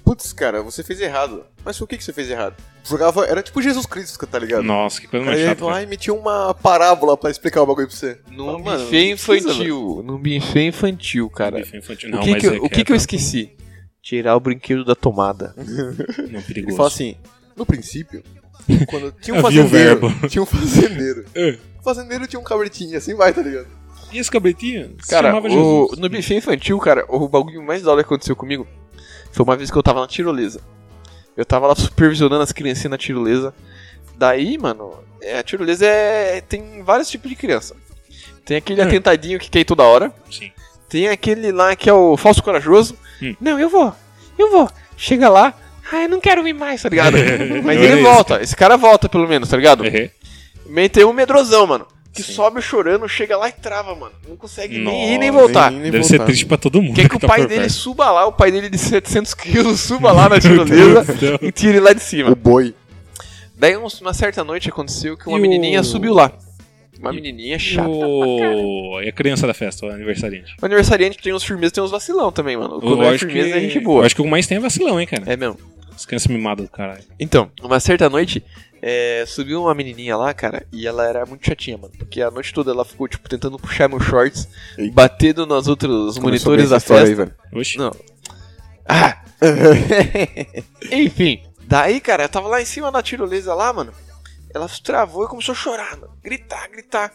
S3: putz, cara, você fez errado. Mas o que, que você fez errado? Jogava, era tipo Jesus Cristo, tá ligado?
S5: Nossa, é que coisa mais
S3: Aí ele
S5: chata.
S3: falou,
S5: cara.
S3: ai, meti uma parábola pra explicar o bagulho pra você.
S6: Num
S3: Fala, mano,
S6: buffet
S3: não precisa,
S6: infantil. Num buffet infantil, cara.
S5: Bife infantil,
S6: O
S5: não,
S6: que,
S5: mas
S6: que, eu-
S5: é
S6: o que, que eu
S5: é
S6: esqueci? Tirar o brinquedo da tomada.
S5: tão- Não,
S3: Ele
S5: perigoso.
S3: fala assim, no princípio, quando tinha um
S5: Havia o
S3: fazendeiro,
S5: verbo.
S3: tinha um fazendeiro.
S5: É.
S3: O fazendeiro tinha um cabritinho, assim vai, tá ligado?
S5: E esse cabritinho se
S6: Cara,
S5: chamava
S6: o-
S5: Jesus.
S6: no buffet infantil, cara, o bagulho mais da hora que aconteceu comigo foi uma vez que eu tava na tirolesa. Eu tava lá supervisionando as criancinhas na tirolesa. Daí, mano, é, a tirolesa é, tem vários tipos de criança. Tem aquele
S5: Hum.
S6: atentadinho que quer ir toda hora.
S5: Sim.
S6: Tem aquele lá que é o falso corajoso.
S5: Hum.
S6: Não, eu vou, eu vou. Chega lá, ah, eu não quero ir mais, tá ligado? Mas
S5: Eu era
S6: ele
S5: esse,
S6: volta, esse cara volta pelo menos, tá ligado?
S5: É.
S6: Meio tem um medrosão, mano. Que
S5: Sim.
S6: sobe chorando, chega lá e trava, mano. Não consegue nem ir nem
S3: Nossa,
S6: voltar.
S3: nem- nem
S5: Deve ser
S3: voltar.
S5: triste pra todo mundo.
S6: Quer que o
S5: tá
S6: pai
S5: por
S6: dele é
S5: perto.
S6: suba lá, o pai dele de 700 quilos suba lá na
S5: Meu
S6: tirolesa
S5: Deus.
S6: e tire lá de cima.
S3: O boi.
S6: Daí, um- uma certa noite, aconteceu que uma
S5: E o-
S6: menininha subiu lá. Uma
S5: E-
S6: menininha chata.
S5: O... É a criança da festa, o aniversariante.
S6: O aniversariante tem uns firmeza, tem uns vacilão também, mano.
S5: Eu
S6: Quando é
S5: acho
S6: firmeza,
S5: que-
S6: é gente boa.
S5: Eu acho que o que mais tem é vacilão, hein, cara.
S6: É mesmo.
S5: As crianças mimadas do caralho.
S6: Então, uma certa noite, é, subiu uma menininha lá, cara, e ela era muito chatinha, mano. Porque a noite toda ela ficou, tipo, tentando puxar meus shorts,
S3: Eita.
S6: batendo nos outros
S3: Começou bem
S6: monitores
S3: essa
S6: da
S3: história
S6: festa.
S3: aí, velho.
S5: Oxi.
S6: Não. Ah! Enfim, daí, cara, eu tava lá em cima da tirolesa lá, mano. Ela se travou e começou a chorar, mano. Gritar, gritar.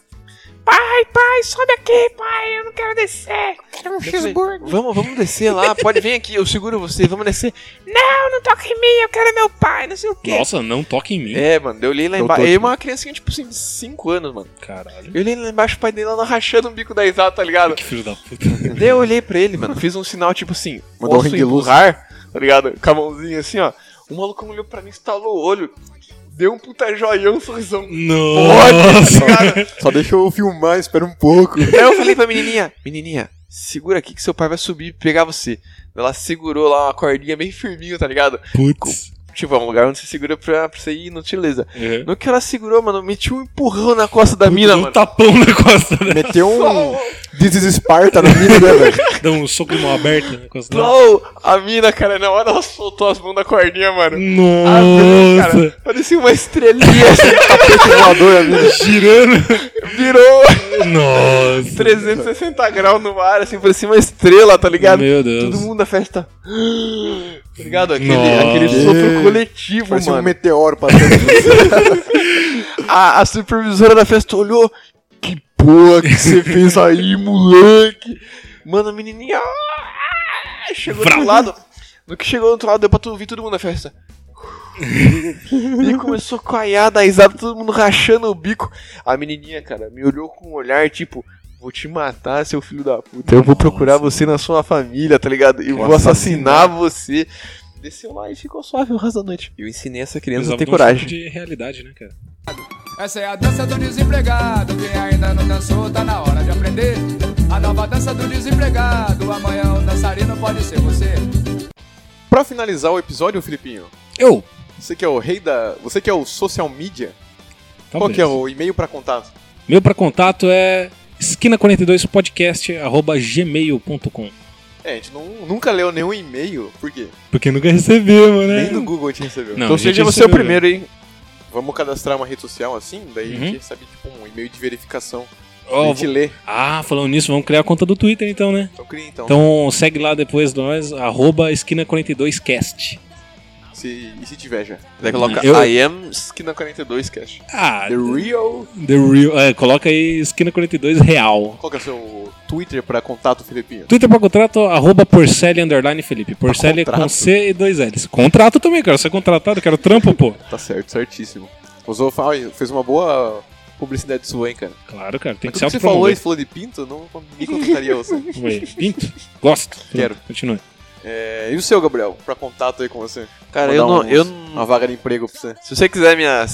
S6: Pai, pai, sobe aqui, pai, eu não quero descer. Quero um cheeseburger. Vamos, vamos descer lá, pode vir aqui, eu seguro você, vamos descer. Não, não toca em mim, eu quero meu pai, não sei o quê.
S5: Nossa, não toque em mim.
S6: É, mano, eu olhei lá
S3: Eu
S6: embaixo.
S3: tô
S6: Eu
S3: aqui.
S6: e uma criancinha, tipo assim, de 5 anos, mano.
S5: Caralho.
S6: Eu olhei lá embaixo, o pai dele lá rachando o bico da risada, tá ligado?
S5: Que filho da puta.
S6: Daí eu olhei pra ele, mano, fiz um sinal tipo assim,
S3: Mandou um
S6: posso
S3: ring de luz.
S6: empurrar, tá ligado? Com a mãozinha assim, ó. O maluco olhou pra mim, estalou o olho, deu um puta joião, um sorrisão.
S5: Nossa.
S3: Só deixa eu filmar, espera um pouco.
S6: Daí Então eu falei pra menininha, menininha, segura aqui que seu pai vai subir e pegar você. Ela segurou lá uma cordinha bem firminho, tá ligado?
S5: Putz.
S6: Tipo, é um lugar onde você segura pra, pra você ir no tileza.
S5: É.
S6: No que ela segurou, mano, metiu um empurrão na costa da mina,
S5: Dá um
S6: mano.
S5: tapão na costa né? dela.
S3: Meteu um This is Sparta na mina, né, velho?
S5: Dá um soco de mão aberta na costa dela.
S6: Plou! A mina, cara, na hora ela soltou as mãos da cordinha, mano. Abriu, cara,
S5: Nossa.
S6: parecia uma estrelinha, assim,
S3: Peixe voador, amigo.
S5: Girando.
S6: virou
S5: Nossa.
S6: 360 graus no ar, assim, parecia uma estrela, tá ligado?
S5: Meu
S6: Todo
S5: Deus.
S6: mundo da festa. Tá ligado? Aquele,
S5: Nossa.
S6: aquele sopro coletivo,
S3: Parecia um
S6: mano.
S3: meteoro passando.
S6: A, a supervisora da festa olhou. Que porra que você fez aí, moleque? Mano, a menininha. ah, Chegou do outro
S5: Vrau.
S6: lado. No que chegou do outro lado, deu pra tu ouvir todo mundo na festa. e começou a coiar da risada, todo mundo rachando o bico. A menininha, cara, me olhou com um olhar tipo: Vou te matar, seu filho da puta. Eu vou procurar você na sua família, tá ligado? E vou assassinar você. Desceu lá e ficou suave o resto da noite. Eu ensinei essa criança a
S5: Precisava
S6: ter
S5: de um
S6: coragem.
S5: choque de realidade, né, cara?
S2: Essa é a dança do desempregado. Quem ainda não dançou, tá na hora de aprender. A nova dança do desempregado. Amanhã o dançarino pode ser você.
S3: pra finalizar o episódio, Filipinho,
S5: Eu.
S3: você que é o rei da. Você que é o social media, qual
S5: Talvez.
S3: que é o e-mail pra contato?
S5: Meu pra contato é esquina42podcast.gmail.com
S3: É, a gente não- nunca leu nenhum e-mail, por quê?
S5: Porque nunca recebemos, né?
S3: Nem do Google a gente recebeu. Então,
S5: Não,
S6: Então
S5: a gente
S6: seja você o
S5: recebeu,
S6: primeiro, hein?
S3: Vamos cadastrar uma rede social assim, daí a
S5: Uhum.
S3: gente recebe tipo um e-mail de verificação. a
S5: Ó,
S3: gente lê.
S5: Ah, falando nisso, vamos criar a conta do Twitter então, né?
S3: Então cria então.
S5: Então segue lá depois nós, arroba esquina42cast. Então-
S3: Se, e se tiver já.
S6: Daí coloca
S5: Eu-
S6: I am Skina 42 Cash.
S5: Ah,
S3: The Real.
S5: the real. É, coloca aí esquina42 real.
S3: Qual que é o seu Twitter pra contato, Filipinho?
S5: Twitter pra contrato, arroba Porcelli underline Felipe. Porcelli é com
S3: contrato?
S5: C e dois L's. Contrato também, quero ser contratado, quero trampo, pô.
S3: Tá certo, certíssimo. Usou, fa- fez uma boa publicidade sua, hein, cara.
S5: Claro, cara, tem
S3: Mas
S5: que
S3: tudo
S5: ser
S3: que você falou,
S5: autopromover.
S3: isso falou de pinto, não me contrataria você.
S5: Ué, Pinto? Gosto.
S3: Quero.
S5: Continue.
S3: É, e o seu, Gabriel, pra contato aí com você?
S6: Cara,
S3: Mandar
S6: eu não,
S3: uns-
S6: eu não.
S3: Uma vaga de emprego pra você.
S6: Se você quiser minha,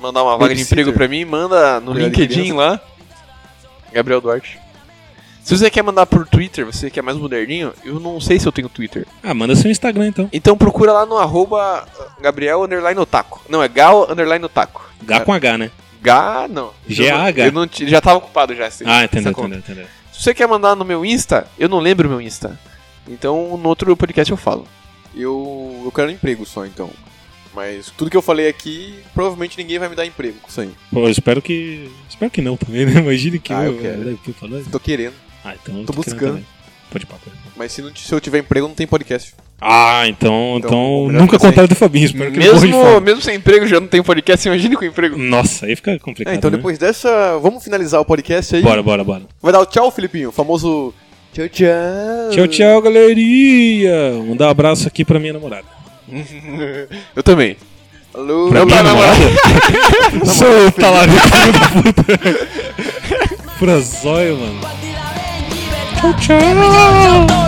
S6: mandar uma vaga de
S3: Babysitter.
S6: emprego pra mim, manda no
S3: Cuidado de
S6: LinkedIn
S3: criança.
S6: lá. Gabriel Duarte. Se você quer mandar por Twitter, você que é mais moderninho, eu não sei se eu tenho Twitter.
S5: Ah, manda seu Instagram então.
S6: Então procura lá no arroba uh, Gabriel underline otaku. Não, é Gal underline otaku.
S3: Ah,
S5: H com H, né?
S6: Gá, não.
S5: G-A-H.
S6: Eu não, ti- já tava ocupado já. esse-
S5: Ah,
S6: essa
S5: entendeu,
S6: conta.
S5: entendeu, entendeu.
S6: Se você quer mandar no meu Insta, eu não lembro o meu Insta. Então no outro podcast eu falo.
S3: eu, eu quero um emprego só, então. Mas tudo que eu falei aqui, provavelmente ninguém vai me dar emprego com isso aí.
S5: Pô, eu espero que. Espero que não também, né? Imagine que
S3: Ah, eu
S5: eu,
S3: quero.
S5: eu fui falando.
S3: Tô querendo.
S5: Ah, então eu
S3: Tô
S5: querendo
S3: buscando.
S5: também. Pode pá, pode pá.
S3: Mas se, não, se eu tiver emprego, não tem podcast.
S5: Ah, então,
S3: Então,
S5: então,
S3: melhor
S5: nunca
S3: que você.
S5: contaram do Fabinho, espero que ele morra de
S6: Mesmo,
S5: fome.
S6: mesmo sem emprego, já não tem podcast, imagina com emprego.
S5: Nossa, aí fica complicado.
S3: É, então
S5: né?
S3: depois dessa, vamos finalizar o podcast aí.
S5: Bora, bora, bora.
S3: Vai dar o tchau, Filipinho. O famoso tchau, tchau.
S5: Tchau, tchau, galeria! Mandar um abraço aqui pra minha namorada.
S6: Eu também.
S3: Alô.
S5: Pra é?
S3: Não,
S5: minha
S3: não, não.
S5: namorada? Sou palavra filho da puta. Pura zóio, mano. Tchau, tchau!